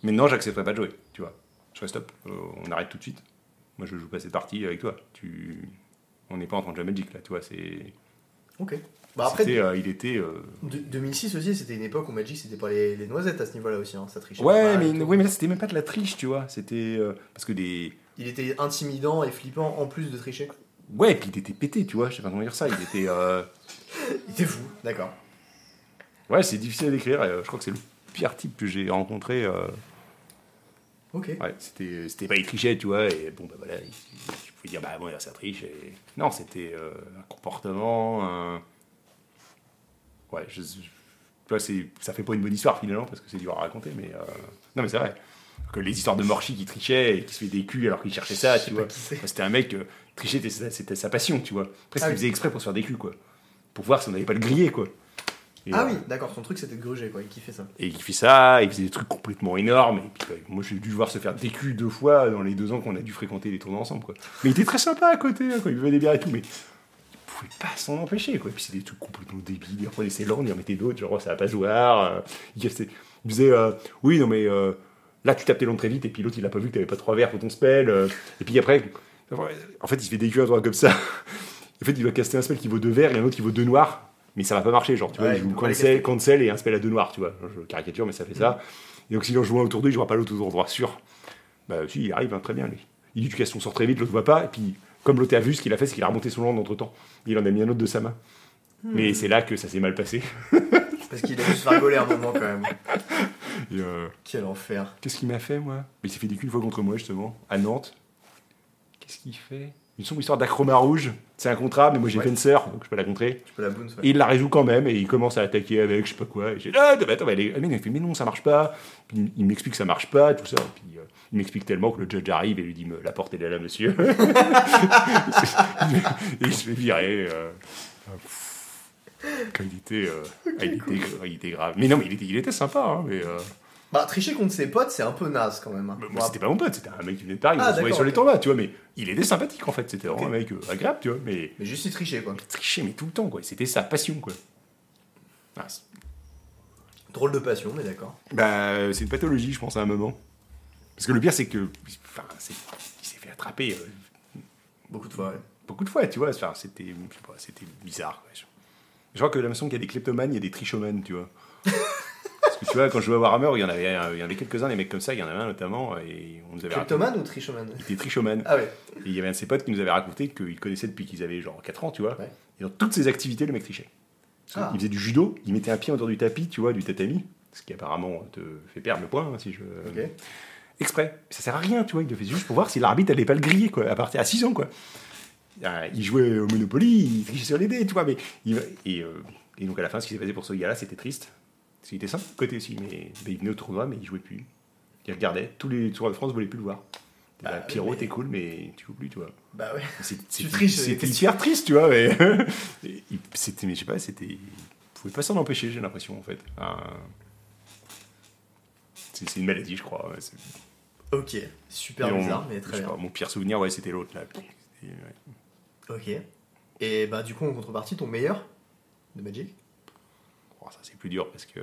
Speaker 2: Maintenant, j'accepterais pas de jouer. Tu vois. Je ferais stop. euh, on arrête tout de suite. Moi, je joue pas cette partie avec toi. Tu. On n'est pas en train de jouer à Magic là. Tu vois, c'est.
Speaker 1: Ok. Bah après,
Speaker 2: C'était, euh, il était. euh,
Speaker 1: de- 2006 aussi, c'était une époque où Magic c'était pas les, les noisettes à ce niveau-là aussi, hein. ça trichait. pas
Speaker 2: Ouais,
Speaker 1: mal
Speaker 2: mais
Speaker 1: et tout.
Speaker 2: oui, mais là c'était même pas de la triche, tu vois. C'était euh, parce que des.
Speaker 1: Il était intimidant et flippant en plus de tricher.
Speaker 2: Ouais, et puis il était pété, tu vois. Je sais pas comment dire ça. Il était. euh,
Speaker 1: Il était fou, d'accord.
Speaker 2: Ouais, c'est difficile à décrire. et, euh, je crois que c'est le pire type que j'ai rencontré. euh,
Speaker 1: Ok.
Speaker 2: Ouais, c'était c'était pas il trichait, tu vois, et bon, bah voilà, il, il pouvait dire, bah bon, ça triche, et... Non, c'était euh, un comportement, un... Ouais, je... je- Tu vois, c'est- ça fait pas une bonne histoire, finalement, parce que c'est dur à raconter, mais... euh, Non, mais c'est vrai. Que les histoires de Morchi qui trichait et qui se fait des culs alors qu'il cherchait ça,
Speaker 1: Je sais
Speaker 2: tu
Speaker 1: pas
Speaker 2: vois.
Speaker 1: qui c'est.
Speaker 2: Enfin, C'était un mec, euh, tricher, c'était sa- c'était sa passion, tu vois. Après,
Speaker 1: Ah
Speaker 2: il
Speaker 1: oui.
Speaker 2: faisait exprès pour se faire des culs, quoi. Pour voir si on n'allait pas le griller, quoi. Et,
Speaker 1: Ah
Speaker 2: euh,
Speaker 1: oui, d'accord, son truc c'était de gruger quoi, il kiffait ça.
Speaker 2: et il fait ça, il faisait des trucs complètement énormes. Et puis, bah, moi, j'ai dû le voir se faire des culs deux fois dans les deux ans qu'on a dû fréquenter les tournois ensemble. Quoi. Mais il était très sympa à côté, hein, quoi. il buvait des bières et tout, mais il pouvait pas s'en empêcher. Quoi. Et puis, c'est des trucs complètement débiles. Il reprenait ses langues, il en mettait d'autres, genre, oh, ça va pas se voir. euh, il, cassait- il disait, euh, oui, non, mais euh, là, tu tapes tes langues très vite, et puis l'autre, il a pas vu que t'avais pas trois verres pour ton spell. euh. et puis après, en fait, il se fait des culs à droite comme ça. en fait, il va caster un spell qui vaut deux verts et un autre qui vaut deux noirs. Mais ça va pas marcher, genre, tu vois,
Speaker 1: Ouais,
Speaker 2: il
Speaker 1: il
Speaker 2: joue
Speaker 1: peut pas les
Speaker 2: cancel, cancel et un spell à deux noirs, tu vois. Je caricature, mais ça fait ça. Et donc, s'il en joue un autour d'eux, il jouera pas l'autre autour droit, sûr. Bah, si, il arrive hein, très bien, lui. Il dit, tu casses ton sort très vite, l'autre voit pas. Et puis, comme l'autre a vu, ce qu'il a fait, c'est qu'il a remonté son land entre temps. Il en a mis un autre de sa main.
Speaker 1: Hmm.
Speaker 2: Mais c'est là que ça s'est mal passé.
Speaker 1: Parce qu'il a dû se faire gauler un moment quand même.
Speaker 2: Et, euh,
Speaker 1: Quel enfer.
Speaker 2: Qu'est-ce qu'il m'a fait, moi Il s'est fait des culs une fois contre moi, justement, à Nantes. Qu'est-ce qu'il fait Une sombre histoire d'acroma rouge. C'est un contrat, mais moi j'ai
Speaker 1: Ouais.
Speaker 2: fait une sœur, donc je peux la contrer.
Speaker 1: Tu peux la boons,
Speaker 2: Et il la résout quand même, et il commence à attaquer avec je sais pas quoi. Et j'ai ah, bah, attends, bah, les- le mec, il fait, mais non, ça marche pas. Puis il- il m'explique que ça marche pas, tout ça. Et puis euh, il m'explique tellement que le judge arrive et lui dit, me la porte, elle est là, monsieur. et il se fait virer. euh, quand il était, euh, ah, il, était il était grave. Mais non, mais il était, il était sympa. hein, mais, euh,
Speaker 1: Bah, tricher contre ses potes c'est un peu naze quand même. hein.
Speaker 2: mais
Speaker 1: Bon,
Speaker 2: moi, c'était pas mon pote, c'était un mec qui venait de Paris,
Speaker 1: Ah,
Speaker 2: on se voyait
Speaker 1: d'accord,
Speaker 2: sur les
Speaker 1: ok.
Speaker 2: tournois, tu vois. Mais il était sympathique en fait, c'était
Speaker 1: Ok.
Speaker 2: vraiment un mec euh, agréable, tu vois. Mais
Speaker 1: Mais juste il trichait quoi.
Speaker 2: il trichait, mais tout le temps, quoi. C'était sa passion, quoi. Ah, c'est-
Speaker 1: Drôle de passion, mais d'accord.
Speaker 2: Bah, c'est une pathologie, je pense, à un moment. Parce que le pire, c'est que. Enfin, c'est- il s'est fait attraper euh,
Speaker 1: Beaucoup de fois, ouais.
Speaker 2: beaucoup de fois, tu vois. Enfin, c'était. je sais pas, c'était bizarre. quoi. Je, je crois que j'ai l'impression qu'il y a des kleptomanes, il y a des trichomanes, tu vois. Parce que tu vois, quand je jouais à Warhammer, il y en avait, un- il y en avait quelques-uns, des mecs comme ça, il y en avait un notamment, et on nous avait raconté-
Speaker 1: Kleptomane ou trichoman
Speaker 2: Des trichomanes.
Speaker 1: Ah ouais.
Speaker 2: Et il y avait un de ses potes qui nous avait raconté qu'il connaissait depuis qu'ils avaient genre 4 ans, tu vois.
Speaker 1: Ouais.
Speaker 2: Et dans toutes ses activités, le mec trichait.
Speaker 1: Ah.
Speaker 2: Il faisait du judo, il mettait un pied autour du tapis, tu vois, du tatami, ce qui apparemment te fait perdre le point, hein, si je.
Speaker 1: Ok.
Speaker 2: Exprès. Ça sert à rien, tu vois, il le faisait juste pour voir si l'arbitre allait pas le griller, quoi, à partir à 6 ans, quoi. Euh, Il jouait au Monopoly, il trichait sur les dés, tu vois, mais. il- Et, euh, et donc à la fin, ce qui s'est passé pour ce gars-là, c'était triste. Parce qu'il était simple côté aussi, mais, mais il venait au tournoi, mais il jouait plus. Il regardait, tous les tours de France voulaient plus le voir.
Speaker 1: Bah,
Speaker 2: Bah, Pierrot,
Speaker 1: mais-
Speaker 2: t'es cool, mais tu joues plus, tu vois.
Speaker 1: Bah ouais.
Speaker 2: C'est- c'est-
Speaker 1: Tu triches,
Speaker 2: C'était
Speaker 1: t'es-
Speaker 2: hyper triste, tu vois. Mais et il- c'était, mais je sais pas, c'était. Il pouvait pas s'en empêcher, j'ai l'impression, en fait. Un- C'est c'est une maladie, je crois. ouais, c'est-
Speaker 1: Ok. Super
Speaker 2: et on-
Speaker 1: bizarre, mais
Speaker 2: je
Speaker 1: très
Speaker 2: sais
Speaker 1: bien.
Speaker 2: pas, mon pire souvenir, ouais, c'était l'autre, là. Puis, c'était- ouais.
Speaker 1: Ok. Et bah du coup, en contrepartie, ton meilleur de Magic
Speaker 2: Oh, ça, c'est plus dur parce que.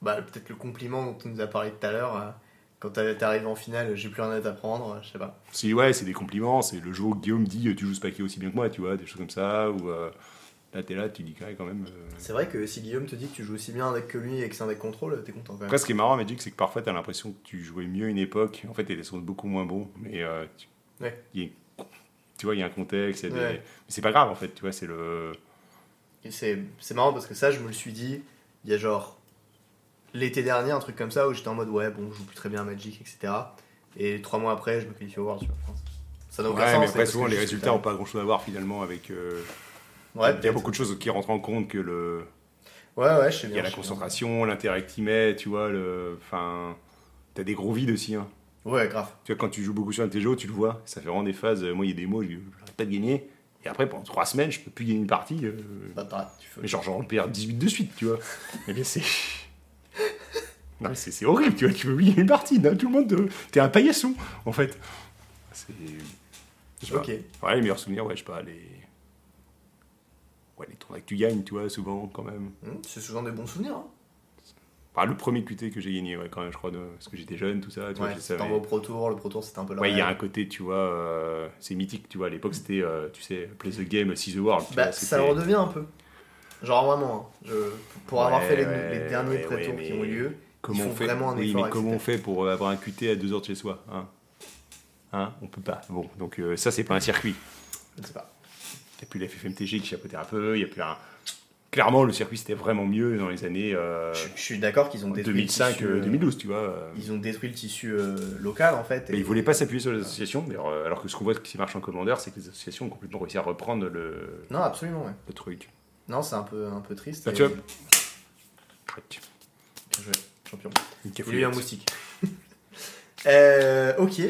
Speaker 1: Bah peut-être le compliment dont tu nous as parlé tout à l'heure, euh, quand t'as- t'arrives en finale, j'ai plus rien à t'apprendre, euh, je sais pas.
Speaker 2: Si, ouais, c'est des compliments. C'est le jour où Guillaume dit Tu joues ce paquet aussi bien que moi, tu vois, des choses comme ça. Ou euh, là, t'es là, tu dis ouais, quand même. euh,
Speaker 1: C'est vrai que si Guillaume te dit que tu joues aussi bien avec que lui et que c'est un deck contrôle, t'es content quand même.
Speaker 2: Après, ce qui est marrant à Magic, c'est que parfois, tu as l'impression que tu jouais mieux une époque. En fait, tu étais sans doute beaucoup moins bon. Mais euh, tu,
Speaker 1: Ouais.
Speaker 2: il y a- tu vois, il y a un contexte. il y a des-
Speaker 1: Ouais.
Speaker 2: Mais c'est pas grave, en fait. Tu vois, c'est le.
Speaker 1: Et C'est c'est marrant parce que ça, je me le suis dit, il y a genre l'été dernier, un truc comme ça, où j'étais en mode ouais, bon, je joue plus très bien à Magic, etc. Et trois mois après, je me qualifie au World, tu vois. Enfin, ça n'a aucun sens.
Speaker 2: Ouais, mais
Speaker 1: c'est
Speaker 2: après,
Speaker 1: parce
Speaker 2: souvent,
Speaker 1: que
Speaker 2: les
Speaker 1: je suis
Speaker 2: résultats
Speaker 1: pas-
Speaker 2: n'ont pas grand chose à voir finalement avec. euh,
Speaker 1: Ouais,
Speaker 2: il y a
Speaker 1: peut-être.
Speaker 2: beaucoup de choses qui rentrent en compte que le.
Speaker 1: Ouais, ouais, je sais
Speaker 2: Il
Speaker 1: bien.
Speaker 2: y a la
Speaker 1: je sais bien.
Speaker 2: concentration, l'intérêt que tu mets, tu vois. Le... Enfin, tu as des gros vides aussi. hein.
Speaker 1: Ouais, grave.
Speaker 2: Tu vois, quand tu joues beaucoup sur un de tes jeux, tu le vois. Ça fait vraiment des phases. euh, Moi, il y a des mots, je j'arrête pas de gagner. Et après, pendant trois semaines, je peux plus gagner une partie. euh,
Speaker 1: Bah, t'arrêtes, tu fais.
Speaker 2: Mais genre, j'en perds 18 de suite, tu vois. Eh bien, c'est. Non, mais c'est c'est horrible, tu vois. Tu veux oublier une partie, non, tout le monde. te- T'es un paillasson, en fait. C'est. je sais pas.
Speaker 1: Ok.
Speaker 2: Ouais, les meilleurs souvenirs, ouais, je sais pas, les. Ouais, les tournois que tu gagnes, tu vois, souvent, quand même.
Speaker 1: Hum, C'est souvent des bons souvenirs. Hein.
Speaker 2: Enfin, le premier QT que j'ai gagné, ouais, quand même, je crois, de... parce que j'étais jeune, tout ça, tu vois,
Speaker 1: Ouais,
Speaker 2: je
Speaker 1: c'était
Speaker 2: savais.
Speaker 1: en au Pro Tour, le Pro Tour c'était un peu la
Speaker 2: Ouais, il y a
Speaker 1: merde.
Speaker 2: un côté, tu vois, euh, c'est mythique, tu vois. À l'époque, c'était, euh, tu sais, Play the Game, See the World. tu
Speaker 1: Bah,
Speaker 2: vois,
Speaker 1: ça
Speaker 2: c'était-
Speaker 1: le redevient un peu. Genre vraiment, hein, je- pour avoir
Speaker 2: Ouais,
Speaker 1: fait les,
Speaker 2: ouais,
Speaker 1: les derniers
Speaker 2: ouais,
Speaker 1: pré tours
Speaker 2: ouais,
Speaker 1: qui ont eu
Speaker 2: mais-
Speaker 1: lieu,
Speaker 2: Comment
Speaker 1: Ils
Speaker 2: on
Speaker 1: font
Speaker 2: fait
Speaker 1: vraiment un
Speaker 2: Oui,
Speaker 1: effort,
Speaker 2: mais comment on
Speaker 1: etc.
Speaker 2: fait pour avoir un QT à 2 heures de chez soi hein, Hein On peut pas. Bon, donc euh, ça, c'est pas un circuit.
Speaker 1: je ne sais pas.
Speaker 2: Il n'y a plus la FFMTG qui chapeautait un peu, il y a plus un... Clairement, le circuit, c'était vraiment mieux dans les années euh,
Speaker 1: je, je suis d'accord qu'ils ont détruit le
Speaker 2: 2005,
Speaker 1: tissu,
Speaker 2: euh,
Speaker 1: euh,
Speaker 2: 2012, tu vois. euh.
Speaker 1: Ils ont détruit le tissu euh, local en fait.
Speaker 2: Mais ils voulaient pas s'appuyer sur les associations, d'ailleurs, euh, alors que ce qu'on voit qui marche en commandeur, c'est que les associations ont complètement réussi à reprendre le,
Speaker 1: Non, absolument, ouais.
Speaker 2: le truc.
Speaker 1: Non, c'est un peu, un peu triste.
Speaker 2: Ah,
Speaker 1: et-
Speaker 2: tu vois. Tac.
Speaker 1: Bien joué, champion. Il y
Speaker 2: Une
Speaker 1: a eu un
Speaker 2: cafoulette.
Speaker 1: moustique. Euh, ok.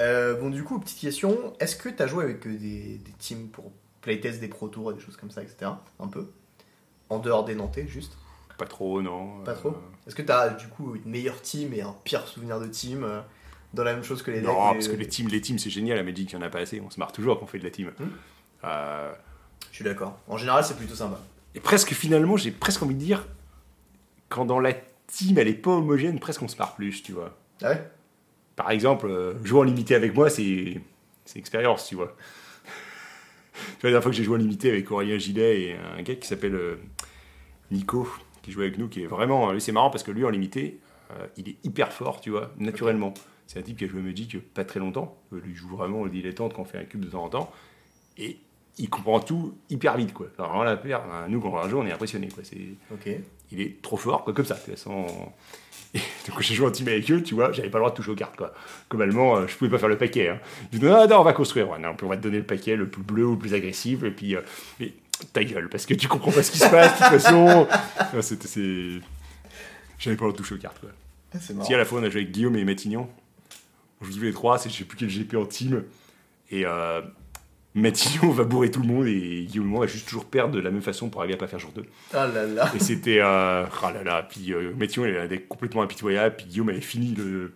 Speaker 1: Euh, bon, du coup, petite question. Est-ce que tu as joué avec euh, des, des teams pour playtest des Pro Tours et des choses comme ça, etc. Un peu En dehors des Nantais, juste
Speaker 2: Pas trop, non.
Speaker 1: Pas
Speaker 2: euh,
Speaker 1: trop Est-ce que tu as du coup une meilleure team et un pire souvenir de team euh, dans la même chose que les
Speaker 2: Euh, Non,
Speaker 1: decks et- euh,
Speaker 2: parce que les teams, les teams c'est génial, à Magic, il n'y en a pas assez, on se marre toujours quand on fait de la team.
Speaker 1: Hmm.
Speaker 2: Euh,
Speaker 1: Je suis d'accord. En général, c'est plutôt sympa.
Speaker 2: et presque finalement, j'ai presque envie de dire, quand dans la team elle est pas homogène, presque on se marre plus, tu vois.
Speaker 1: Ah ouais
Speaker 2: Par exemple, euh, jouer en limité avec moi, c'est c'est expérience, tu vois. tu vois, la dernière fois que j'ai joué en limité avec Aurélien Gillet et un gars qui s'appelle euh, Nico, qui jouait avec nous, qui est vraiment. lui, c'est marrant parce que lui, en limité, euh, il est hyper fort, tu vois, naturellement. C'est un type qui a joué à Magic euh, pas très longtemps. Euh, lui, il joue vraiment au dilettante quand on fait un cube de temps en temps. Et il comprend tout hyper vite, quoi. Enfin, vraiment, la paire, hein, nous, quand on la joue, on est impressionnés, quoi. C'est
Speaker 1: Ok.
Speaker 2: il est trop fort, quoi, comme ça. De toute façon, Et donc j'ai joué en team avec eux, tu vois, j'avais pas le droit de toucher aux cartes, quoi. Comme allemand, euh, je pouvais pas faire le paquet. Hein. Ils disaient, ah non, on va construire, ouais, non, puis on va te donner le paquet le plus bleu ou le plus agressif, et puis, euh, mais ta gueule, parce que tu comprends pas ce qui se passe, de toute façon. Ouais, C'était, c'est... J'avais pas le droit de toucher aux cartes, quoi.
Speaker 1: Ah, C'est marrant.
Speaker 2: Si à la fois on a joué avec Guillaume et Matignon, on joue tous les trois, c'est je sais plus quel GP en team, et euh, Matignon va bourrer tout le monde, et Guillaume et moi, on va juste toujours perdre de la même façon pour arriver à pas faire jour 2.
Speaker 1: Ah là là.
Speaker 2: Et c'était. Euh, ah là là. Puis euh, Mathieu, il était complètement impitoyable. Puis Guillaume avait fini le.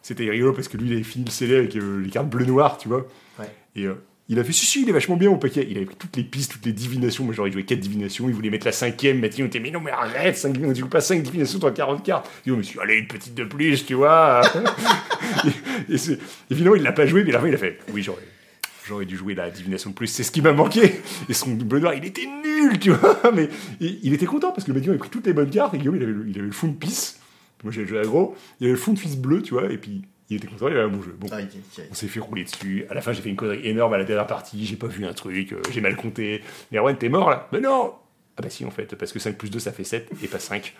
Speaker 2: C'était rigolo parce que lui, il avait fini le scellé avec euh, les cartes bleu-noir, tu vois.
Speaker 1: Ouais.
Speaker 2: Et euh, Il a fait si, si, il est vachement bien mon paquet. Il avait pris toutes les pistes, toutes les divinations. Moi, j'aurais joué 4 divinations. Il voulait mettre la cinquième. Mathilde, on était, mais non, mais arrête, 5, on joue pas 5 divinations, dans 40 cartes. Il dit, oh, mais si, allez, une petite de plus, tu vois. et, et c'est- et finalement, il l'a pas joué, mais à la fin, il a fait, oui, j'aurais. J'aurais dû jouer la divination de plus, c'est ce qui m'a manqué. Et son double noir, il était nul, tu vois. Mais il, il était content parce que Médion avait pris toutes les bonnes cartes et Guillaume, il avait, le- il avait le fond de pisse. Moi, j'avais joué aggro. Il avait le fond de fils bleu, tu vois. Et puis, il était content, il avait un bon jeu. Bon,
Speaker 1: Ah, il- il-
Speaker 2: on s'est fait rouler dessus. À la fin, j'ai fait une connerie énorme à la dernière partie. J'ai pas vu un truc. euh, j'ai mal compté. Mais Erwan, t'es mort là Mais non Ah bah si, en fait, parce que 5 plus 2, ça fait 7 et pas 5.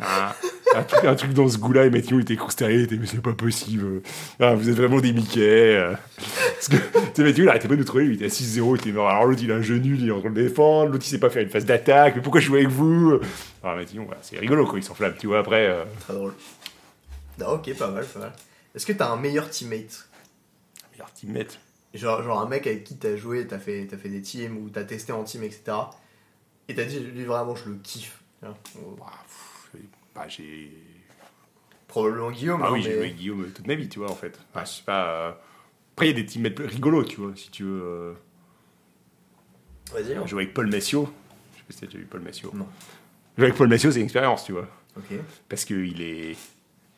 Speaker 2: Ah, un, truc, un truc dans ce goût-là. Et Mathieu était consterné. Il était, mais c'est pas possible. Ah, vous êtes vraiment des Mickey. euh. Parce que, tu sais, Mathieu, il arrêtait pas de nous troller. Il était à 6-0. Il était mort. Alors l'autre, il a un jeu nul. Il est en train de le défendre. L'autre, il sait pas faire une phase d'attaque. Mais pourquoi je joue avec vous Ah, Mathieu, voilà, c'est rigolo quand il s'enflamme. Tu vois, après. euh,
Speaker 1: Très drôle. Ah, ok, pas mal, pas mal. Est-ce que t'as un meilleur teammate
Speaker 2: il a un petit mètre.
Speaker 1: genre, genre un mec avec qui t'as joué, t'as fait, t'as fait des teams ou t'as testé en team, etc. Et t'as dit, lui vraiment, je le kiffe. Tu vois, bon,
Speaker 2: Bah, pff, bah, j'ai.
Speaker 1: Probablement Guillaume.
Speaker 2: Ah
Speaker 1: hein,
Speaker 2: oui, j'ai
Speaker 1: mais-
Speaker 2: joué avec Guillaume toute ma vie, tu vois, en fait. Enfin, je sais pas. euh, Après, il y a des teammates plus rigolos, tu vois, si tu veux. euh,
Speaker 1: Vas-y. hein.
Speaker 2: Jouer avec Paul Massio. Je sais pas si t'as déjà vu Paul Massio.
Speaker 1: Non.
Speaker 2: Jouer avec Paul Massio, c'est une expérience, tu vois.
Speaker 1: Ok.
Speaker 2: Parce que il est.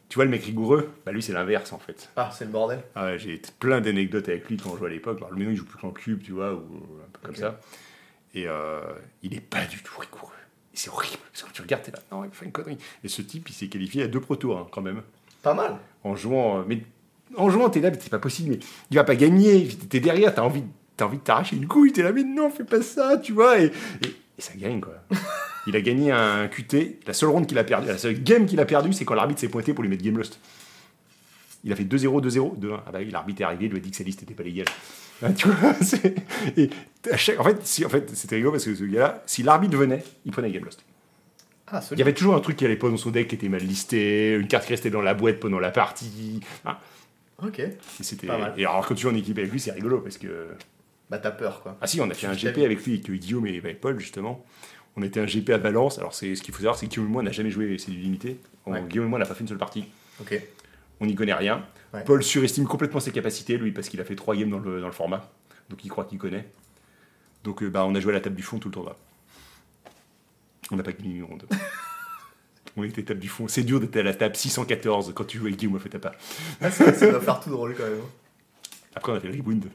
Speaker 2: Tu vois, le mec rigoureux, bah lui, c'est l'inverse, en fait.
Speaker 1: Ah, c'est le bordel.
Speaker 2: Ah ouais, j'ai t- plein d'anecdotes avec lui quand on jouait à l'époque. Alors, maintenant, il joue plus qu'en cube, tu vois, ou un peu comme
Speaker 1: Ok.
Speaker 2: ça. Et euh, il est pas du tout rigoureux. Et c'est horrible. Parce que quand tu regardes, t'es là, non, il fait une connerie. Et ce type, il s'est qualifié à deux pro tours, hein, quand même.
Speaker 1: Pas mal.
Speaker 2: en jouant. euh, Mais en jouant, t'es là, mais c'est pas possible. Mais il va pas gagner. T'es derrière, t'as envie, t'as envie de t'arracher une couille. T'es là, mais non, fais pas ça, tu vois. Et, et- et ça gagne quoi. Il a gagné un QT. La seule ronde qu'il a perdu, la seule game qu'il a perdu, c'est quand l'arbitre s'est pointé pour lui mettre game lost. Il a fait 2-0, 2-0, 2-1. Ah bah oui, l'arbitre est arrivé, il lui a dit que sa liste n'était pas légale. Hein, tu vois, c'est- et à chaque- en fait, si, en fait c'était rigolo parce que ce gars-là, si l'arbitre venait, il prenait game lost.
Speaker 1: Ah,
Speaker 2: Il y
Speaker 1: celui
Speaker 2: avait toujours un truc qui allait pas dans son deck qui était mal listé, une carte qui restait dans la boîte pendant la partie. Ah,
Speaker 1: Ok.
Speaker 2: et c'était.
Speaker 1: Pas mal.
Speaker 2: Et alors quand tu joues en équipe avec lui, c'est rigolo parce que.
Speaker 1: Bah, t'as peur, quoi.
Speaker 2: Ah si, on a fait un
Speaker 1: Je
Speaker 2: GP
Speaker 1: t'avais-
Speaker 2: avec lui, avec Guillaume et avec Paul justement. On était un GP à Valence. Alors c'est ce qu'il faut savoir, c'est que Guillaume et moi on n'a jamais joué, c'est du limité. On-
Speaker 1: Ouais.
Speaker 2: Guillaume et moi on n'a pas fait une seule partie.
Speaker 1: Ok.
Speaker 2: On n'y connaît rien.
Speaker 1: Ouais.
Speaker 2: Paul surestime complètement ses capacités lui parce qu'il a fait trois games dans le, dans le format, donc il croit qu'il connaît. Donc euh, bah on a joué à la table du fond tout le tournoi. On n'a pas gagné une ronde. on était table du fond. C'est dur d'être à la table 614 quand tu joues avec Guillaume, fait pas.
Speaker 1: Ah, ça, ça doit faire tout drôle, quand même. hein.
Speaker 2: Après, on a fait le rebound.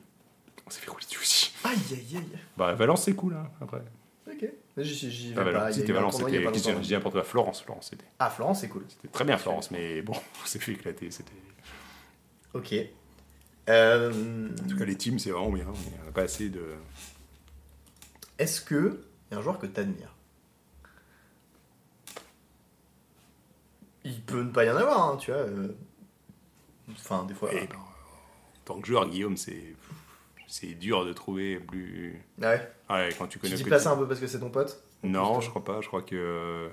Speaker 2: On s'est fait rouler dessus aussi.
Speaker 1: Aïe, aïe, aïe.
Speaker 2: Bah, Valence, c'est cool, hein, après.
Speaker 1: Ok. J'y j'y
Speaker 2: Ah,
Speaker 1: vais pas.
Speaker 2: Valence,
Speaker 1: il y a
Speaker 2: c'était
Speaker 1: eu un
Speaker 2: Valence,
Speaker 1: tournoi il y a
Speaker 2: c'était.
Speaker 1: pas
Speaker 2: Qu'est-ce que
Speaker 1: longtemps.
Speaker 2: je dis n'importe quoi Florence, Florence, c'était.
Speaker 1: Ah, Florence, c'est cool.
Speaker 2: C'était très bien, Florence, mais bon, on s'est fait éclater. C'était...
Speaker 1: Ok. Euh,
Speaker 2: En tout cas, les teams, c'est vraiment bien. mais On n'a pas assez de.
Speaker 1: Est-ce que y a un joueur que t'admires Il peut ne pas y en avoir, hein, tu vois. euh, Enfin, des fois.
Speaker 2: Et, ben, en tant que joueur, Guillaume, c'est. C'est dur de trouver plus.
Speaker 1: Ah ouais.
Speaker 2: Ouais, quand tu
Speaker 1: Tu
Speaker 2: connais
Speaker 1: dis
Speaker 2: que-
Speaker 1: placer un peu parce que c'est ton pote.
Speaker 2: Non, je crois pas. Je crois que.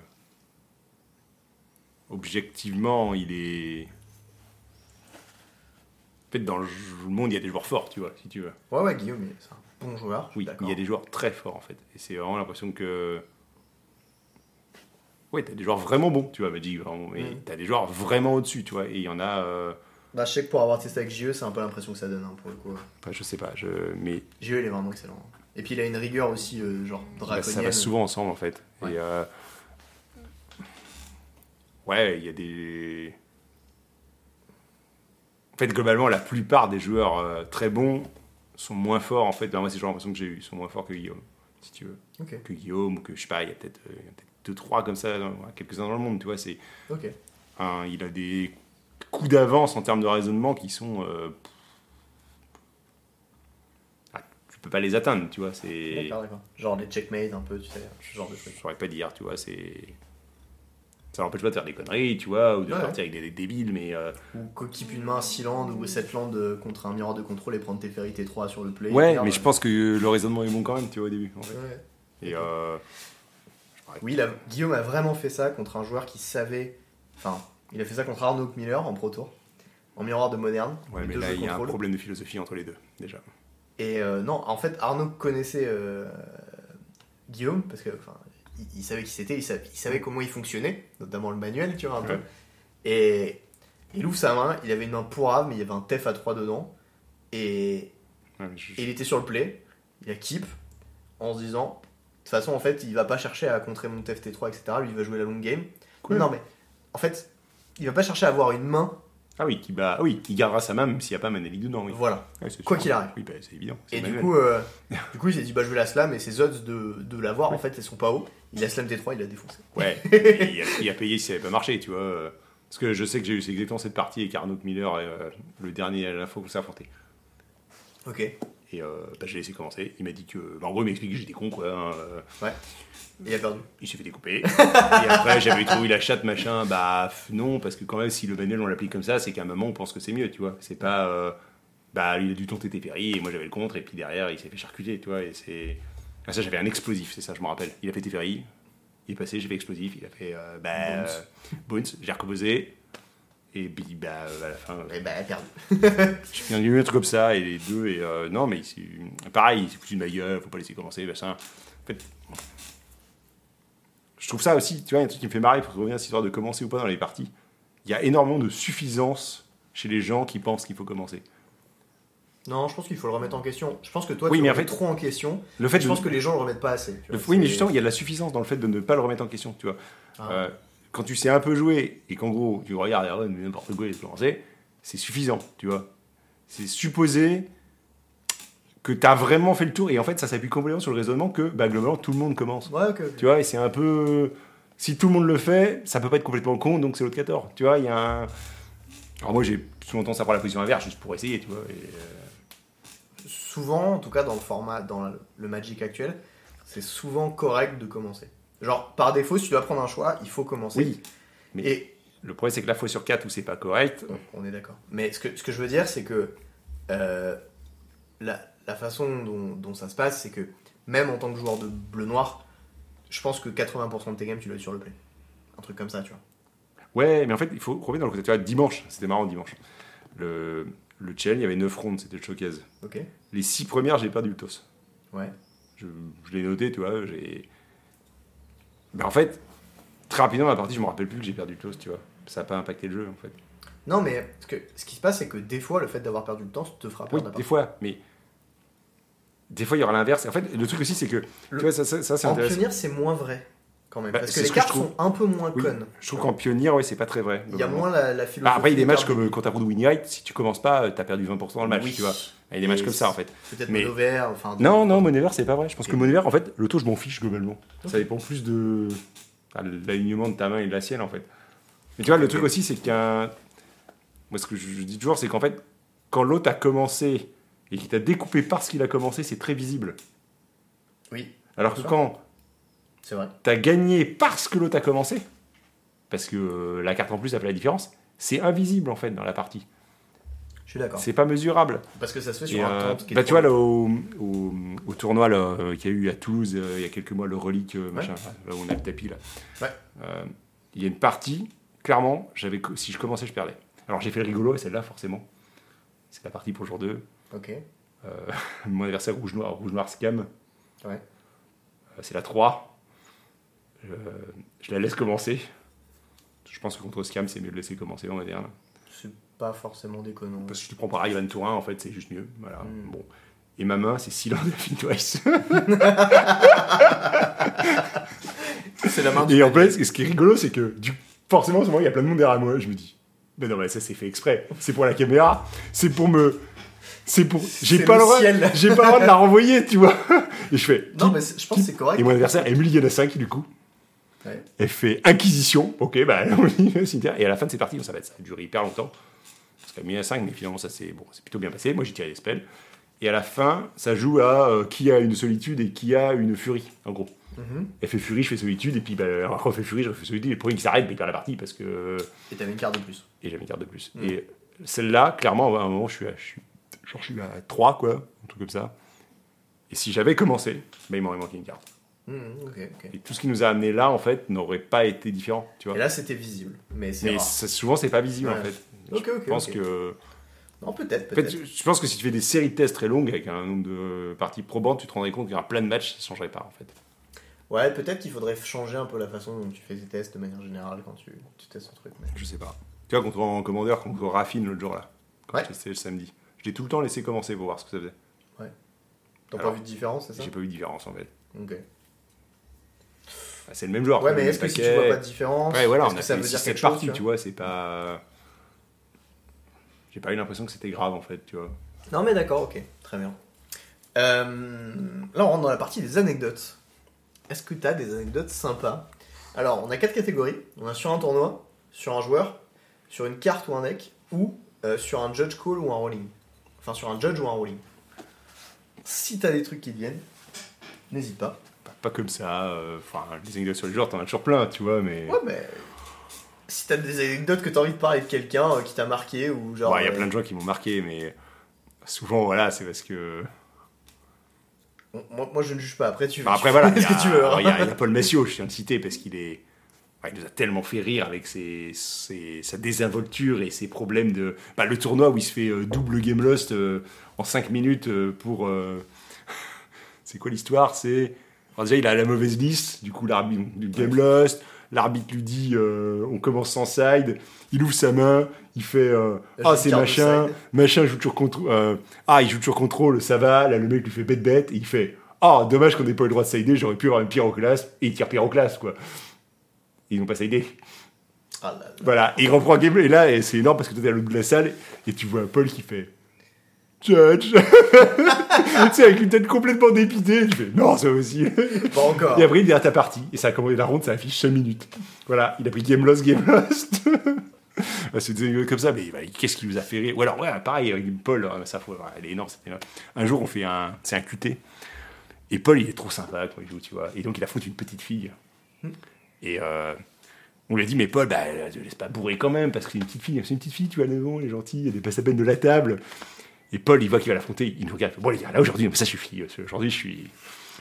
Speaker 2: Objectivement, il est. En fait, dans le monde, il y a des joueurs forts, tu vois, si tu veux.
Speaker 1: Ouais, ouais, Guillaume, il- c'est un bon joueur. je suis
Speaker 2: Oui,
Speaker 1: d'accord.
Speaker 2: il y a des joueurs très forts en fait. Et c'est vraiment l'impression que. Ouais, t'as des joueurs vraiment bons, tu vois, me dit vraiment. Et
Speaker 1: Mm.
Speaker 2: t'as des joueurs vraiment au-dessus, tu vois. Et il y en a. euh,
Speaker 1: Bah, je sais que pour avoir testé avec JE, c'est un peu l'impression que ça donne, hein, pour le coup.
Speaker 2: enfin, je sais pas, je... mais
Speaker 1: JE, il est vraiment excellent. Et puis, il a une rigueur aussi, euh, genre,
Speaker 2: bah,
Speaker 1: draconienne.
Speaker 2: ça va souvent ensemble en fait.
Speaker 1: Ouais.
Speaker 2: Et, euh, Ouais, il y a des. En fait, globalement, la plupart des joueurs euh, très bons sont moins forts en fait. Ben, moi, c'est genre l'impression que j'ai eu, sont moins forts que Guillaume, si tu veux.
Speaker 1: Ok,
Speaker 2: Que Guillaume, ou que je sais pas, il y a peut-être euh, il y a peut-être deux, trois comme ça, dans- quelques-uns dans le monde, tu vois. C'est.
Speaker 1: ok.
Speaker 2: Hein, il a des coups d'avance en termes de raisonnement qui sont. euh, ah, tu peux pas les atteindre, tu vois. C'est.
Speaker 1: D'accord, d'accord. Genre les checkmates un peu, tu sais, ce genre de
Speaker 2: Je
Speaker 1: truc.
Speaker 2: saurais pas dire, tu vois. C'est. Ça l'empêche pas de faire des conneries, tu vois, ou de
Speaker 1: Ouais.
Speaker 2: partir avec des, des débiles, mais. euh,
Speaker 1: Ou coquipe une main 6 landes ou 7 landes euh, contre un miroir de contrôle et prendre tes ferries T3 sur le play.
Speaker 2: Ouais,
Speaker 1: Merde.
Speaker 2: mais je pense que le raisonnement est bon quand même, tu vois, au début. en fait.
Speaker 1: Ouais.
Speaker 2: Et. euh,
Speaker 1: Oui, il a- Guillaume a vraiment fait ça contre un joueur qui savait. Enfin, il a fait ça contre Arnaud Miller en Pro Tour, en miroir de moderne.
Speaker 2: ouais,
Speaker 1: les
Speaker 2: mais
Speaker 1: deux
Speaker 2: là,
Speaker 1: jeux
Speaker 2: il y a un
Speaker 1: contrôle.
Speaker 2: problème de philosophie entre les deux, déjà.
Speaker 1: Et euh, non, en fait, Arnaud connaissait euh, Guillaume parce que enfin, il, il savait qui c'était, il savait, il savait comment il fonctionnait, notamment le manuel, tu vois, un
Speaker 2: Ouais.
Speaker 1: peu. Et il ouvre sa main, il avait une main pourrave, mais il y avait un TEF à 3 dedans. Et
Speaker 2: Ouais, je-
Speaker 1: Et il était sur le play, il y a Kip, en se disant, de toute façon, en fait, il va pas chercher à contrer mon TFT3, etc. Lui, il va jouer la longue game.
Speaker 2: Cool.
Speaker 1: Non, mais en fait, il va pas chercher à avoir une main.
Speaker 2: Ah oui, qui bat, ah oui, qui gardera sa main même s'il n'y a pas Manelik dedans. Oui.
Speaker 1: Voilà.
Speaker 2: Ouais, c'est
Speaker 1: Quoi
Speaker 2: sûr.
Speaker 1: qu'il arrive.
Speaker 2: Oui, bah, c'est évident. c'est
Speaker 1: Et du
Speaker 2: manuel.
Speaker 1: coup, euh, du coup, il s'est dit, bah, je vais la slam, et ses odds de, de l'avoir, en fait, elles sont pas haut. Il a slam T3, il a défoncé.
Speaker 2: Ouais, et il, a, il a payé si ça n'avait pas marché, tu vois. euh, Parce que je sais que j'ai eu c'est exactement cette partie avec Arnaud Miller, euh, le dernier à la fois qu'on s'est affronté.
Speaker 1: Ok.
Speaker 2: Et euh, bah, j'ai laissé commencer. Il m'a dit que. bah, en gros, il m'a expliqué que j'étais con, quoi. hein, euh,
Speaker 1: Et il a perdu.
Speaker 2: il s'est fait découper. et après, j'avais trouvé la chatte, machin. Bah f- non, parce que quand même, si le manuel on l'applique comme ça, c'est qu'à un moment, on pense que c'est mieux, tu vois. C'est pas. euh, bah, il a dû tenter tes péris, et moi j'avais le contre, et puis derrière, il s'est fait charcuter, tu vois. Et c'est. Ah, ça, j'avais un explosif, c'est ça, je me rappelle. Il a fait tes péris, il est passé, j'ai fait explosif, il a fait. euh, bah.
Speaker 1: Bounce.
Speaker 2: euh, bounce, j'ai recomposé. Et puis, bah, euh, à la fin,
Speaker 1: Et bah, elle a perdu.
Speaker 2: je viens de lui un truc comme ça, et les deux, et euh, non, mais il s'est- pareil, il s'est foutu de ma gueule, faut pas laisser commencer, machin. En fait, je trouve ça aussi, tu vois, un truc qui me fait marrer pour revenir à cette histoire de commencer ou pas dans les parties. Il y a énormément de suffisance chez les gens qui pensent qu'il faut commencer.
Speaker 1: Non, je pense qu'il faut le remettre en question. Je pense que toi,
Speaker 2: Oui,
Speaker 1: tu
Speaker 2: mais
Speaker 1: le
Speaker 2: en
Speaker 1: remets
Speaker 2: fait-
Speaker 1: trop en question.
Speaker 2: Le fait
Speaker 1: je
Speaker 2: de-
Speaker 1: pense que les gens le remettent pas assez. tu
Speaker 2: le-
Speaker 1: vois,
Speaker 2: oui, mais
Speaker 1: c'est-
Speaker 2: justement, il y a de la suffisance dans le fait de ne pas le remettre en question, tu vois.
Speaker 1: Ah.
Speaker 2: Euh, quand tu sais un peu jouer et qu'en gros tu regardes et ah ouais, mais n'importe quoi il se lancer, c'est suffisant, tu vois. C'est supposer que tu as vraiment fait le tour et en fait ça s'appuie complètement sur le raisonnement que bah, globalement tout le monde commence.
Speaker 1: Ouais, ok, ok.
Speaker 2: Tu vois, et c'est un peu. Si tout le monde le fait, ça peut pas être complètement con, donc c'est l'autre 14. Tu vois, il y a un. Alors moi j'ai souvent tendance à prendre la position inverse juste pour essayer, tu vois. et, euh,
Speaker 1: Souvent, en tout cas dans le format, dans le Magic actuel, c'est souvent correct de commencer. Genre, par défaut, si tu dois prendre un choix, il faut commencer.
Speaker 2: Oui. mais-
Speaker 1: Et
Speaker 2: Le problème c'est que la fois sur 4 où c'est pas correct,
Speaker 1: Bon, on est d'accord. Mais ce que, ce que je veux dire, c'est que euh, la, la façon dont, dont ça se passe, c'est que même en tant que joueur de bleu-noir, je pense que 80% de tes games, tu dois être sur le play. Un truc comme ça, tu vois.
Speaker 2: Ouais, mais en fait, il faut revenir dans le côté. Tu vois, dimanche, c'était marrant dimanche. Le, le challenge, il y avait 9 rondes, c'était le showcase.
Speaker 1: Ok
Speaker 2: Les 6 premières, j'ai perdu le toss.
Speaker 1: Ouais.
Speaker 2: Je, je l'ai noté, tu vois. j'ai... Mais en fait, très rapidement, dans la partie, je me rappelle plus que j'ai perdu le toss, tu vois. Ça n'a pas impacté le jeu, en fait.
Speaker 1: Non, mais ce, que, ce qui se passe, c'est que des fois, le fait d'avoir perdu le temps te fera
Speaker 2: Oui,
Speaker 1: perdre la
Speaker 2: des
Speaker 1: partie.
Speaker 2: fois, mais. Des fois, il y aura l'inverse. En fait, le truc aussi, c'est que.
Speaker 1: Le-
Speaker 2: Tu vois, ça, ça, ça, c'est
Speaker 1: En
Speaker 2: intéressant.
Speaker 1: pionnière, c'est moins vrai, quand même.
Speaker 2: Bah,
Speaker 1: parce
Speaker 2: c'est
Speaker 1: que les
Speaker 2: ce que je
Speaker 1: cartes
Speaker 2: trouve.
Speaker 1: sont un peu moins
Speaker 2: Oui,
Speaker 1: connes.
Speaker 2: je trouve qu'en pionnier, ouais, c'est pas très vrai.
Speaker 1: Il y a
Speaker 2: globalement.
Speaker 1: moins la, la
Speaker 2: Bah,
Speaker 1: philosophie.
Speaker 2: après, il y a des
Speaker 1: du
Speaker 2: matchs
Speaker 1: derby.
Speaker 2: comme quand t'as de Winnie Wright, si tu commences pas, euh, t'as perdu 20% dans le match,
Speaker 1: Oui.
Speaker 2: tu vois. Il y a des matchs
Speaker 1: Et
Speaker 2: comme ça, en fait.
Speaker 1: Peut-être
Speaker 2: Mais-
Speaker 1: le vert, enfin. de-
Speaker 2: Non, non, Monévert, c'est pas vrai. Je pense
Speaker 1: Ok.
Speaker 2: que Monévert, en fait, le taux, je m'en fiche globalement.
Speaker 1: Ok.
Speaker 2: Ça dépend plus de enfin, de l'alignement de ta main et de la sienne, en fait. Mais tu vois, le
Speaker 1: Ok.
Speaker 2: truc aussi, c'est qu'il y a un- Moi, ce que je je dis toujours, c'est qu'en fait, quand l'autre a commencé et qu'il t'a découpé parce qu'il a commencé, c'est très visible.
Speaker 1: Oui,
Speaker 2: Alors que
Speaker 1: Bien sûr.
Speaker 2: quand
Speaker 1: c'est vrai.
Speaker 2: t'as gagné parce que l'autre a commencé, parce que euh, la carte en plus a fait la différence, c'est invisible, en fait, dans la partie.
Speaker 1: Je suis d'accord.
Speaker 2: C'est pas mesurable.
Speaker 1: Parce que ça se fait
Speaker 2: Et,
Speaker 1: sur un
Speaker 2: euh,
Speaker 1: temps qui est
Speaker 2: bah,
Speaker 1: trop
Speaker 2: tu vois, là, au, au- au tournoi là, euh, qu'il y a eu à Toulouse euh, il y a quelques mois, le relique, euh, machin, là où on a le tapis, là.
Speaker 1: Ouais.
Speaker 2: Euh, Il y a une partie, clairement, j'avais, co- si je commençais, je perdais. Alors j'ai fait le rigolo, et celle-là, forcément. C'est la partie pour jour 2.
Speaker 1: Ok.
Speaker 2: Mon adversaire rouge-noir, rouge-noir scam.
Speaker 1: Ouais.
Speaker 2: Euh, c'est la 3. Euh, je la laisse commencer. Je pense que contre scam, c'est mieux de laisser commencer, on va dire. là.
Speaker 1: C'est pas forcément déconnant.
Speaker 2: Parce que si tu prends par Ivan Tourin, en fait, c'est juste mieux. Voilà.
Speaker 1: Mm.
Speaker 2: Bon. Et ma main, c'est Silent Fin Twice.
Speaker 1: Ah, C'est la main
Speaker 2: Et en fait, ce qui est rigolo, c'est que du... forcément, en ce moment, il y a plein de monde derrière moi. Je me dis, mais non, mais ça, c'est fait exprès. C'est pour la caméra. C'est pour me. C'est pour. J'ai
Speaker 1: C'est
Speaker 2: pas
Speaker 1: le
Speaker 2: le droit.
Speaker 1: ciel.
Speaker 2: J'ai pas le droit de la renvoyer, tu vois. Et je fais.
Speaker 1: Non, mais c'est- je pense que c'est correct.
Speaker 2: Et mon adversaire, Emily il y en a 5 du coup.
Speaker 1: Ouais.
Speaker 2: Elle fait Inquisition. Ok, bah, on y va au cimetière. Et à la fin de ces parties, ça va être- ça a duré hyper longtemps. Parce qu'elle a mis à 5, mais finalement, ça s'est bon, c'est plutôt bien passé. Moi, j'ai tiré des spells. Et à la fin, ça joue à euh, qui a une solitude et qui a une furie, en gros.
Speaker 1: Mhm.
Speaker 2: Elle fait furie, je fais solitude, et puis bah, elle refait furie, je refais solitude, et le premier qui s'arrête, bah, il perd la partie parce que.
Speaker 1: Et t'avais une carte de plus.
Speaker 2: Et j'avais une carte de plus.
Speaker 1: Mm.
Speaker 2: Et celle-là, clairement, à un moment, je suis à, je suis- genre, je suis à 3, quoi, un truc comme ça. Et si j'avais commencé, bah, il m'aurait manqué une carte.
Speaker 1: Mhm, ok, ok.
Speaker 2: Et tout ce qui nous a amené là, en fait, n'aurait pas été différent, tu vois.
Speaker 1: Et là, c'était visible. Mais c'est
Speaker 2: Mais
Speaker 1: rare.
Speaker 2: ça- souvent, c'est pas visible,
Speaker 1: Ouais.
Speaker 2: en fait.
Speaker 1: Ok, ok,
Speaker 2: Je pense
Speaker 1: ok.
Speaker 2: que.
Speaker 1: Non, peut-être,
Speaker 2: En fait,
Speaker 1: peut-être.
Speaker 2: je je pense que si tu fais des séries de tests très longues avec un nombre de parties probantes, tu te rendrais compte qu'il y aura plein de matchs, ça changerait pas, en fait.
Speaker 1: Ouais, peut-être qu'il faudrait changer un peu la façon dont tu fais tes tests de manière générale quand tu, tu testes un truc. mais-
Speaker 2: Je sais pas. Tu vois, contre en commandeur, contre Raffine l'autre jour là. Quand
Speaker 1: Ouais.
Speaker 2: C'était le samedi. Je l'ai tout le temps laissé commencer pour voir ce que ça faisait.
Speaker 1: T'as pas
Speaker 2: Alors,
Speaker 1: vu de différence, c'est ça
Speaker 2: J'ai pas vu de différence en fait.
Speaker 1: Ok.
Speaker 2: Bah, c'est le même joueur.
Speaker 1: Ouais,
Speaker 2: le
Speaker 1: mais
Speaker 2: même
Speaker 1: est-ce que si tu
Speaker 2: paquet.
Speaker 1: vois pas de différence,
Speaker 2: Ouais, voilà,
Speaker 1: est-ce
Speaker 2: on
Speaker 1: que
Speaker 2: a
Speaker 1: ça
Speaker 2: fait
Speaker 1: veut dire
Speaker 2: 6
Speaker 1: quelque
Speaker 2: cette
Speaker 1: chose
Speaker 2: partie,
Speaker 1: tu
Speaker 2: tu
Speaker 1: vois
Speaker 2: vois, c'est pas. J'ai pas eu l'impression que c'était grave en fait, tu vois.
Speaker 1: Non, mais d'accord, ok, très bien. Euh, là, on rentre dans la partie des anecdotes. Est-ce que t'as des anecdotes sympas Alors, on a quatre catégories. On a sur un tournoi, sur un joueur, sur une carte ou un deck, ou euh, sur un judge call ou un rolling. Enfin, sur un judge ou un rolling. Si t'as des trucs qui te viennent, n'hésite pas.
Speaker 2: Pas, pas comme ça, euh, enfin, les anecdotes sur le genre, t'en as toujours plein, tu vois, mais.
Speaker 1: Ouais, mais si t'as des anecdotes que t'as envie de parler de quelqu'un euh, qui t'a marqué ou genre.
Speaker 2: Bon, Bah, il y a
Speaker 1: euh,
Speaker 2: plein de gens qui m'ont marqué, mais souvent, voilà, c'est parce que.
Speaker 1: euh, on- moi, moi, je ne juge pas. Après, tu. tu
Speaker 2: Enfin, Bah, après, voilà,
Speaker 1: fais
Speaker 2: il y,
Speaker 1: ce que tu veux. hein.
Speaker 2: a- il y a il y a Paul Massio, je tiens à le citer, parce qu'il est. enfin, il nous a tellement fait rire avec ses, ses- sa désinvolture et ses problèmes de. Bah, le tournoi où il se fait euh, double game lost euh, en 5 minutes euh, pour. euh, C'est quoi l'histoire C'est. enfin, déjà, il a la mauvaise liste, du coup, l'arbitre du game lost. L'arbitre lui dit euh, on commence sans side. Il ouvre sa main, il fait euh,
Speaker 1: Là,
Speaker 2: ah
Speaker 1: j'ai
Speaker 2: c'est
Speaker 1: une carte de
Speaker 2: machin,
Speaker 1: side.
Speaker 2: machin joue toujours contre euh, ah il joue toujours contrôle, ça va. Là le mec lui fait bête bête, et il fait ah dommage qu'on n'ait pas eu le droit de sider, j'aurais pu avoir une pyroclasse et il tire pyroclasse quoi. Ils n'ont pas sidé.
Speaker 1: Ah là là.
Speaker 2: Voilà, et il reprend un gameplay et là et c'est énorme parce que toi t'es à l'autre bout de la salle et tu vois Paul qui fait Judge, tu sais avec une tête complètement dépitée, tu fais non ça aussi.
Speaker 1: Pas encore.
Speaker 2: Et après, il est à ta partie. Et ça a commencé la ronde, ça affiche 5 minutes. Voilà, il a pris game lost, game lost. Bah, c'est des anecdotes comme ça, mais bah, qu'est-ce qui vous a fait rire Ou alors, ouais, pareil, avec Paul, euh, ça, faut, elle est énorme, cette énorme. Un jour, on fait un, c'est un QT. Et Paul, il est trop sympa quand il joue, tu vois. Et donc, il affronte une petite fille. Et euh, on lui a dit, mais Paul, bah, te laisse pas bourrer quand même, parce que c'est une petite fille, c'est une petite fille, tu vois, elle est bon, elle est gentille, elle dépasse à peine de la table. Et Paul, il voit qu'il va l'affronter, il nous regarde, bon les gars, là aujourd'hui, ça suffit, euh, aujourd'hui je suis...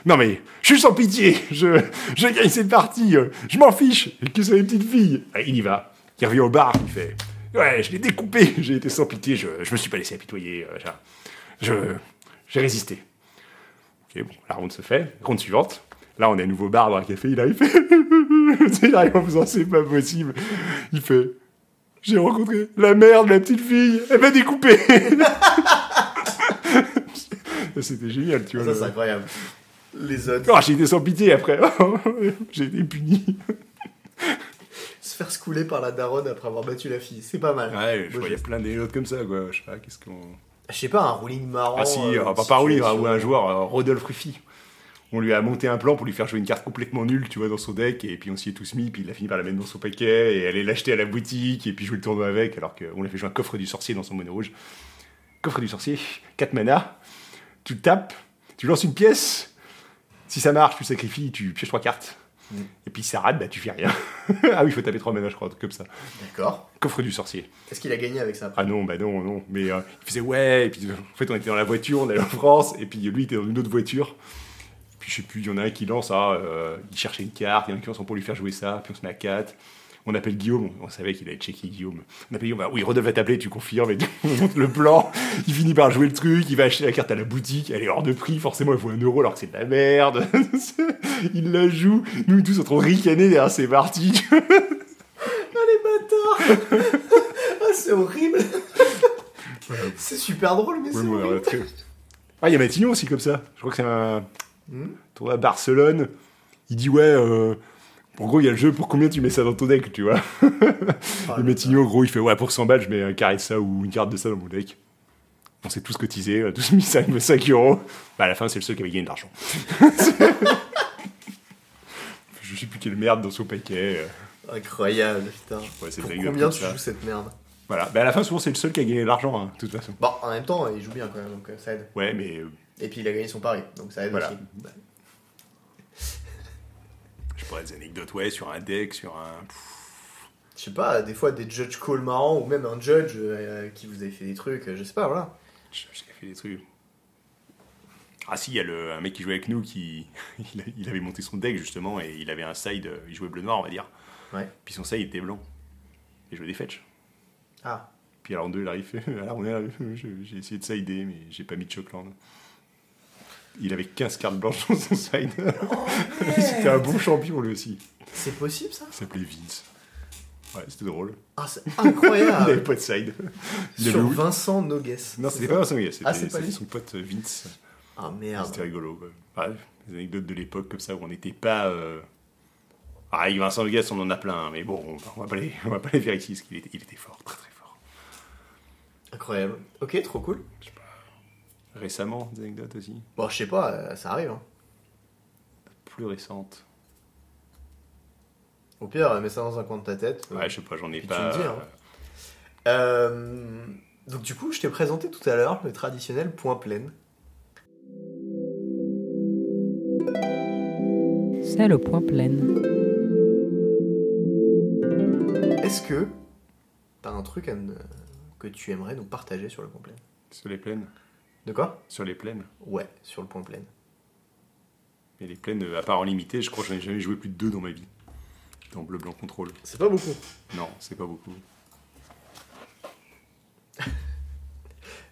Speaker 2: Non mais, je suis sans pitié, je, je gagne cette partie, euh, je m'en fiche, que ce soit une petite fille. Ah, il y va, il revient au bar, il fait, ouais, je l'ai découpé, j'ai été sans pitié, je, je me suis pas laissé apitoyer, euh, machin. je, j'ai résisté. Ok, bon, la ronde se fait, ronde suivante. Là, on a un nouveau bar dans un café, il arrive, il fait- tu sais, il arrive en faisant, c'est pas possible. Il fait, j'ai rencontré la mère de la petite fille, elle m'a découpé. C'était génial, tu vois.
Speaker 1: Ah, Ça,
Speaker 2: le-
Speaker 1: c'est incroyable. Les autres.
Speaker 2: ah, j'ai été sans pitié après. j'ai été puni.
Speaker 1: Se faire scouler par la daronne après avoir battu la fille, c'est pas mal.
Speaker 2: Ouais, je
Speaker 1: Moi,
Speaker 2: voyais plein d'autres comme ça, quoi. Je sais pas, qu'est-ce qu'on.
Speaker 1: je sais pas, un ruling marrant.
Speaker 2: Ah, si,
Speaker 1: euh,
Speaker 2: ah,
Speaker 1: une
Speaker 2: pas par lui, hein,
Speaker 1: situation.
Speaker 2: ou un joueur, euh, Rodolphe Ruffy. On lui a monté un plan pour lui faire jouer une carte complètement nulle, tu vois, dans son deck, et puis on s'y est tous mis, puis il a fini par la mettre dans son paquet, et aller l'acheter à la boutique, et puis jouer le tournoi avec, alors qu'on l'a fait jouer un coffre du sorcier dans son mono rouge. Coffre du sorcier, 4 mana, tu le tapes, tu lances une pièce, si ça marche, tu sacrifies, tu pièges 3 cartes,
Speaker 1: Mm.
Speaker 2: et puis si ça rate, bah tu fais rien. ah oui, il faut taper 3 mana, je crois, un truc comme ça.
Speaker 1: D'accord.
Speaker 2: Coffre du sorcier.
Speaker 1: Est-ce qu'il a gagné avec ça après
Speaker 2: Ah non, bah non, non. Mais euh, il faisait ouais, et puis euh, en fait on était dans la voiture, on allait en France, et puis lui il était dans une autre voiture. Puis je sais plus, il y en a un qui lance, ah, euh, il cherchait une carte, il y en a un qui lance pour lui faire jouer ça, puis on se met à 4. On appelle Guillaume, on savait qu'il allait checker Guillaume. On appelle Guillaume, bah oui, Rodolphe va t'appeler, tu confirmes, et tout, on monte le plan. Il finit par jouer le truc, il va acheter la carte à la boutique, elle est hors de prix, forcément elle vaut un euro alors que c'est de la merde. il la joue, nous tous on trop ricanés derrière, c'est parti.
Speaker 1: Ah, les bâtards Ah, c'est horrible C'est super drôle, mais
Speaker 2: Oui,
Speaker 1: c'est
Speaker 2: oui,
Speaker 1: horrible.
Speaker 2: ouais, très- Ah, il y a Matignon aussi comme ça. Je crois que c'est un
Speaker 1: Hmm.
Speaker 2: tournoi à Barcelone. Il dit ouais, euh, en gros il y a le jeu pour combien tu mets ça dans ton deck, tu vois.
Speaker 1: Ah,
Speaker 2: Et
Speaker 1: là,
Speaker 2: Matignon, en gros, il fait ouais pour 100 balles je mets un carré de ça ou une carte de ça dans mon deck. On s'est tous cotisés, on a tous mis 5, 5 euros. Bah à la fin c'est le seul qui avait gagné de l'argent. Je sais plus quelle merde dans son paquet. euh,
Speaker 1: Incroyable, putain.
Speaker 2: Ouais, c'est
Speaker 1: Pour
Speaker 2: dégueu
Speaker 1: combien
Speaker 2: comme
Speaker 1: tu
Speaker 2: ça.
Speaker 1: joues cette merde
Speaker 2: Voilà. Bah à la fin souvent c'est le seul qui a gagné de l'argent, hein, de toute façon.
Speaker 1: Bon, en même temps, il joue bien quand même, donc euh, ça aide.
Speaker 2: Ouais, mais euh,
Speaker 1: Et puis il a gagné son pari, donc ça aide
Speaker 2: Voilà.
Speaker 1: aussi. Bah,
Speaker 2: je pourrais des anecdotes, ouais, sur un deck, sur un.
Speaker 1: Je sais pas, des fois des judge call marrants ou même un judge euh, qui vous avait fait des trucs, euh, je sais pas, voilà.
Speaker 2: Je je fait des trucs. Ah si, il y a le, un mec qui jouait avec nous qui il, a- il avait monté son deck justement et il avait un side, euh, il jouait bleu noir on va dire.
Speaker 1: Ouais.
Speaker 2: Puis son side était blanc. Il jouait des fetch.
Speaker 1: Ah,
Speaker 2: Puis alors en deux il arrive, fait, alors on est là, je- j'ai essayé de sider mais j'ai pas mis de Chokland. Il avait 15 cartes blanches dans son side. C'était un bon champion lui aussi.
Speaker 1: c'est possible ça
Speaker 2: Il s'appelait Vince. Ouais, c'était drôle.
Speaker 1: Ah, c'est
Speaker 2: Il avait
Speaker 1: incroyable
Speaker 2: pas de side. Il
Speaker 1: Sur
Speaker 2: avait-
Speaker 1: Vincent Nogues.
Speaker 2: Non, c'était pas Vincent Millet, c'était
Speaker 1: Ah, c'est pas
Speaker 2: c'était
Speaker 1: lui
Speaker 2: son pote euh, Vince.
Speaker 1: Ah merde.
Speaker 2: C'était rigolo. Quoi. Ouais, les anecdotes de l'époque comme ça où on n'était pas. euh, Ah, avec Vincent Vegas, on en a plein, hein, mais bon, on va- on va pas les, on va pas les vérifier parce qu'il était, il était fort, très très fort.
Speaker 1: Incroyable. Ok, trop cool.
Speaker 2: Récemment, des anecdotes aussi,
Speaker 1: Bon, je sais pas, euh, ça arrive. Hein.
Speaker 2: plus récentes.
Speaker 1: Au pire, euh, mets ça dans un coin de ta tête. euh.
Speaker 2: Ouais, je sais pas, j'en ai
Speaker 1: Puis tu
Speaker 2: pas.
Speaker 1: me dis, hein. Euh, donc du coup, je t'ai présenté tout à l'heure le traditionnel point plein.
Speaker 3: C'est le point plein.
Speaker 1: Est-ce que t'as un truc à me- que tu aimerais nous partager sur le point plein
Speaker 2: Sur les plaines
Speaker 1: De quoi
Speaker 2: Sur les plaines
Speaker 1: Ouais, sur le point plein.
Speaker 2: Mais les plaines, euh, à part en limité, je crois que j'en ai jamais joué plus de deux dans ma vie. Dans Bleu Blanc Contrôle.
Speaker 1: C'est pas beaucoup.
Speaker 2: Non, c'est pas beaucoup.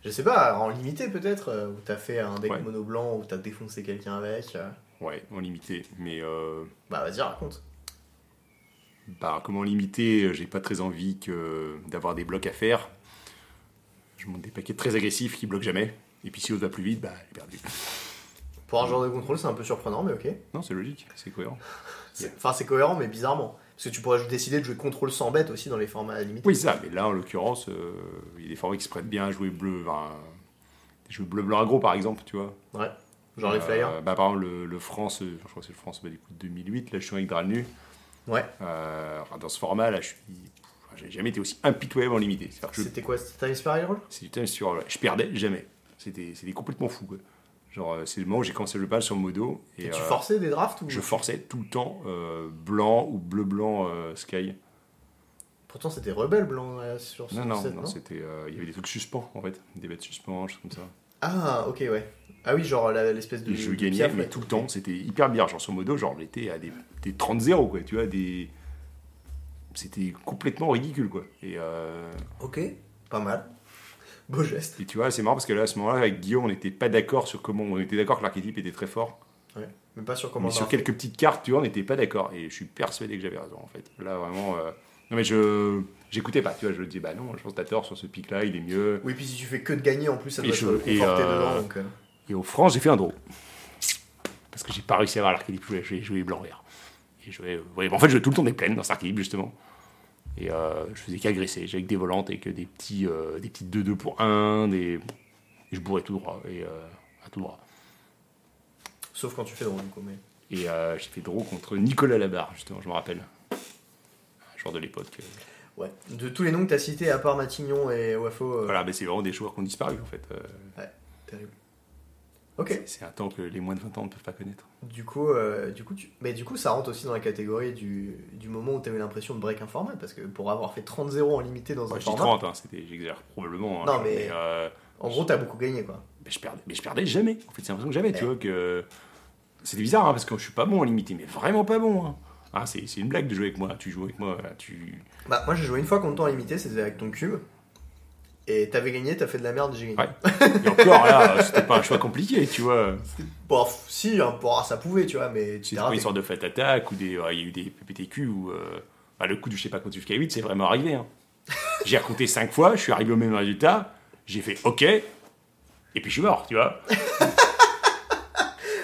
Speaker 1: Je sais pas, en limité peut-être, euh, où t'as fait un deck
Speaker 2: Ouais.
Speaker 1: mono blanc, où t'as défoncé quelqu'un avec. euh.
Speaker 2: Ouais, en limité. Mais euh,
Speaker 1: Bah vas-y, raconte.
Speaker 2: bah, comment limité euh, J'ai pas très envie que d'avoir des blocs à faire. Je monte des paquets très agressifs qui bloquent jamais. Et puis si on va plus vite, bah j'ai perdu.
Speaker 1: Pour un genre de contrôle, c'est un peu surprenant, mais ok.
Speaker 2: Non, c'est logique, c'est cohérent.
Speaker 1: C'est-
Speaker 2: Yeah.
Speaker 1: Enfin, c'est cohérent, mais bizarrement. Parce que tu pourrais décider de jouer contrôle sans bête aussi dans les formats limités.
Speaker 2: Oui, c'est ça, mais là en l'occurrence, euh, il y a des formats qui se prêtent bien à jouer bleu. enfin, des jeux bleu-blanc agro par exemple, tu vois.
Speaker 1: Ouais. Genre les
Speaker 2: Euh,
Speaker 1: flyers.
Speaker 2: bah, Par exemple, le, le France, euh, je crois que c'est le France bah, du coup, de 2008, là je suis avec Dralnu.
Speaker 1: Ouais.
Speaker 2: Euh, dans ce format, là, je suis. J'ai jamais été aussi impitoyable en limité. C'est-à-dire que je-
Speaker 1: C'était quoi C'était Time Spiral Roll
Speaker 2: C'est du time sur. Je perdais jamais. C'était c'était complètement fou. quoi. Genre, euh, c'est le moment où j'ai commencé le bal sur Modo. Et,
Speaker 1: Et tu
Speaker 2: euh,
Speaker 1: forçais des drafts ou...
Speaker 2: Je forçais tout le temps euh, blanc ou bleu-blanc euh, Sky.
Speaker 1: Pourtant, c'était rebelle blanc euh, sur
Speaker 2: Non,
Speaker 1: sur
Speaker 2: non,
Speaker 1: cette,
Speaker 2: non, c'était. euh, Il y avait des trucs suspens en fait. Des bêtes suspens, choses comme ça.
Speaker 1: Ah, ok, ouais. Ah oui, genre la- l'espèce de.
Speaker 2: Et je
Speaker 1: de
Speaker 2: gagnais,
Speaker 1: piaf,
Speaker 2: mais
Speaker 1: là.
Speaker 2: tout le temps, c'était hyper bien. Genre, sur Modo, genre, on était à des, des 30-0, quoi. Tu vois, des. C'était complètement ridicule, quoi. Et. euh,
Speaker 1: Ok, pas mal. Beau geste.
Speaker 2: Et tu vois, c'est marrant parce que là, à ce moment-là, avec Guillaume, on n'était pas d'accord sur comment. On était d'accord que l'archétype était très fort.
Speaker 1: Ouais. Mais pas sur comment.
Speaker 2: mais sur
Speaker 1: drafter.
Speaker 2: quelques petites cartes, tu vois, on n'était pas d'accord. Et je suis persuadé que j'avais raison, en fait. Là, vraiment. euh, Non, mais je. J'écoutais pas, tu vois. Je dis, bah non, je pense que t'as tort sur ce pic-là, il est mieux.
Speaker 1: Oui, puis si tu fais que de gagner en plus, ça
Speaker 2: Et
Speaker 1: doit
Speaker 2: je-
Speaker 1: te conforter
Speaker 2: et, euh,
Speaker 1: dedans. Donc, euh.
Speaker 2: Et au France, j'ai fait un draw. Parce que j'ai pas réussi à avoir l'archétype, je voulais- j'ai joué blanc-vert. Et je jouais, euh, ouais, en fait, je jouais tout le temps des plaines dans cet archétype, justement. Et euh, je faisais qu'agresser. J'avais que des volantes et que des petits euh, des petits 2-2 pour 1, des. et je bourrais tout droit. Et euh, à tout droit.
Speaker 1: Sauf quand tu fais drôle, du coup. Mais...
Speaker 2: Et euh, j'ai fait draw contre Nicolas Labarre, justement, je me rappelle. Un joueur de l'époque. euh,
Speaker 1: Ouais. De tous les noms que t'as cités, à part Matignon et Wafo. euh,
Speaker 2: Voilà, mais c'est vraiment des joueurs qui ont disparu en fait. Euh,
Speaker 1: Terrible. Ok.
Speaker 2: C'est un temps que les moins de 20 ans ne peuvent pas connaître.
Speaker 1: Du coup, euh, du coup, tu... mais du coup, ça rentre aussi dans la catégorie du, du moment où t'as eu l'impression de break un format, parce que pour avoir fait 30-0 en limité dans
Speaker 2: Moi,
Speaker 1: un
Speaker 2: je dis
Speaker 1: format,
Speaker 2: 30, hein, c'était- j'exagère probablement. hein,
Speaker 1: Non, mais-
Speaker 2: euh,
Speaker 1: en gros, t'as beaucoup gagné, quoi.
Speaker 2: mais je perdais, mais je perdais jamais. En fait, c'est l'impression que j'avais, tu
Speaker 1: Ouais.
Speaker 2: vois, que. C'était bizarre, hein, parce que je suis pas bon en limité, mais vraiment pas bon. hein. Ah, c'est c'est une blague de jouer avec moi. Tu joues avec moi, euh, tu.
Speaker 1: Bah, moi, j'ai joué une fois contre toi en limité, c'était avec ton cube, et t'avais gagné, t'as fait de la merde, j'ai gagné.
Speaker 2: Ouais. Et encore là, c'était pas un choix compliqué, tu vois.
Speaker 1: Bon, pff, si, hein, bon, ah, ça pouvait, tu vois, mais tu
Speaker 2: C'est
Speaker 1: t'es
Speaker 2: pas une
Speaker 1: raté.
Speaker 2: sorte de fat attack ou des. ouais, Il y a eu des PPTQ ou. euh, bah, le coup du je sais pas quoi du K8, c'est vraiment arrivé. hein. j'ai raconté 5 fois, je suis arrivé au même résultat, j'ai fait OK, et puis je suis mort, tu vois.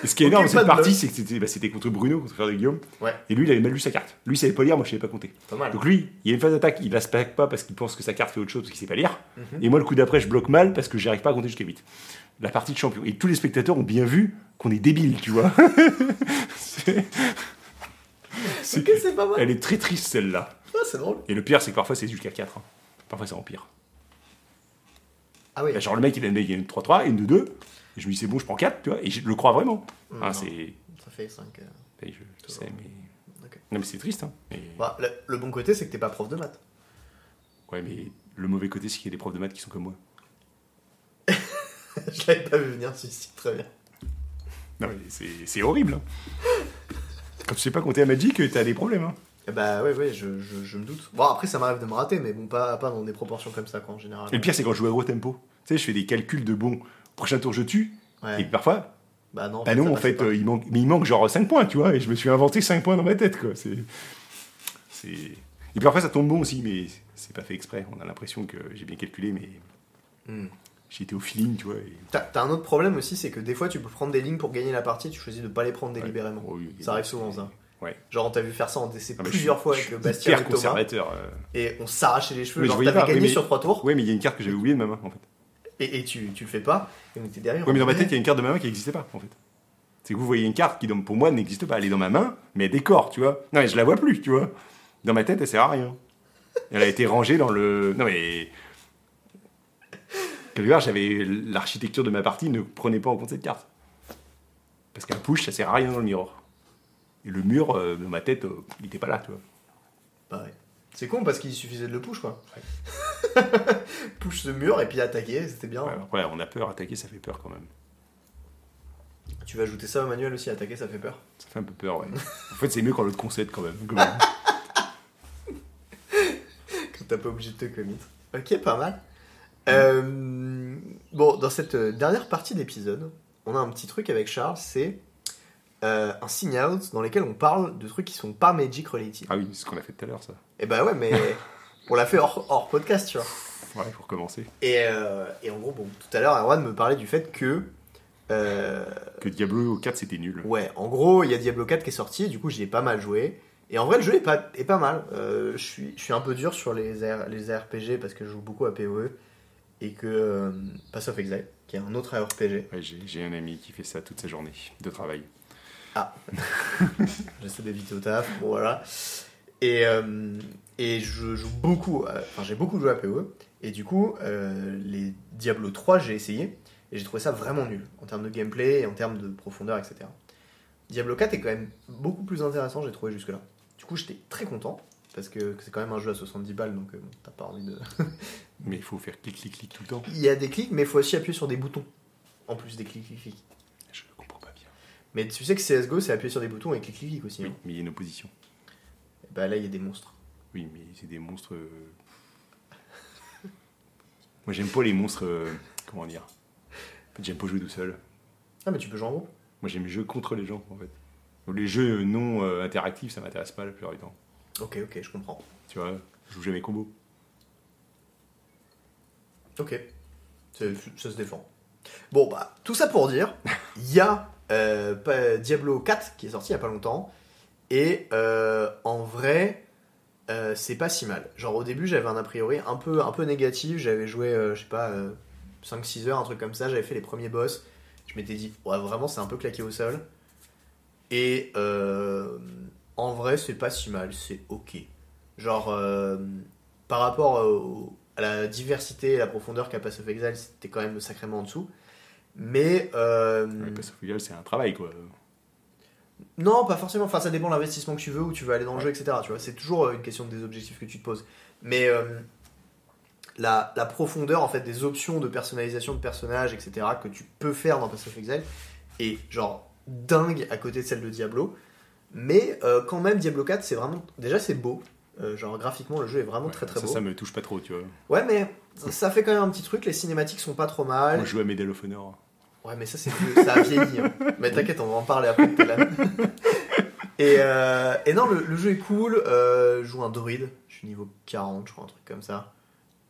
Speaker 2: Et ce qui est
Speaker 1: Ok,
Speaker 2: énorme,
Speaker 1: pas
Speaker 2: cette
Speaker 1: de
Speaker 2: partie,
Speaker 1: bol.
Speaker 2: c'est que c'était bah, c'était contre Bruno, contre le frère de Guillaume.
Speaker 1: Ouais.
Speaker 2: Et lui, il avait mal lu sa carte. Lui, il savait pas lire, moi, je savais pas compter.
Speaker 1: Pas mal.
Speaker 2: Donc lui, il y a une phase d'attaque, il la stack pas parce qu'il pense que sa carte fait autre chose parce qu'il sait pas lire.
Speaker 1: Mhm.
Speaker 2: Et moi, le coup d'après, je bloque mal parce que j'arrive pas à compter jusqu'à 8. La partie de champion. Et tous les spectateurs ont bien vu qu'on est débile, tu vois. C'est- c'est-
Speaker 1: Ok, c'est pas mal.
Speaker 2: Elle est très triste, celle-là.
Speaker 1: Ah, c'est drôle.
Speaker 2: Et le pire, c'est que parfois, c'est jusqu'à 4. hein. Parfois, c'est en pire.
Speaker 1: Ah oui.
Speaker 2: Bah, Genre, le mec, il a une il a une 3-3 et une 2-2. Et je me dis, c'est bon, je prends 4, tu vois. Et je le crois vraiment.
Speaker 1: Mmh, Non,
Speaker 2: Ah,
Speaker 1: non,
Speaker 2: c'est.
Speaker 1: Ça fait 5.
Speaker 2: ben, je, je sais, mais.
Speaker 1: Ok. Bah,
Speaker 2: Non, mais c'est triste, hein. Mais-
Speaker 1: le, le bon côté, c'est que t'es pas prof de maths.
Speaker 2: Ouais, mais le mauvais côté, c'est qu'il y a des profs de maths qui sont comme moi.
Speaker 1: je l'avais pas vu venir, celui-ci, très bien.
Speaker 2: Non, mais c'est c'est horrible. Quand tu sais pas compter à Magic, t'as des problèmes. Hein.
Speaker 1: Eh Bah ouais, ouais, je, je- je me doute. Bon, après, ça m'arrive de me rater, mais bon, pas, pas dans des proportions comme ça, quoi, en général.
Speaker 2: Et le pire, c'est quand je joue agro tempo. Tu sais, je fais des calculs de bon, prochain tour je tue.
Speaker 1: Ouais.
Speaker 2: Et parfois,
Speaker 1: Bah non,
Speaker 2: bah non,
Speaker 1: ça
Speaker 2: en
Speaker 1: passe
Speaker 2: fait,
Speaker 1: pas.
Speaker 2: euh, il, manque, mais il manque genre 5 points, tu vois. Et je me suis inventé 5 points dans ma tête, quoi. C'est. c'est- Et parfois, ça tombe bon aussi, mais c'est pas fait exprès. On a l'impression que j'ai bien calculé, mais
Speaker 1: Hmm.
Speaker 2: J'étais au feeling, tu vois. et-
Speaker 1: T'as t'as un autre problème aussi, c'est que des fois tu peux prendre des lignes pour gagner la partie, tu choisis de pas les prendre délibérément.
Speaker 2: Oh, oui,
Speaker 1: Ça arrive souvent, ça.
Speaker 2: Ouais.
Speaker 1: Genre, on t'a vu faire ça en DC
Speaker 2: Ah, mais je
Speaker 1: plusieurs
Speaker 2: suis-
Speaker 1: fois
Speaker 2: je
Speaker 1: avec
Speaker 2: suis
Speaker 1: le Bastien
Speaker 2: hyper
Speaker 1: et Thomas,
Speaker 2: conservateur. euh.
Speaker 1: et on s'arrachait les cheveux.
Speaker 2: Mais je
Speaker 1: genre,
Speaker 2: voyais
Speaker 1: t'avais
Speaker 2: pas, mais-
Speaker 1: gagné
Speaker 2: mais-
Speaker 1: sur trois tours,
Speaker 2: Ouais, mais il y a une carte que j'avais oubliée de ma main, en fait.
Speaker 1: et, et tu, tu le fais pas, et on était derrière.
Speaker 2: Ouais, mais
Speaker 1: on
Speaker 2: dans ma
Speaker 1: disait,
Speaker 2: tête, il y a une carte de ma main qui n'existait pas, en fait. C'est que vous voyez une carte qui, donc, pour moi, n'existe pas. Elle est dans ma main, mais elle décore, tu vois. Non, mais je la vois plus, tu vois. Dans ma tête, elle sert à rien. Elle a été rangée dans le. Non, mais. Quelque part, j'avais. L'architecture de ma partie ne prenait pas en compte cette carte. Parce qu'un push, ça sert à rien dans le miroir. Et le mur, euh, dans ma tête, euh, il n'était pas là, tu vois.
Speaker 1: pareil. bah C'est con parce qu'il suffisait de le push, quoi. push ce mur et puis attaquer, c'était bien.
Speaker 2: Ouais, après, on a peur, attaquer, ça fait peur quand même.
Speaker 1: Tu vas ajouter ça au manuel aussi, attaquer, ça fait peur.
Speaker 2: Ça fait un peu peur, ouais. en fait, c'est mieux quand l'autre concède quand même. Quand même.
Speaker 1: Quand t'as pas obligé de te commit. Ok, pas mal. Euh, bon, dans cette euh, dernière partie d'épisode, on a un petit truc avec Charles, c'est euh, un sign-out dans lequel on parle de trucs qui sont pas Magic related.
Speaker 2: ah oui, c'est ce qu'on a fait tout à l'heure, ça.
Speaker 1: Et bah ouais, mais on l'a fait hors, hors podcast, tu vois.
Speaker 2: Ouais, pour commencer.
Speaker 1: Et, euh, et en gros, bon, tout à l'heure, Erwan me parlait du fait que... euh,
Speaker 2: que Diablo 4 c'était nul.
Speaker 1: ouais, en gros, il y a Diablo 4 qui est sorti, du coup, j'y ai pas mal joué. Et en vrai, le jeu est pas, est pas mal. Euh, je, suis, je suis un peu dur sur les, R- les RPG parce que je joue beaucoup à PoE et que euh, Pass of Exile, qui est un autre RPG,
Speaker 2: Ouais, j'ai j'ai un ami qui fait ça toute sa journée de travail.
Speaker 1: j'essaie d'éviter au taf, bon, voilà. Et, euh, et je joue beaucoup, à- enfin j'ai beaucoup joué à PoE, et du coup, euh, les Diablo 3, j'ai essayé, et j'ai trouvé ça vraiment nul, en termes de gameplay, et en termes de profondeur, etc. Diablo 4 est quand même beaucoup plus intéressant, j'ai trouvé jusque-là. Du coup, j'étais très content, parce que c'est quand même un jeu à 70 balles, donc euh, bon, t'as pas envie de...
Speaker 2: Mais il faut faire clic clic clic tout le temps.
Speaker 1: Il y a des clics, mais il faut aussi appuyer sur des boutons, en plus des clics, clics, clics.
Speaker 2: Je comprends pas bien.
Speaker 1: Mais tu sais que CSGO, c'est appuyer sur des boutons et clic, clic, clic aussi.
Speaker 2: Oui,
Speaker 1: hein.
Speaker 2: mais il y a une opposition.
Speaker 1: Bah là, il y a des monstres.
Speaker 2: Oui, mais c'est des monstres. euh, Moi j'aime pas les monstres. euh, Comment dire En fait, J'aime pas jouer tout seul.
Speaker 1: Ah, mais tu peux jouer en groupe
Speaker 2: Moi j'aime jouer contre les gens en fait. Donc, Les jeux non euh, interactifs ça m'intéresse pas la plupart du temps.
Speaker 1: Ok, ok, je comprends.
Speaker 2: Tu vois, je joue jamais combo.
Speaker 1: Ok, C'est- ça se défend. Bon, bah, tout ça pour dire, il y a euh, pas- Diablo 4 qui est sorti il y a pas longtemps, et euh, en vrai, euh, c'est pas si mal. Genre, au début, j'avais un a priori un peu, un peu négatif, j'avais joué, euh, je sais pas, 5-6 heures, un truc comme ça, j'avais fait les premiers boss, je m'étais dit, ouais, vraiment, c'est un peu claqué au sol. Et euh, en vrai, c'est pas si mal, c'est ok. Genre, euh, par rapport au- à la diversité et la profondeur qu'a Pass of Exile, c'était quand même sacrément en dessous. Mais. euh,
Speaker 2: Ouais, Pass of Exile, c'est un travail quoi.
Speaker 1: non, pas forcément. Enfin, ça dépend de l'investissement que tu veux, où tu veux aller dans le jeu, etc. Tu vois, c'est toujours euh, une question des objectifs que tu te poses. Mais euh, la, la profondeur, en fait, des options de personnalisation de personnages, etc., que tu peux faire dans Pass of Exile est genre dingue à côté de celle de Diablo. Mais euh, quand même, Diablo 4, c'est vraiment. Déjà, c'est beau. Euh, genre, graphiquement, le jeu est vraiment
Speaker 2: Ouais,
Speaker 1: Ah, très très
Speaker 2: ça,
Speaker 1: beau.
Speaker 2: ça me touche pas trop, tu vois.
Speaker 1: Ouais, mais ça, ça fait quand même un petit truc. Les cinématiques sont pas trop mal.
Speaker 2: Moi je joue à Medal of Honor.
Speaker 1: Ouais, mais ça, c'est vieux, ça a vieilli. hein. Mais t'inquiète, on va en parler après. t'es là. et, euh, et non, le, le jeu est cool. euh, je joue un druide. Je suis niveau 40, je crois, un truc comme ça.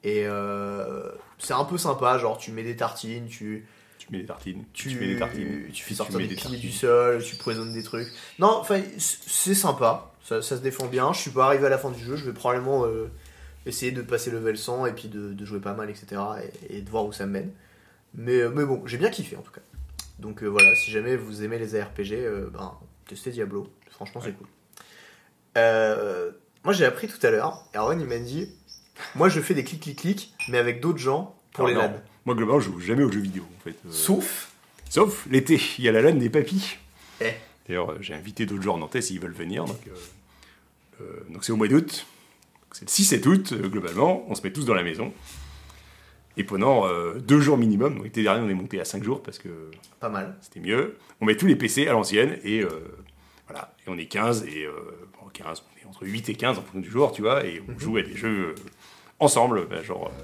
Speaker 1: Et euh, c'est un peu sympa. Genre, tu mets des tartines, tu,
Speaker 2: Tu mets des tartines.
Speaker 1: tu,
Speaker 2: mets des tartines.
Speaker 1: tu fais sortir
Speaker 2: mets
Speaker 1: des
Speaker 2: des
Speaker 1: piliers du
Speaker 2: tartines.
Speaker 1: sol, tu poisonnes des trucs. Non, enfin, c- c'est sympa. Ça, ça se défend bien. Je suis pas arrivé à la fin du jeu. Je vais probablement euh, essayer de passer level 100 et puis de, de jouer pas mal, etc. Et, et de voir où ça me mène. Mais, euh, mais bon, j'ai bien kiffé en tout cas. Donc euh, voilà, si jamais vous aimez les ARPG, euh, ben, testez Diablo. Franchement, c'est
Speaker 2: Ouais.
Speaker 1: cool. Euh, moi, j'ai appris tout à l'heure. Erwan, il m'a dit Moi, je fais des clics-clics-clics, mais avec d'autres gens pour
Speaker 2: Ah,
Speaker 1: les
Speaker 2: non.
Speaker 1: LAN.
Speaker 2: Moi, globalement, je joue jamais aux jeux vidéo, en fait. Euh,
Speaker 1: Sauf
Speaker 2: Sauf l'été, il y a la LAN des papis.
Speaker 1: Eh.
Speaker 2: D'ailleurs, euh, j'ai invité d'autres joueurs nantais s'ils veulent venir. Donc, euh, euh, donc c'est au mois d'août. C'est le 6 7 août, euh, globalement. On se met tous dans la maison. Et pendant euh, deux jours minimum, donc l'été dernier, on est monté à cinq jours parce que
Speaker 1: Pas mal.
Speaker 2: c'était mieux. On met tous les PC à l'ancienne et euh, voilà. Et on est 15 et euh, bon, 15, on est entre 8 et 15 en fonction du jour, tu vois.
Speaker 1: Mhm.
Speaker 2: Et on joue à des jeux euh, ensemble, bah, genre euh,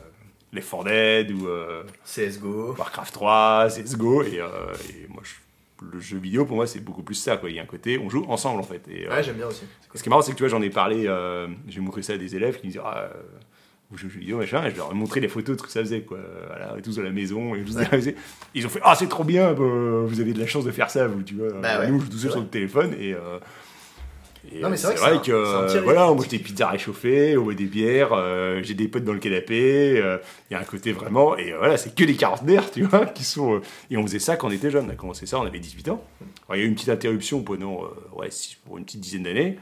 Speaker 2: les For Dead ou euh,
Speaker 1: CSGO.
Speaker 2: Warcraft 3, CSGO. Et, euh, et moi, je- le jeu vidéo pour moi, c'est beaucoup plus ça. Quoi. Il y a un côté, on joue ensemble en fait. Et, euh,
Speaker 1: Ouais, j'aime bien aussi.
Speaker 2: ce qui est marrant, c'est que tu vois, j'en ai parlé, euh, j'ai montré ça à des élèves qui me disaient ah, euh, aux jeux vidéo, machin, et je leur ai montré les photos de ce que ça faisait, quoi. Voilà, et tous à la maison, et tous organisés. Ils ont fait Ah, c'est trop bien, bah, vous avez de la chance de faire ça, vous, tu vois.
Speaker 1: Bah ouais,
Speaker 2: Nous, je joue tout
Speaker 1: c'est
Speaker 2: seul sur
Speaker 1: vrai.
Speaker 2: le téléphone, et. euh, et,
Speaker 1: Non, mais
Speaker 2: euh,
Speaker 1: c'est vrai
Speaker 2: c'est
Speaker 1: que
Speaker 2: vrai,
Speaker 1: c'est un-
Speaker 2: que
Speaker 1: c'est un petit
Speaker 2: euh, voilà, on mange
Speaker 1: risque.
Speaker 2: des pizzas réchauffées, on boit des bières, euh, j'ai des potes dans le canapé, euh, il y a un côté vraiment, et euh, voilà, c'est que des quarantenaires, tu vois, qui sont. euh, et on faisait ça quand on était jeune, on a commencé ça, on avait 18 ans. Alors, il y a eu une petite interruption pendant, euh, ouais, six- pour une petite dizaine d'années.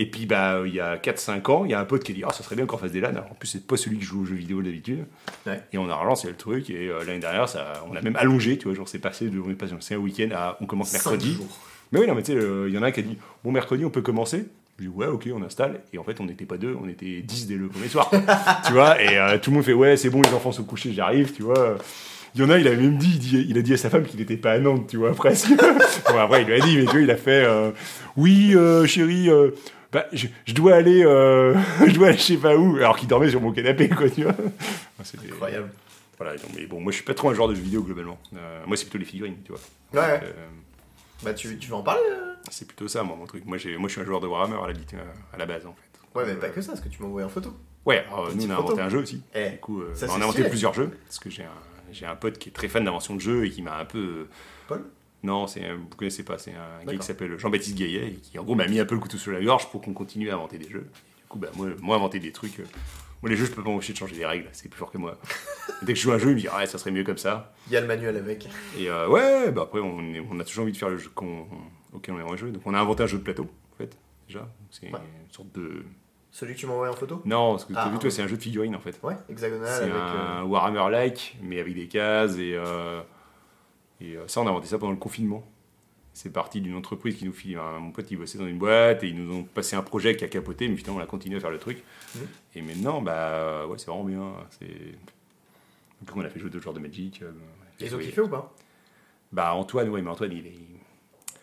Speaker 2: Et puis, bah, il y a 4-5 ans, il y a un pote qui a dit Ah, ça serait bien qu'on fasse des LAN. Alors, en plus, c'est pas celui qui joue aux jeux vidéo d'habitude.
Speaker 1: Ouais.
Speaker 2: Et on a relancé le truc, et euh, l'année dernière, ça, on a même allongé, tu vois, genre, c'est passé, de, on est passé c'est un week-end à on commence mercredi.
Speaker 1: Cinq jours.
Speaker 2: Mais oui, non, mais tu sais, euh, il y en a un qui a dit Bon, mercredi, on peut commencer Je dis Ouais, ok, on installe. Et en fait, on n'était pas deux, on était dix dès le premier soir. quoi. tu vois, et euh, tout le monde fait Ouais, c'est bon, les enfants sont couchés, j'arrive, tu vois. Il y en a, il a même dit, il, dit- il a dit à sa femme qu'il n'était pas à Nantes, tu vois, presque. bon, après, il lui a dit, mais tu vois, il a fait euh, Oui, euh, chérie, euh, bah, je, je dois aller, euh, je dois aller je sais pas où, alors qu'il dormait sur mon canapé, quoi, tu vois. Ah, C'était-
Speaker 1: Incroyable.
Speaker 2: Voilà, donc, mais bon, moi, je suis pas trop un genre de jeu vidéo, globalement. Euh, moi, c'est plutôt les figurines, tu vois.
Speaker 1: Ouais.
Speaker 2: Euh,
Speaker 1: Bah, tu, tu veux en parler euh
Speaker 2: c'est plutôt ça, moi, mon truc. Moi, j'ai- moi, je suis un joueur de Warhammer à la, lit- euh, à la base, en fait.
Speaker 1: Ouais, mais pas que ça, parce que tu m'as envoyé en photo.
Speaker 2: Ouais, alors, nous,
Speaker 1: Petite
Speaker 2: on a
Speaker 1: photo.
Speaker 2: inventé un jeu aussi.
Speaker 1: Eh,
Speaker 2: du coup, euh,
Speaker 1: ça,
Speaker 2: on a
Speaker 1: c'est
Speaker 2: inventé
Speaker 1: stylé.
Speaker 2: plusieurs jeux, parce que j'ai un, j'ai un pote qui est très fan d'invention de jeux et qui m'a un peu... euh,
Speaker 1: Paul
Speaker 2: Non, c'est, un- vous connaissez pas, c'est un gars
Speaker 1: D'accord.
Speaker 2: qui s'appelle Jean-Baptiste Gaillet, et qui, en gros, m'a mis un peu le couteau sur la gorge pour qu'on continue à inventer des jeux. Et du coup, bah, moi, moi, inventer des trucs... euh, moi, les jeux, je peux pas m'empêcher de changer les règles, c'est plus fort que moi. Dès que je joue à un jeu, il me dit « Ouais, ça serait mieux comme ça ».
Speaker 1: Il y a le manuel avec.
Speaker 2: Et euh, ouais, bah après, on, est- on a toujours envie de faire le jeu qu'on- auquel on aimerait jouer. Donc, on a inventé un jeu de plateau, en fait, déjà. Donc, C'est
Speaker 1: Ouais.
Speaker 2: une sorte de.
Speaker 1: Celui que tu m'as envoyé en photo
Speaker 2: Non, parce que t'as
Speaker 1: Ah,
Speaker 2: vu, toi, c'est un jeu de figurines, en fait.
Speaker 1: Ouais, hexagonal
Speaker 2: C'est
Speaker 1: avec. euh,
Speaker 2: un Warhammer-like, mais avec des cases. Et, euh, et euh, ça, on a inventé ça pendant le confinement. C'est parti d'une entreprise qui nous fit. mon pote, il bossait dans une boîte et ils nous ont passé un projet qui a capoté, mais putain, on a continué à faire le truc.
Speaker 1: Mhm.
Speaker 2: Et maintenant, bah ouais, c'est vraiment bien. C'est. Donc, on a fait jouer deux joueurs de Magic. euh,
Speaker 1: Ils ont
Speaker 2: oui.
Speaker 1: kiffé ou pas
Speaker 2: Bah, Antoine, ouais, mais Antoine, il est.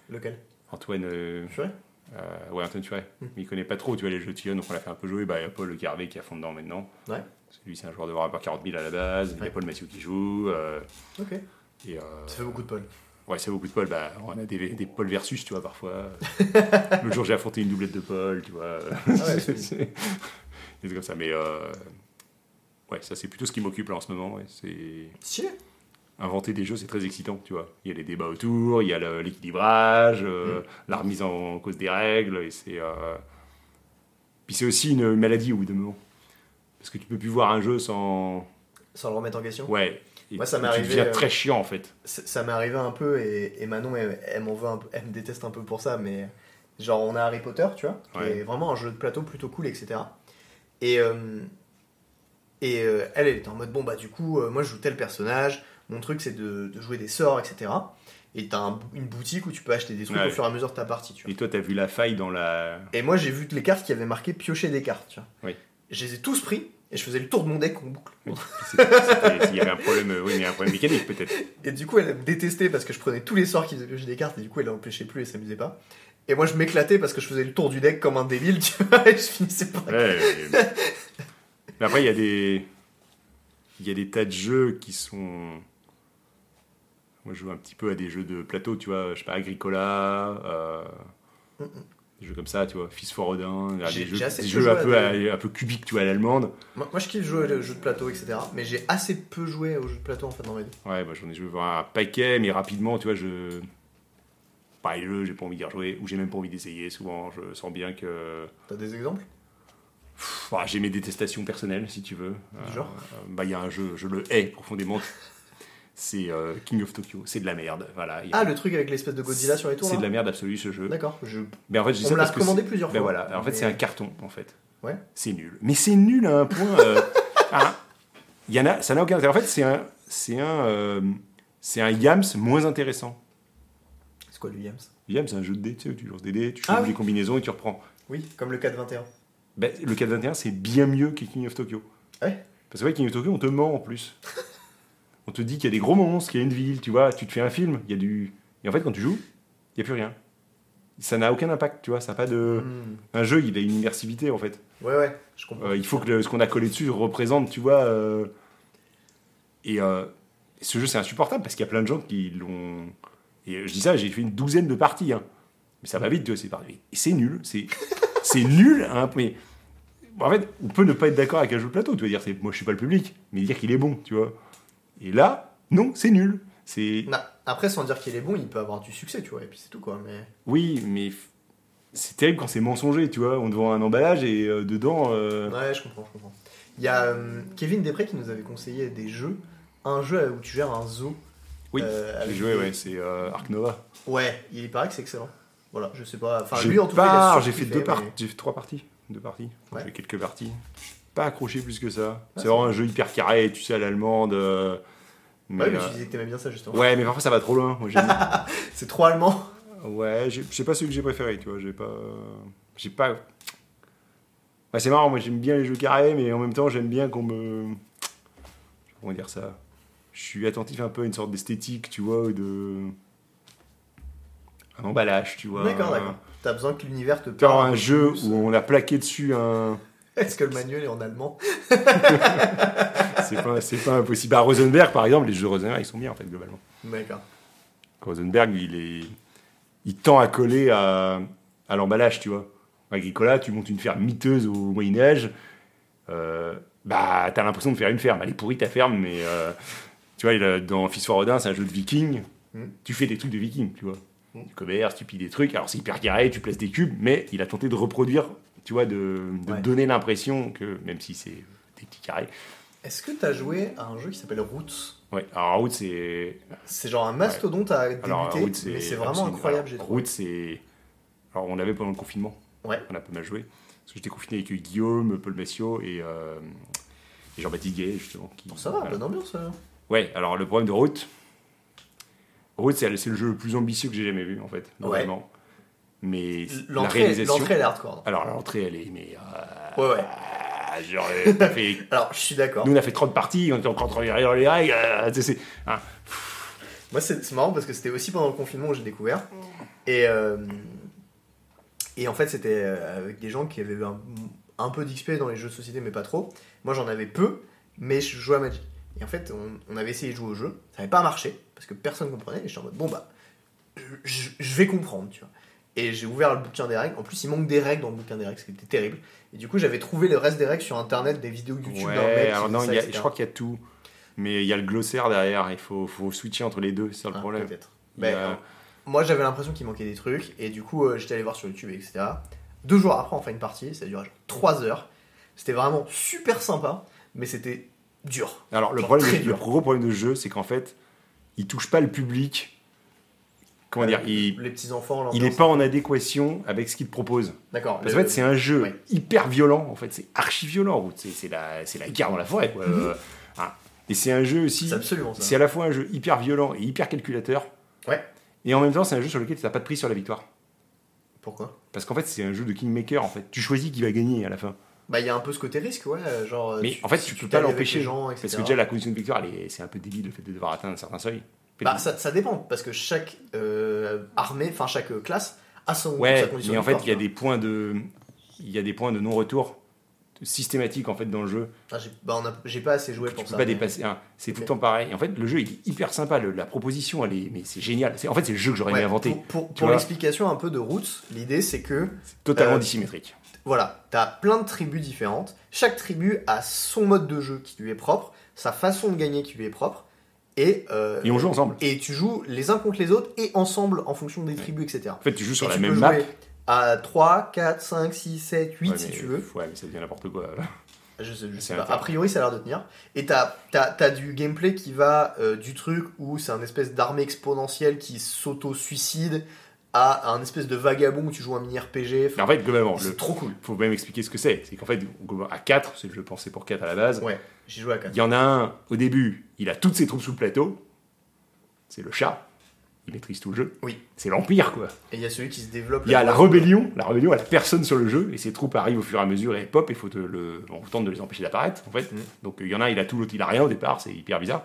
Speaker 1: Lequel
Speaker 2: Antoine, euh,
Speaker 1: Furet
Speaker 2: euh, ouais, Antoine Turet.
Speaker 1: Hmm.
Speaker 2: Mais il connaît pas trop, tu vois, les jeux de Sion, donc on l'a fait un peu jouer. Bah, il y a Paul Carvé qui est à fond dedans maintenant.
Speaker 1: Ouais.
Speaker 2: Parce que Lui, c'est un joueur de Warhammer 40 000 à la base. Il y
Speaker 1: Ouais.
Speaker 2: a Paul Mathieu qui joue. euh,
Speaker 1: Ok.
Speaker 2: et, euh,
Speaker 1: Ça fait beaucoup de Paul.
Speaker 2: Ouais, c'est beaucoup de Paul. Bah, on a des, des Paul versus, tu vois, parfois. Le jour, j'ai affronté une doublette de Paul, tu vois.
Speaker 1: Ah ouais,
Speaker 2: C'est-
Speaker 1: c'est-
Speaker 2: c'est- c'est comme ça. Mais euh, ouais, ça, c'est plutôt ce qui m'occupe là en ce moment. ouais. C'est
Speaker 1: Stylé
Speaker 2: inventer des jeux, c'est très excitant, tu vois. Il y a les débats autour, il y a le- l'équilibrage,
Speaker 1: Mm.
Speaker 2: euh, la remise en cause des règles, et c'est. euh, Puis c'est aussi une maladie au bout d'un moment. Parce que tu peux plus voir un jeu sans.
Speaker 1: Sans le remettre en question
Speaker 2: Ouais. Et
Speaker 1: Moi, ça
Speaker 2: tu-
Speaker 1: m'est
Speaker 2: tu
Speaker 1: arrivé,
Speaker 2: deviens
Speaker 1: euh,
Speaker 2: très chiant en fait.
Speaker 1: Ça ça m'est arrivé un peu et, et Manon, elle, elle m'en veut un peu- elle me déteste un peu pour ça, mais genre on a Harry Potter, tu vois, qui
Speaker 2: Ouais.
Speaker 1: est vraiment un jeu de plateau plutôt cool, etc. Et, euh, et euh, elle, elle était en mode bon, bah du coup, euh, moi je joue tel personnage, mon truc c'est de, de jouer des sorts, etc. Et t'as un- une boutique où tu peux acheter des trucs
Speaker 2: Ouais.
Speaker 1: au fur et à mesure de ta partie, tu vois.
Speaker 2: Et toi, t'as vu la faille dans la.
Speaker 1: Et moi, j'ai vu que les cartes qui avaient marqué piocher des cartes. Tu vois.
Speaker 2: Oui.
Speaker 1: Je les ai tous pris et je faisais le tour de mon deck en boucle.
Speaker 2: C'était- c'était- Il y avait un problème, euh, oui, mais un problème mécanique peut-être.
Speaker 1: Et du coup, elle me détestait parce que je prenais tous les sorts qui faisaient piocher des cartes et du coup, elle l'empêchait plus et s'amusait pas. Et moi, je m'éclatais parce que je faisais le tour du deck comme un débile, tu vois, et je finissais par.
Speaker 2: Ouais, mais- euh, mais après, il y a des. Il y a des tas de jeux qui sont. Moi, je joue un petit peu à des jeux de plateau, tu vois. Je sais pas, Agricola. euh,
Speaker 1: Mm, mm.
Speaker 2: Des jeux comme ça, tu vois. Fils for Odin. Des
Speaker 1: J'ai
Speaker 2: jeux,
Speaker 1: déjà assez
Speaker 2: des
Speaker 1: peu
Speaker 2: jeux
Speaker 1: joué
Speaker 2: un,
Speaker 1: à
Speaker 2: peu à- un peu cubiques, tu vois, à l'allemande.
Speaker 1: Moi, moi, je kiffe jouer aux jeux de plateau, etc. Mais j'ai assez peu joué aux jeux de plateau en fait dans ma vie.
Speaker 2: Ouais, bah, j'en ai joué un paquet, mais rapidement, tu vois, je. Pareil, le jeu, j'ai pas envie d'y rejouer, ou j'ai même pas envie d'essayer souvent. Je sens bien que.
Speaker 1: T'as des exemples
Speaker 2: Pff, ah, j'ai mes détestations personnelles, si tu veux. Euh,
Speaker 1: genre
Speaker 2: euh, Bah, il y a un jeu, je le hais profondément. c'est euh, King of Tokyo, c'est de la merde. Voilà. il y a-
Speaker 1: Ah, le truc avec l'espèce de Godzilla sur les tours
Speaker 2: C'est de
Speaker 1: là
Speaker 2: la merde absolue ce jeu.
Speaker 1: D'accord. Je...
Speaker 2: Mais en fait, je dis
Speaker 1: On
Speaker 2: ça
Speaker 1: me l'a
Speaker 2: parce que
Speaker 1: recommandé
Speaker 2: c'est-
Speaker 1: plusieurs
Speaker 2: ben
Speaker 1: fois.
Speaker 2: voilà, en fait,
Speaker 1: Mais-
Speaker 2: c'est un carton en fait.
Speaker 1: Ouais.
Speaker 2: C'est nul. Mais c'est nul à un point. euh, à- Il y en a, ça n'a aucun intérêt. En fait, c'est un, c'est un, euh, c'est un Yams moins intéressant.
Speaker 1: C'est quoi le Williams
Speaker 2: Yams, c'est un jeu de dés, tu sais, où tu lances des dés, tu
Speaker 1: Ah
Speaker 2: changes
Speaker 1: oui.
Speaker 2: les combinaisons et tu reprends.
Speaker 1: Oui, comme le 4-21.
Speaker 2: Ben, le 421, c'est bien mieux que King of Tokyo.
Speaker 1: Ouais.
Speaker 2: Parce que ouais, King of Tokyo, on te ment en plus. on te dit qu'il y a des gros monstres, qu'il y a une ville, tu vois, tu te fais un film, il y a du. Et en fait, quand tu joues, il n'y a plus rien. Ça n'a aucun impact, tu vois, ça n'a pas de.
Speaker 1: Hmm.
Speaker 2: Un jeu, il a une immersivité en fait.
Speaker 1: Ouais, ouais, je comprends.
Speaker 2: Euh, il faut que le- ce qu'on a collé dessus représente, tu vois. euh, Et euh, ce jeu, c'est insupportable parce qu'il y a plein de gens qui l'ont. Et euh, je dis ça, j'ai fait une douzaine de parties. hein. Mais ça va vite, tu vois, c'est parti. Et c'est nul. C'est c'est nul. Hein, mais en fait, on peut ne pas être d'accord avec un jeu de plateau. Tu vas dire, c'est, moi, je suis pas le public, mais dire qu'il est bon, tu vois. Et là, non, c'est nul. C'est
Speaker 1: Non, Bah, Après, sans dire qu'il est bon, il peut avoir du succès, tu vois, et puis c'est tout, quoi. Mais...
Speaker 2: oui, mais f- c'est terrible quand c'est mensonger, tu vois. On te vend un emballage et euh, dedans, euh,
Speaker 1: Ouais, je comprends, je comprends. Il y a euh, Kevin Després qui nous avait conseillé des jeux. Un jeu où tu gères un zoo.
Speaker 2: oui,
Speaker 1: euh,
Speaker 2: j'ai
Speaker 1: avec
Speaker 2: joué,
Speaker 1: des-
Speaker 2: ouais, c'est euh, Arc Nova.
Speaker 1: Ouais, il paraît que c'est excellent. Voilà, je sais pas. Enfin,
Speaker 2: J'ai
Speaker 1: lui en tout cas, il a
Speaker 2: pas-
Speaker 1: surkiffé,
Speaker 2: j'ai fait deux
Speaker 1: mais-
Speaker 2: parties, j'ai fait trois parties, deux parties.
Speaker 1: Ouais.
Speaker 2: J'ai fait quelques parties. Je suis pas accroché plus que ça.
Speaker 1: Ah,
Speaker 2: c'est vraiment un jeu hyper carré, tu sais à l'allemande. euh,
Speaker 1: Ouais, mais
Speaker 2: euh,
Speaker 1: tu disais que t'aimais bien ça, justement.
Speaker 2: ouais, mais parfois ça va trop loin. Moi, j'aime-
Speaker 1: C'est trop allemand.
Speaker 2: Ouais, j'ai- c'est pas celui que j'ai préféré, tu vois. J'ai pas. J'ai pas. Ouais, c'est marrant, moi j'aime bien les jeux carrés, mais en même temps j'aime bien qu'on me. Comment dire ça Je suis attentif un peu à une sorte d'esthétique, tu vois, ou de. Un emballage, tu vois.
Speaker 1: D'accord,
Speaker 2: un-
Speaker 1: d'accord. T'as besoin que l'univers te
Speaker 2: Genre
Speaker 1: parle.
Speaker 2: un jeu
Speaker 1: Ah, plus.
Speaker 2: où on a plaqué dessus un.
Speaker 1: Est-ce que le manuel est en allemand
Speaker 2: C'est pas, c'est pas impossible. À Rosenberg, par exemple, les jeux de Rosenberg, ils sont bien en fait, globalement.
Speaker 1: D'accord.
Speaker 2: Rosenberg, il est, il tend à coller à, à l'emballage, tu vois. Agricola, tu montes une ferme miteuse au Moyen Âge, euh, bah t'as l'impression de faire une ferme. Elle est pourrie ta ferme, mais euh, tu vois, il a- dans Fils for Odin, c'est un jeu de viking.
Speaker 1: Mhm.
Speaker 2: Tu fais des trucs de viking, tu vois.
Speaker 1: Mhm.
Speaker 2: Tu commerces, tu pilles des trucs. Alors c'est hyper carré, tu places des cubes, mais il a tenté de reproduire, tu vois, de, de
Speaker 1: Ouais.
Speaker 2: donner l'impression que même si c'est des petits carrés.
Speaker 1: Est-ce que t'as joué à un jeu qui s'appelle Roots
Speaker 2: Ouais. Alors route, c'est
Speaker 1: C'est genre un mastodonte à débuter,
Speaker 2: Alors, Route, c'est
Speaker 1: mais c'est vraiment
Speaker 2: absolument-
Speaker 1: incroyable,
Speaker 2: alors,
Speaker 1: j'ai trouvé.
Speaker 2: Route, c'est. Alors, on l'avait pendant le confinement.
Speaker 1: Ouais.
Speaker 2: On a pas mal joué. Parce que j'étais confiné avec euh, Guillaume, Paul Messio et, euh, et Jean-Baptiste Gay, justement. qui-
Speaker 1: Ça va,
Speaker 2: voilà.
Speaker 1: bonne ambiance. hein.
Speaker 2: Ouais, alors le problème de Route. Route, c'est c'est le jeu le plus ambitieux que j'ai jamais vu, en fait.
Speaker 1: Ouais.
Speaker 2: Vraiment. Mais la
Speaker 1: L'entrée,
Speaker 2: réalisation.
Speaker 1: l'entrée, elle est hardcore.
Speaker 2: Alors, l'entrée, elle est. Mais. euh,
Speaker 1: Ouais, ouais.
Speaker 2: ah, genre, euh, t'as fait
Speaker 1: Alors, je suis d'accord.
Speaker 2: Nous, on a fait 30 parties, on était encore en train de regarder dans les règles. euh, tu sais, c'est- hein.
Speaker 1: Moi, c'est c'est marrant parce que c'était aussi pendant le confinement où j'ai découvert. Et, euh, et en fait, c'était euh, avec des gens qui avaient eu un, un peu d'XP dans les jeux de société, mais pas trop. Moi, j'en avais peu, mais je jouais à Magic. Et en fait, on, on avait essayé de jouer au jeu, ça n'avait pas marché, parce que personne comprenait, et j'étais en mode, bon bah, je- je je vais comprendre, tu vois. Et j'ai ouvert le bouquin des règles, en plus il manque des règles dans le bouquin des règles, ce qui était terrible. Et du coup j'avais trouvé le reste des règles sur internet, des vidéos YouTube d'un mec
Speaker 2: Ouais,
Speaker 1: qui
Speaker 2: alors
Speaker 1: faisait
Speaker 2: non,
Speaker 1: ça,
Speaker 2: il y a-
Speaker 1: etc.
Speaker 2: je crois qu'il y a tout. Mais il y a le glossaire derrière, il faut, faut switcher entre les deux, c'est ça le
Speaker 1: Ah,
Speaker 2: problème.
Speaker 1: peut-être.
Speaker 2: Il
Speaker 1: Ben,
Speaker 2: y a-
Speaker 1: euh, Moi j'avais l'impression qu'il manquait des trucs et du coup euh, j'étais allé voir sur YouTube etc. Deux jours après on fait une partie, ça a duré genre 3 heures. C'était vraiment super sympa mais c'était dur.
Speaker 2: Alors le,
Speaker 1: genre
Speaker 2: problème,
Speaker 1: très
Speaker 2: de- le
Speaker 1: dur.
Speaker 2: gros problème de ce jeu, c'est qu'en fait, il touche pas le public. Comment
Speaker 1: Euh,
Speaker 2: dire Il
Speaker 1: Les petits enfants,
Speaker 2: il est pas en adéquation avec ce qu'il te propose.
Speaker 1: D'accord.
Speaker 2: Parce
Speaker 1: le-
Speaker 2: qu'en fait, c'est un jeu
Speaker 1: Euh, ouais.
Speaker 2: hyper violent, en fait, c'est archi violent, route. C'est- C'est la, c'est la guerre dans la forêt, quoi. Euh, ah. Et c'est un jeu aussi.
Speaker 1: c'est absolument ça.
Speaker 2: C'est à la fois un jeu hyper violent et hyper calculateur.
Speaker 1: Ouais.
Speaker 2: Et en même temps, c'est un jeu sur lequel tu n'as pas de prix sur la victoire.
Speaker 1: Pourquoi
Speaker 2: Parce qu'en fait, c'est un jeu de Kingmaker, en fait. Tu choisis qui va gagner à la fin.
Speaker 1: Bah il y a un peu ce côté risque ouais euh, genre. euh,
Speaker 2: Mais en fait, tu peux pas
Speaker 1: t'allies avec
Speaker 2: l'empêcher,
Speaker 1: les gens, etc.
Speaker 2: Parce que déjà, la condition de victoire, elle est- c'est un peu débile le fait de devoir atteindre un certain seuil.
Speaker 1: Bah ça, ça dépend parce que chaque euh, armée, enfin chaque euh, classe a son sa
Speaker 2: ouais,
Speaker 1: condition
Speaker 2: mais en
Speaker 1: de
Speaker 2: fait,
Speaker 1: force,
Speaker 2: il y a
Speaker 1: hein.
Speaker 2: des points de, il y a des points de non-retour systématiques en fait dans le jeu.
Speaker 1: Ah, j'ai bah, on a- j'ai pas assez joué
Speaker 2: que tu
Speaker 1: pour
Speaker 2: peux
Speaker 1: ça.
Speaker 2: pas
Speaker 1: mais-
Speaker 2: dépasser. hein, c'est tout le
Speaker 1: Ok.
Speaker 2: temps pareil. Et en fait, le jeu il est hyper sympa. le- la proposition, elle est, mais c'est génial. C'est en fait, c'est le jeu que j'aurais
Speaker 1: Ouais,
Speaker 2: aimé inventer.
Speaker 1: pour- Pour, pour
Speaker 2: vois.
Speaker 1: l'explication un peu de Roots, l'idée c'est que
Speaker 2: Totalement
Speaker 1: euh,
Speaker 2: dissymétrique.
Speaker 1: Voilà, t'as plein de tribus différentes. Chaque tribu a son mode de jeu qui lui est propre, sa façon de gagner qui lui est propre, et, euh,
Speaker 2: Et on joue ensemble.
Speaker 1: et tu joues les uns contre les autres et ensemble en fonction des tribus, etc.
Speaker 2: En fait, tu joues sur
Speaker 1: Et
Speaker 2: la
Speaker 1: tu
Speaker 2: même
Speaker 1: peux
Speaker 2: map.
Speaker 1: jouer à 3, 4, 5, 6, 7, 8
Speaker 2: Ouais,
Speaker 1: si
Speaker 2: mais-
Speaker 1: tu veux.
Speaker 2: Ouais, mais ça devient n'importe quoi.
Speaker 1: Je sais, je
Speaker 2: Ah, C'est
Speaker 1: sais pas.
Speaker 2: intéressant.
Speaker 1: A priori, ça a l'air de tenir. Et t'as as, du gameplay qui va euh, du truc où c'est un espèce d'armée exponentielle qui s'auto-suicide à un espèce de vagabond où tu joues un mini-RPG.
Speaker 2: Mais en fait, globalement,
Speaker 1: c'est
Speaker 2: le,
Speaker 1: trop cool.
Speaker 2: faut même expliquer ce que c'est. C'est qu'en fait, à 4, c'est le jeu pensé pour 4 à la base.
Speaker 1: Ouais, j'ai joué à 4.
Speaker 2: Il y en a un, au début, il a toutes ses troupes sous le plateau. C'est le chat. Il maîtrise tout le jeu.
Speaker 1: Oui.
Speaker 2: C'est l'Empire, quoi.
Speaker 1: Et il y a celui qui se développe.
Speaker 2: Il y a la
Speaker 1: là-bas.
Speaker 2: rébellion. La rébellion, elle a personne sur le jeu. Et ses troupes arrivent au fur et à mesure et pop. Il faut te le... on tente de les empêcher d'apparaître, en fait.
Speaker 1: Mhm.
Speaker 2: Donc il y en a un, il a tout, l'autre, il a rien au départ. C'est hyper bizarre.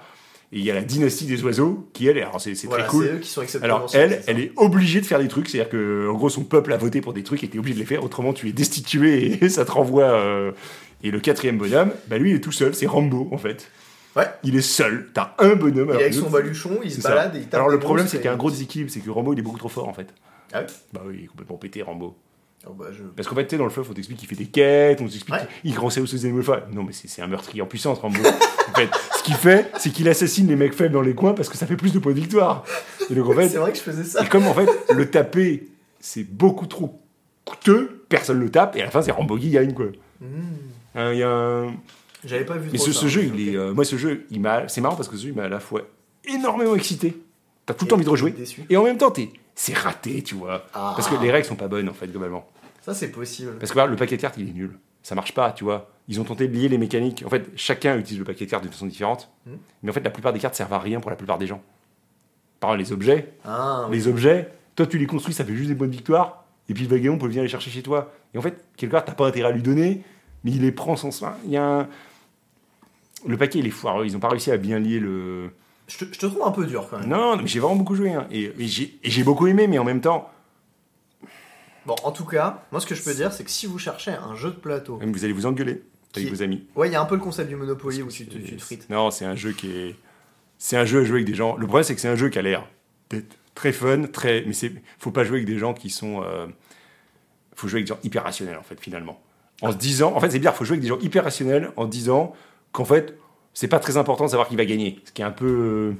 Speaker 2: Et il y a la dynastie des oiseaux, qui, elle, alors c'est c'est
Speaker 1: Voilà,
Speaker 2: très cool.
Speaker 1: c'est eux qui sont exceptionnels.
Speaker 2: Alors elle, elle est obligée de faire des trucs, c'est-à-dire que en gros son peuple a voté pour des trucs et t'es obligé de les faire, autrement tu es destitué et ça te renvoie. euh, Et le quatrième bonhomme, bah lui il est tout seul, c'est Rambo en fait.
Speaker 1: Ouais.
Speaker 2: Il est seul, t'as un bonhomme.
Speaker 1: Il est
Speaker 2: alors
Speaker 1: avec
Speaker 2: que
Speaker 1: son
Speaker 2: l'autre,
Speaker 1: baluchon, il se
Speaker 2: c'est ça.
Speaker 1: balade et il tape.
Speaker 2: Alors le
Speaker 1: des
Speaker 2: problème
Speaker 1: monstres
Speaker 2: c'est qu'il y a
Speaker 1: et-
Speaker 2: un gros déséquilibre, c'est que Rambo il est beaucoup trop fort en fait.
Speaker 1: Ah ouais
Speaker 2: Bah oui, il est complètement pété Rambo.
Speaker 1: Oh, bah, je-
Speaker 2: Parce qu'en fait, tu sais, dans le fluff, on t'explique qu'il fait des quêtes, on t'explique
Speaker 1: Ouais.
Speaker 2: qu'il renseigne aussi des animaux folles. Non, mais c'est c'est un meurtrier en puissance, Rambo. en fait, ce qu'il fait, c'est qu'il assassine les mecs faibles dans les coins parce que ça fait plus de points de victoire. Et donc, en fait,
Speaker 1: C'est vrai que je faisais ça.
Speaker 2: et comme en fait, le taper, c'est beaucoup trop coûteux, personne le tape, et à la fin, c'est Rambo qui gagne, quoi.
Speaker 1: Hmm.
Speaker 2: Hein, il y a un-
Speaker 1: J'avais pas vu
Speaker 2: Mais
Speaker 1: trop
Speaker 2: ce,
Speaker 1: ça,
Speaker 2: ce jeu,
Speaker 1: ok.
Speaker 2: il est, euh, moi, ce jeu, il m'a, c'est marrant parce que ce jeu, il m'a à la fois énormément excité. T'as tout le temps envie de rejouer.
Speaker 1: Déçu.
Speaker 2: Et en même temps, t'es, c'est raté, tu vois.
Speaker 1: Ah.
Speaker 2: Parce que les règles sont pas bonnes, en fait, globalement.
Speaker 1: Ça, c'est possible.
Speaker 2: Parce que par exemple, le paquet de cartes, il est nul. Ça marche pas, tu vois. Ils ont tenté de lier les mécaniques. En fait, chacun utilise le paquet de cartes de façon différente.
Speaker 1: Mhm.
Speaker 2: Mais en fait, la plupart des cartes servent à rien pour la plupart des gens. Par exemple, les objets,
Speaker 1: Ah, oui.
Speaker 2: les objets, toi tu les construis, ça fait juste des bonnes victoires. Et puis le vagabond peut venir les chercher chez toi. Et en fait, quelque part, t'as pas intérêt à lui donner, mais il les prend sans soin. Il y a un- Le paquet, il est foireux. Ils ont pas réussi à bien lier le.
Speaker 1: je, te, je te trouve un peu dur quand même.
Speaker 2: Non, non, mais j'ai vraiment beaucoup joué. hein. Et, et j'ai et j'ai beaucoup aimé, mais en même temps,
Speaker 1: Bon, en tout cas, moi, ce que je peux dire, c'est que si vous cherchez un jeu de plateau.
Speaker 2: vous allez vous engueuler avec
Speaker 1: Qui-
Speaker 2: vos amis.
Speaker 1: Ouais, il y a un peu le concept du Monopoly où
Speaker 2: Parce
Speaker 1: tu,
Speaker 2: que
Speaker 1: te- tu te
Speaker 2: c'est-
Speaker 1: frites.
Speaker 2: Non, c'est un jeu qui est. C'est un jeu à jouer avec des gens. Le problème, c'est que c'est un jeu qui a l'air d'être très fun, très. Mais c'est. Faut pas jouer avec des gens qui sont. euh, Faut jouer avec des gens hyper rationnels, en fait, finalement.
Speaker 1: Ah.
Speaker 2: En se disant. En fait, c'est bizarre, faut jouer avec des gens hyper rationnels en disant qu'en fait, c'est pas très important de savoir qui va gagner. Ce qui est un peu. euh,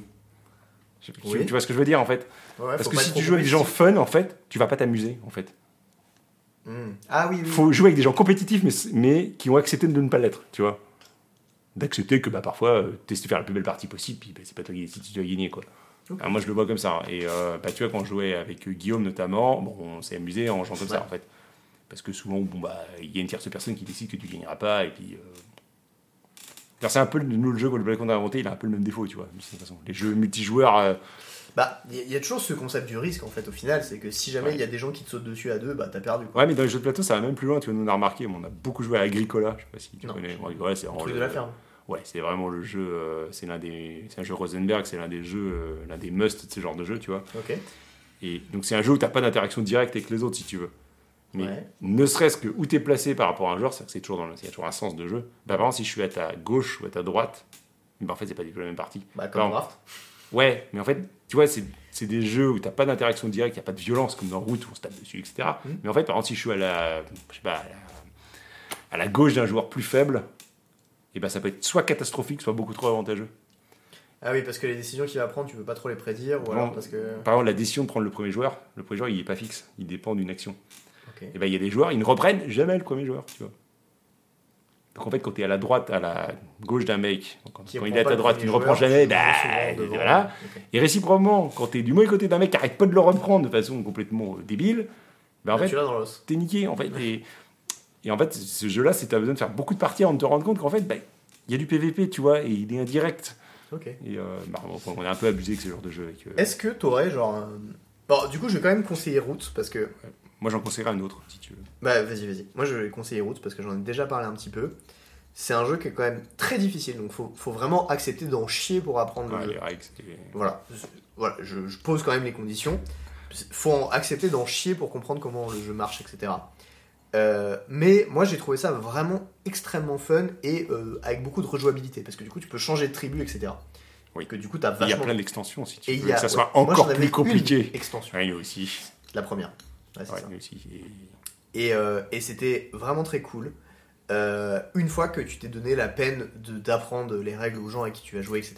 Speaker 2: je- tu-
Speaker 1: Oui.
Speaker 2: Tu vois ce que je veux dire, en fait
Speaker 1: Ouais, ouais,
Speaker 2: Parce
Speaker 1: faut
Speaker 2: que
Speaker 1: pas
Speaker 2: si
Speaker 1: être
Speaker 2: tu
Speaker 1: trop
Speaker 2: joues avec des gens fun, en fait, tu vas pas t'amuser, en fait.
Speaker 1: Hmm. Ah oui, oui.
Speaker 2: faut jouer avec des gens compétitifs, mais, mais qui ont accepté de ne pas l'être, tu vois. D'accepter que bah, parfois, tu essaies de faire la plus belle partie possible, puis bah, c'est pas toi qui décides si tu dois gagner, quoi.
Speaker 1: Ok.
Speaker 2: Alors, moi, je le vois comme ça. hein. Et euh, bah, tu vois, quand je jouais avec euh, Guillaume notamment, bon, on s'est amusé en jouant comme
Speaker 1: Ouais.
Speaker 2: ça, en fait. Parce que souvent, bon, bah, il y a une tierce personne qui décide que tu gagneras pas, et puis. euh, alors, C'est un peu le, nous, le jeu que le Black Panther a inventé, il a un peu le même défaut, tu vois. de toute façon. Les jeux multijoueurs, euh,
Speaker 1: Bah, il y, y a toujours ce concept du risque en fait au final, c'est que si jamais il y a des gens qui te sautent dessus à deux, bah t'as perdu quoi.
Speaker 2: Ouais, mais dans les jeux de plateau, ça va même plus loin. Tu vois, nous, on a remarqué, mais on a beaucoup joué à Agricola. Je sais pas si tu
Speaker 1: Non.
Speaker 2: connais. Bon, Agricola, c'est
Speaker 1: Le
Speaker 2: vraiment
Speaker 1: truc
Speaker 2: le-
Speaker 1: de la ferme.
Speaker 2: Ouais, c'est vraiment le jeu. euh, c'est l'un des. C'est un jeu Rosenberg. C'est l'un des jeux, euh, l'un des must de ce genre de jeu, tu vois.
Speaker 1: Ok.
Speaker 2: Et donc c'est un jeu où t'as pas d'interaction directe avec les autres, si tu veux. Mais
Speaker 1: Ouais.
Speaker 2: ne serait-ce que où t'es placé par rapport à un joueur, c'est que c'est toujours dans le, il y a toujours un sens de jeu. Bah, par exemple, si je suis à ta gauche ou à ta droite, bah, en fait, c'est pas du tout la même partie.
Speaker 1: Bah comme
Speaker 2: Pardon.
Speaker 1: draft.
Speaker 2: Ouais, mais en fait, tu vois, c'est, c'est des jeux où t'as pas d'interaction directe, y a pas de violence comme dans Route où on se tape dessus, etc.
Speaker 1: Mhm.
Speaker 2: Mais en fait, par exemple, si je suis à la, je sais pas, à la, à la gauche d'un joueur plus faible, et ben ça peut être soit catastrophique, soit beaucoup trop avantageux.
Speaker 1: Ah oui, parce que les décisions qu'il va prendre, tu peux pas trop les prédire, ou
Speaker 2: Non.
Speaker 1: alors parce que.
Speaker 2: Par exemple, la décision de prendre le premier joueur, le premier joueur, il est pas fixe, il dépend d'une action.
Speaker 1: Ok.
Speaker 2: Et ben il y a des joueurs, ils ne reprennent jamais le premier joueur, tu vois. Donc en fait, quand t'es à la droite, à la gauche d'un mec, donc quand,
Speaker 1: Qui
Speaker 2: quand
Speaker 1: reprend
Speaker 2: il est à
Speaker 1: pas
Speaker 2: ta
Speaker 1: le
Speaker 2: droite,
Speaker 1: premier
Speaker 2: il ne reprend
Speaker 1: joueur,
Speaker 2: jamais,
Speaker 1: qui
Speaker 2: bah,
Speaker 1: est souvent devant.
Speaker 2: voilà.
Speaker 1: Ok.
Speaker 2: Et réciproquement, quand t'es du mauvais côté d'un mec qui arrête pas de le reprendre de façon complètement euh, débile, bah en
Speaker 1: Bah,
Speaker 2: fait,
Speaker 1: tu l'as dans l'os.
Speaker 2: t'es niqué. En fait. Et, et en fait, ce jeu-là, c'est t'as besoin de faire beaucoup de parties avant de te rendre compte qu'en fait, bah, il y a du PVP, tu vois, et il est indirect.
Speaker 1: Ok.
Speaker 2: Et euh, bah, on on est un peu abusé avec ce genre de jeu. avec, euh,
Speaker 1: Est-ce que t'aurais genre. un- Bon, du coup, je vais quand même conseiller Roots parce que.
Speaker 2: Moi, j'en conseillerais un autre, si tu veux.
Speaker 1: Bah, vas-y, vas-y. Moi, je vais conseiller Roots parce que j'en ai déjà parlé un petit peu. C'est un jeu qui est quand même très difficile, donc faut, faut vraiment accepter d'en chier pour apprendre
Speaker 2: Ouais,
Speaker 1: le jeu.
Speaker 2: les règles, c'est-
Speaker 1: Voilà, Je- voilà je, je pose quand même les conditions. Faut en- accepter d'en chier pour comprendre comment le jeu marche, etc. Euh, mais moi j'ai trouvé ça vraiment extrêmement fun et euh, avec beaucoup de rejouabilité parce que du coup tu peux changer de tribu, etc.
Speaker 2: Oui.
Speaker 1: Que du coup t'as
Speaker 2: Il y a
Speaker 1: vachement.
Speaker 2: plein d'extensions, si tu
Speaker 1: Et
Speaker 2: veux.
Speaker 1: il
Speaker 2: que
Speaker 1: y a-
Speaker 2: ça
Speaker 1: ouais.
Speaker 2: soit
Speaker 1: Moi, j'en
Speaker 2: encore
Speaker 1: avais
Speaker 2: plus compliqué.
Speaker 1: Une extension,
Speaker 2: Ouais, nous aussi.
Speaker 1: la première. Ouais, c'est
Speaker 2: Ouais,
Speaker 1: ça.
Speaker 2: nous aussi. Et-
Speaker 1: Et, euh, et c'était vraiment très cool. Euh, une fois que tu t'es donné la peine de- d'apprendre les règles aux gens à qui tu vas jouer, etc.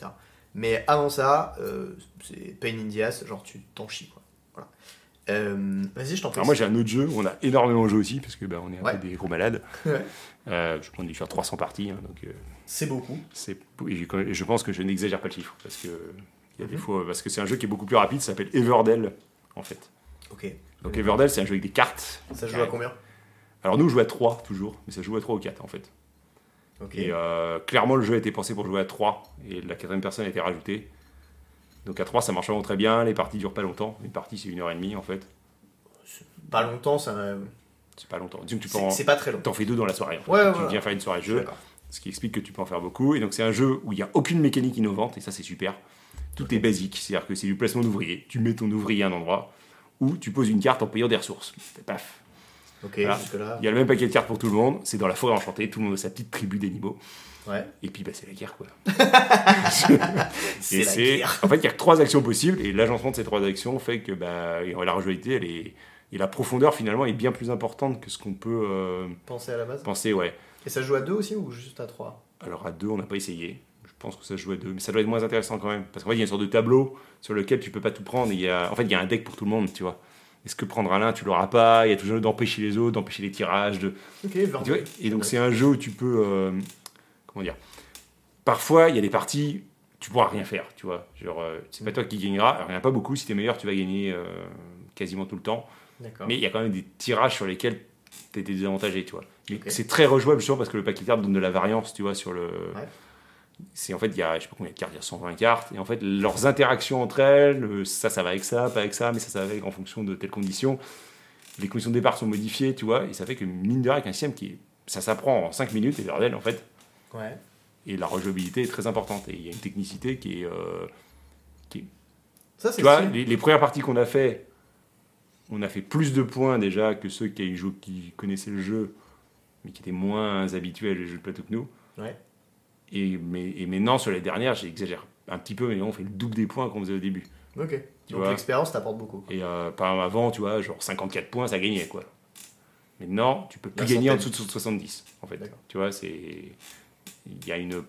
Speaker 1: Mais avant ça, euh, c'est Pain in the ass, genre tu t'en chies quoi. Voilà. Euh, Vas-y, je t'en prie.
Speaker 2: Alors moi j'ai un autre jeu, on a énormément joué aussi parce que bah, on est un
Speaker 1: Ouais.
Speaker 2: peu des gros malades.
Speaker 1: Ouais.
Speaker 2: Euh, je compte dû faire 300 parties, hein, donc euh,
Speaker 1: c'est beaucoup.
Speaker 2: c'est. et je- et je pense que je n'exagère pas le chiffre parce que il y a des
Speaker 1: Mhm.
Speaker 2: fois parce que c'est un jeu qui est beaucoup plus rapide, ça s'appelle Everdell en fait.
Speaker 1: Ok.
Speaker 2: Donc Everdell c'est un jeu avec des cartes.
Speaker 1: Ça joue à combien
Speaker 2: Alors nous on joue à 3 toujours, mais ça joue à 3 ou 4 en fait.
Speaker 1: Ok.
Speaker 2: Et euh, clairement, le jeu a été pensé pour jouer à 3 et la quatrième personne a été rajoutée. Donc à 3 ça marche vraiment très bien, les parties durent pas longtemps. Une partie c'est une heure et demie en fait.
Speaker 1: Pas longtemps, ça. euh,
Speaker 2: C'est pas longtemps. Disons que tu peux
Speaker 1: C'est
Speaker 2: en-
Speaker 1: c'est pas très long.
Speaker 2: t'en fais deux dans la soirée. en fait.
Speaker 1: Ouais,
Speaker 2: tu
Speaker 1: voilà.
Speaker 2: viens faire une soirée de
Speaker 1: Je suis
Speaker 2: jeu.
Speaker 1: d'accord.
Speaker 2: ce qui explique que tu peux en faire beaucoup. Et donc c'est un jeu où il n'y a aucune mécanique innovante, et ça c'est super. Tout est basique, c'est-à-dire que c'est du placement d'ouvrier. Tu mets ton ouvrier à un endroit, ou tu poses une carte en payant des ressources. Paf.
Speaker 1: Ok,
Speaker 2: Voilà.
Speaker 1: jusque-là.
Speaker 2: Il y a le même paquet de cartes pour tout le monde, c'est dans la forêt enchantée, tout le monde a sa petite tribu d'animaux,
Speaker 1: Ouais.
Speaker 2: et puis bah, c'est la guerre quoi.
Speaker 1: C'est
Speaker 2: Et
Speaker 1: la guerre.
Speaker 2: En fait, il y a que trois actions possibles, et l'agencement de ces trois actions fait que bah, et la rejouabilité elle est Et la profondeur, finalement, est bien plus importante que ce qu'on peut euh,
Speaker 1: Pensez à la base.
Speaker 2: penser, ouais.
Speaker 1: Et ça joue à deux aussi ou juste à trois
Speaker 2: Alors à deux, on n'a pas essayé. Je pense que ça se joue à deux, mais ça doit être moins intéressant quand même. Parce qu'en fait, il y a une sorte de tableau sur lequel tu peux pas tout prendre. Il y a... En fait, il y a un deck pour tout le monde, tu vois. Est-ce que prendre à l'un, tu l'auras pas Il y a toujours d'empêcher les autres, d'empêcher les tirages. De...
Speaker 1: Ok, vers
Speaker 2: Tu vois, et donc, c'est un jeu où tu peux. euh, Comment dire Parfois, il y a des parties, tu pourras rien faire, tu vois. Genre, euh, c'est pas toi qui gagneras. Alors, il n'y en a pas beaucoup. Si t'es meilleur, tu vas gagner euh, quasiment tout le temps.
Speaker 1: D'accord.
Speaker 2: Mais il y a quand même des tirages sur lesquels tu es désavantagé, tu vois. Mais
Speaker 1: Ok.
Speaker 2: c'est très rejouable, justement, parce que le paquet de cartes donne de la variance, tu vois, sur le.
Speaker 1: Ouais.
Speaker 2: C'est en fait, il y a, je sais pas combien de cartes, il y a 120 cartes, et en fait, leurs interactions entre elles, euh, ça, ça va avec ça, pas avec ça, mais ça, ça va avec en fonction de telles conditions. Les conditions de départ sont modifiées, tu vois, et ça fait que mine de rien, avec un système qui. Ça s'apprend en 5 minutes, et bordel, en fait,
Speaker 1: Ouais.
Speaker 2: et la rejouabilité est très importante. Et il y a une technicité qui est. euh,
Speaker 1: Ça, c'est
Speaker 2: tu vois,
Speaker 1: stylé.
Speaker 2: les, les premières parties qu'on a fait, on a fait plus de points déjà que ceux qui, jou- qui connaissaient le jeu, mais qui étaient moins habitués à les jeux de plateau que nous.
Speaker 1: Ouais.
Speaker 2: Et, mais, et maintenant, sur les dernières, j'exagère un petit peu, mais on fait le double des points qu'on faisait au début.
Speaker 1: Ok.
Speaker 2: Tu
Speaker 1: Donc
Speaker 2: vois.
Speaker 1: l'expérience t'apporte beaucoup.
Speaker 2: Et euh, par exemple, avant, tu vois, genre 54 points, ça gagnait, quoi. Maintenant, tu peux plus
Speaker 1: La
Speaker 2: gagner en
Speaker 1: centaine.
Speaker 2: dessous de 70, en fait.
Speaker 1: D'accord.
Speaker 2: Tu vois, c'est... Il y a une,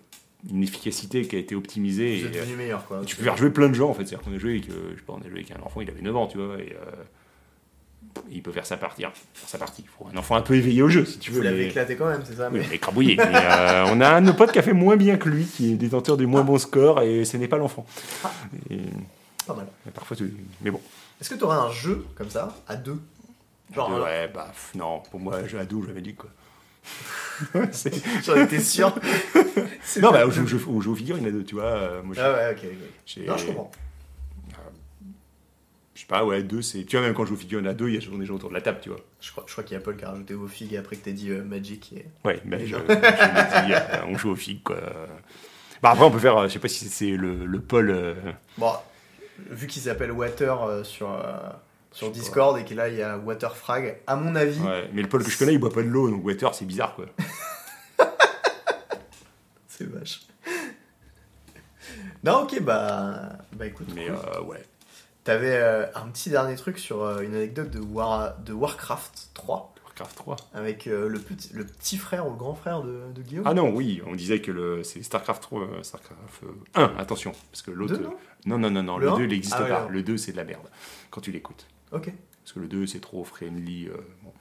Speaker 2: une efficacité qui a été optimisée.
Speaker 1: Vous
Speaker 2: et, euh,
Speaker 1: êtes devenu meilleur quoi.
Speaker 2: Et Tu peux faire jouer plein de gens en fait. C'est-à-dire qu'on a joué avec, euh, je sais pas, on a joué avec un enfant, il avait 9 ans, tu vois, et euh, il peut faire sa partie. Enfin, faire sa partie. Il faut un enfant un peu éveillé au jeu si tu
Speaker 1: Vous
Speaker 2: veux.
Speaker 1: l'avez
Speaker 2: mais-
Speaker 1: éclaté quand même, c'est ça
Speaker 2: Oui,
Speaker 1: mais...
Speaker 2: on l'a écrabouillé. mais, euh, on a un de nos potes qui a fait moins bien que lui, qui est détenteur
Speaker 1: Ah.
Speaker 2: du moins bon score, et ce n'est pas l'enfant. Et,
Speaker 1: Pas mal.
Speaker 2: euh, parfois, tu- mais bon.
Speaker 1: Est-ce que t'aurais un jeu comme ça à deux Genre,
Speaker 2: Euh,
Speaker 1: euh,
Speaker 2: ouais, bah pff, non, pour moi, jeu à deux, j'avais dit quoi. C'est-
Speaker 1: j'en étais sûr. C'est
Speaker 2: non,
Speaker 1: pas-
Speaker 2: bah, au jeu, au jeu- au jeu aux figures, il y en a deux, tu vois. euh, moi, j'ai-
Speaker 1: Ah ouais, ok. ok.
Speaker 2: j'ai-
Speaker 1: Non, je comprends.
Speaker 2: Je sais pas, ouais, deux, c'est. Tu vois, même quand je joue aux figures, il y en a deux, il y a souvent des gens autour de la table, tu vois.
Speaker 1: Je crois, je crois qu'il y a Paul qui a rajouté vos figues après que t'as dit euh, Magic. Et...
Speaker 2: Ouais, mais
Speaker 1: Les
Speaker 2: je,
Speaker 1: gens.
Speaker 2: je me dis, euh, on joue au fig, quoi. Bah après, on peut faire, euh, je sais pas si c'est le, le pôle. euh,
Speaker 1: Bon, vu qu'il s'appelle Water euh, sur, euh, sur
Speaker 2: Je sais pas.
Speaker 1: Discord et que là il y a Waterfrag, à mon avis,
Speaker 2: ouais, Mais le pôle que je connais, il boit pas de l'eau, donc water, c'est bizarre, quoi.
Speaker 1: c'est vache. Non, ok, bah, bah écoute,
Speaker 2: Mais
Speaker 1: cool.
Speaker 2: euh, ouais.
Speaker 1: t'avais euh, un petit dernier truc sur euh, une anecdote de, War- de Warcraft 3
Speaker 2: Warcraft 3.
Speaker 1: avec euh, le, petit, le petit frère ou le grand frère de, de Guillaume.
Speaker 2: Ah non, oui, on disait que le, c'est Starcraft 3, euh, Starcraft euh, 1, attention, parce que l'autre.
Speaker 1: Deux, non
Speaker 2: non, non, non, non,
Speaker 1: Le
Speaker 2: le,
Speaker 1: un
Speaker 2: 2, il n'existe
Speaker 1: Ah ouais,
Speaker 2: pas.
Speaker 1: ouais.
Speaker 2: Le 2, c'est de la merde, quand tu l'écoutes.
Speaker 1: Ok.
Speaker 2: Parce que le 2, c'est trop friendly. euh, bon.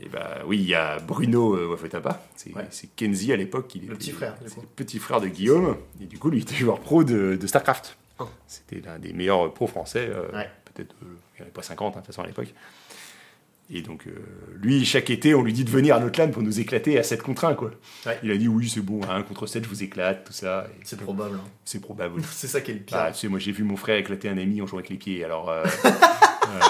Speaker 2: Et bah oui, il y a Bruno euh, Wafetapa, c'est
Speaker 1: Ouais.
Speaker 2: c'est Kenzie à l'époque. il
Speaker 1: Le
Speaker 2: était-
Speaker 1: petit frère, du
Speaker 2: c'est
Speaker 1: coup.
Speaker 2: le petit frère de Guillaume, et du coup, lui, il était joueur pro de, de StarCraft.
Speaker 1: Oh.
Speaker 2: C'était l'un des meilleurs pros français, euh,
Speaker 1: Ouais.
Speaker 2: peut-être, euh, il n'y en avait pas 50, hein, de toute façon, à l'époque. Et donc, euh, lui, chaque été, on lui dit de venir à notre LAN pour nous éclater à 7 contre 1, quoi.
Speaker 1: Ouais.
Speaker 2: Il a dit, oui, c'est bon, à 1 contre 7, je vous éclate, tout ça. Et
Speaker 1: C'est probable. hein.
Speaker 2: C'est probable.
Speaker 1: C'est ça qui est le pire.
Speaker 2: Bah, tu sais, moi j'ai vu mon frère éclater un ami en jouant avec les pieds, alors. euh, euh,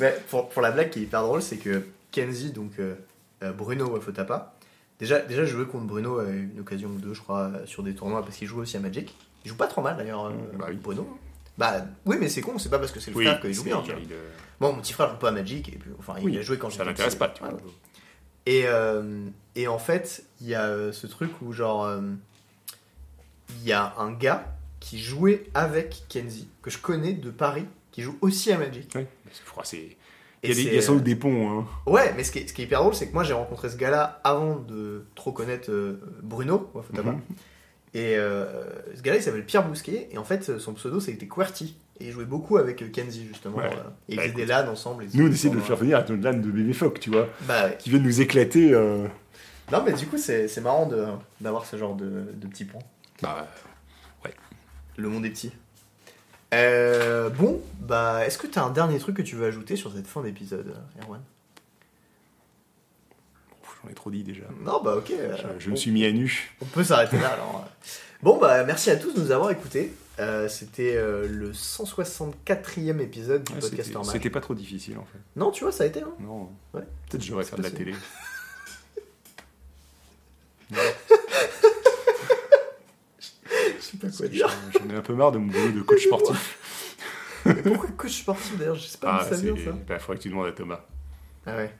Speaker 1: Ouais, pour, pour la blague qui est hyper drôle, c'est que Kenzie, donc euh, euh, Bruno Wafotapa, déjà, déjà je jouais contre Bruno euh, une occasion ou deux, je crois, euh, sur des tournois parce qu'il joue aussi à Magic. Il joue pas trop mal d'ailleurs, euh,
Speaker 2: Mm, bah oui.
Speaker 1: Bruno. Bah oui, mais c'est con, c'est pas parce que c'est le
Speaker 2: oui,
Speaker 1: frère qu'il joue bien.
Speaker 2: c'est-
Speaker 1: tu vois.
Speaker 2: il, euh,
Speaker 1: Bon, mon petit frère joue pas à Magic, et puis, enfin il
Speaker 2: oui,
Speaker 1: a joué quand
Speaker 2: Ça
Speaker 1: j'étais
Speaker 2: l'intéresse
Speaker 1: petit.
Speaker 2: pas, tu vois.
Speaker 1: Ouais, ouais. Et, euh, et en fait, il y a euh, ce truc où, genre, euh, il y a un gars qui jouait avec Kenzie, que je connais de Paris, qui joue aussi à Magic.
Speaker 2: Ouais. Mais c'est- je crois que c'est-
Speaker 1: Et
Speaker 2: Il y a des- il y
Speaker 1: c'est, euh,
Speaker 2: a sans doute des ponts, hein.
Speaker 1: Ouais, mais ce qui est, ce qui est hyper drôle, c'est que moi j'ai rencontré ce gars-là avant de trop connaître euh, Bruno, ouais, faut t'avoir.
Speaker 2: Mhm.
Speaker 1: Et euh, ce gars-là il s'appelle Pierre Bousquet, et en fait son pseudo c'était QWERTY. Et il jouait beaucoup avec euh, Kenzie justement.
Speaker 2: Ouais.
Speaker 1: euh, et ils
Speaker 2: Bah,
Speaker 1: faisaient des LAN ensemble. et
Speaker 2: Nous, on
Speaker 1: tout,
Speaker 2: essaie de le
Speaker 1: pendant-
Speaker 2: faire venir à notre LAN de bébé phoque, tu vois,
Speaker 1: Bah ouais.
Speaker 2: qui vient de nous éclater. euh,
Speaker 1: Non, mais du coup c'est c'est marrant de- d'avoir ce genre de, de petits points.
Speaker 2: Bah,
Speaker 1: Le monde est petit. Euh, bon, bah est-ce que t'as un dernier truc que tu veux ajouter sur cette fin d'épisode, Erwan
Speaker 2: pff, j'en ai trop dit déjà.
Speaker 1: Non, bah ok. euh,
Speaker 2: Je, je
Speaker 1: on-
Speaker 2: me suis mis à nu.
Speaker 1: On peut s'arrêter là alors. Bon bah merci à tous de nous avoir écoutés. Euh, c'était euh, le 164e épisode du
Speaker 2: Ouais,
Speaker 1: podcast
Speaker 2: Ah, C'était
Speaker 1: normal.
Speaker 2: c'était pas trop difficile, en fait.
Speaker 1: Non tu vois ça a été. Hein
Speaker 2: Non.
Speaker 1: Ouais.
Speaker 2: Peut-être que je devrais
Speaker 1: C'est
Speaker 2: faire de la
Speaker 1: possible.
Speaker 2: télé.
Speaker 1: Je sais pas
Speaker 2: Parce que J'en j'en ai un peu marre de mon boulot de coach
Speaker 1: Excusez-moi.
Speaker 2: sportif.
Speaker 1: Mais pourquoi coach sportif d'ailleurs Je sais pas d'où ça
Speaker 2: c'est-
Speaker 1: vient ça.
Speaker 2: bah, faudrait que tu demandes à Thomas.
Speaker 1: Ah ouais.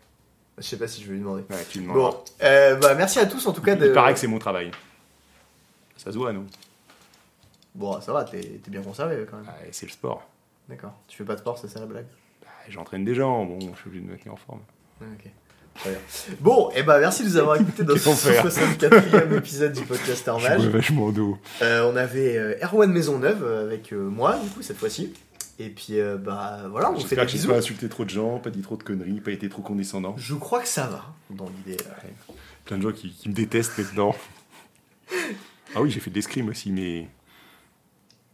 Speaker 1: Je sais pas si je vais lui demander.
Speaker 2: Ouais, tu demanderas.
Speaker 1: Bon, euh, bah merci à tous en tout cas de.
Speaker 2: Il paraît que c'est mon travail. Ça se voit, non
Speaker 1: Bon, ça va, t'es t'es bien conservé quand même.
Speaker 2: Ah, et Bah, C'est le sport. Bah,
Speaker 1: D'accord. Tu fais pas de sport, c'est ça la blague
Speaker 2: J'entraîne des gens, bon, je suis obligé de me tenir en forme.
Speaker 1: Ah, ok. Très bien. Bon, et eh ben merci de nous avoir écoutés dans ce
Speaker 2: Qu'enfer.
Speaker 1: 64e épisode du podcast
Speaker 2: hein Je
Speaker 1: Armage.
Speaker 2: suis vachement d'eau.
Speaker 1: Euh, on avait euh, Erwan Maisonneuve euh, avec euh, moi, du coup, cette fois-ci. Et puis, euh, bah voilà, on fait des
Speaker 2: J'espère que j'ai
Speaker 1: bisous.
Speaker 2: pas insulté trop de gens, pas dit trop de conneries, pas été trop condescendant.
Speaker 1: Je crois que ça va, dans l'idée.
Speaker 2: Plein de gens qui, qui me détestent maintenant. ah oui, j'ai fait de l'escrime aussi, mais.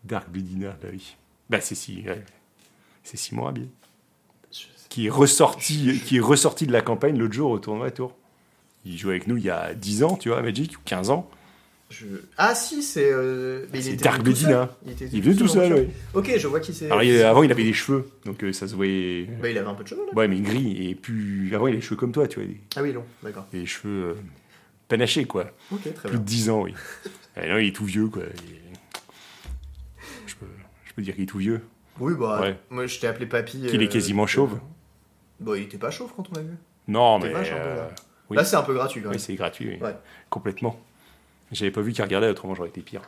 Speaker 2: Dark Budina, bah oui. Bah c'est si. ouais. C'est Simon Rabier. Qui est, ressorti, qui est ressorti de la campagne l'autre jour au tournoi à Tours. Il jouait avec nous il y a 10 ans, tu vois, à Magic, ou 15 ans.
Speaker 1: Je- Ah si, c'est... euh, mais
Speaker 2: C'est
Speaker 1: était
Speaker 2: Dark
Speaker 1: venu tout seul.
Speaker 2: Medina.
Speaker 1: Il était
Speaker 2: Il venait tout seul,
Speaker 1: en
Speaker 2: oui.
Speaker 1: fait. Ok, je vois qui c'est.
Speaker 2: Alors il- avant, il avait des cheveux, donc euh, ça se voyait.
Speaker 1: Bah, il avait un peu de cheveux, là.
Speaker 2: Ouais, mais gris. Et puis avant, il a les cheveux comme toi, tu vois. des-
Speaker 1: Ah oui, long, d'accord.
Speaker 2: Des cheveux euh, panachés, quoi.
Speaker 1: Ok, très
Speaker 2: Plus
Speaker 1: bien.
Speaker 2: de 10 ans, oui. Ah non, il est tout vieux, quoi. Il est- Je, peux, je peux dire qu'il est tout vieux.
Speaker 1: Oui, bah,
Speaker 2: Ouais.
Speaker 1: moi, je t'ai appelé papy.
Speaker 2: Qu'il est
Speaker 1: euh,
Speaker 2: quasiment chauve.
Speaker 1: Bah, il était pas chauve quand on l'a vu.
Speaker 2: Non,
Speaker 1: t'es
Speaker 2: mais.
Speaker 1: vache un peu,
Speaker 2: euh,
Speaker 1: là.
Speaker 2: oui,
Speaker 1: Là, c'est un peu gratuit, quand
Speaker 2: oui,
Speaker 1: même.
Speaker 2: c'est gratuit, oui.
Speaker 1: Ouais.
Speaker 2: Complètement. J'avais pas vu qu'il regardait, autrement j'aurais été pire.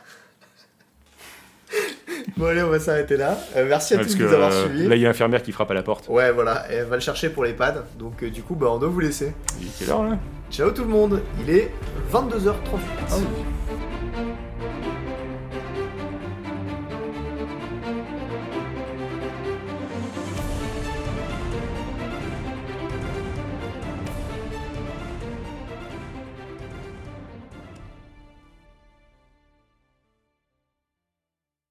Speaker 1: Bon, allez, on va s'arrêter là. Euh, merci à
Speaker 2: Ouais,
Speaker 1: tous
Speaker 2: parce
Speaker 1: de
Speaker 2: que
Speaker 1: nous avoir
Speaker 2: euh,
Speaker 1: suivis.
Speaker 2: là, il y a l'infirmière qui frappe à la porte.
Speaker 1: Ouais, voilà, elle va le chercher pour les pads. Donc, euh, du coup, bah, on doit vous laisser.
Speaker 2: Il est quelle heure, là
Speaker 1: Ciao tout le monde, il est 22h38.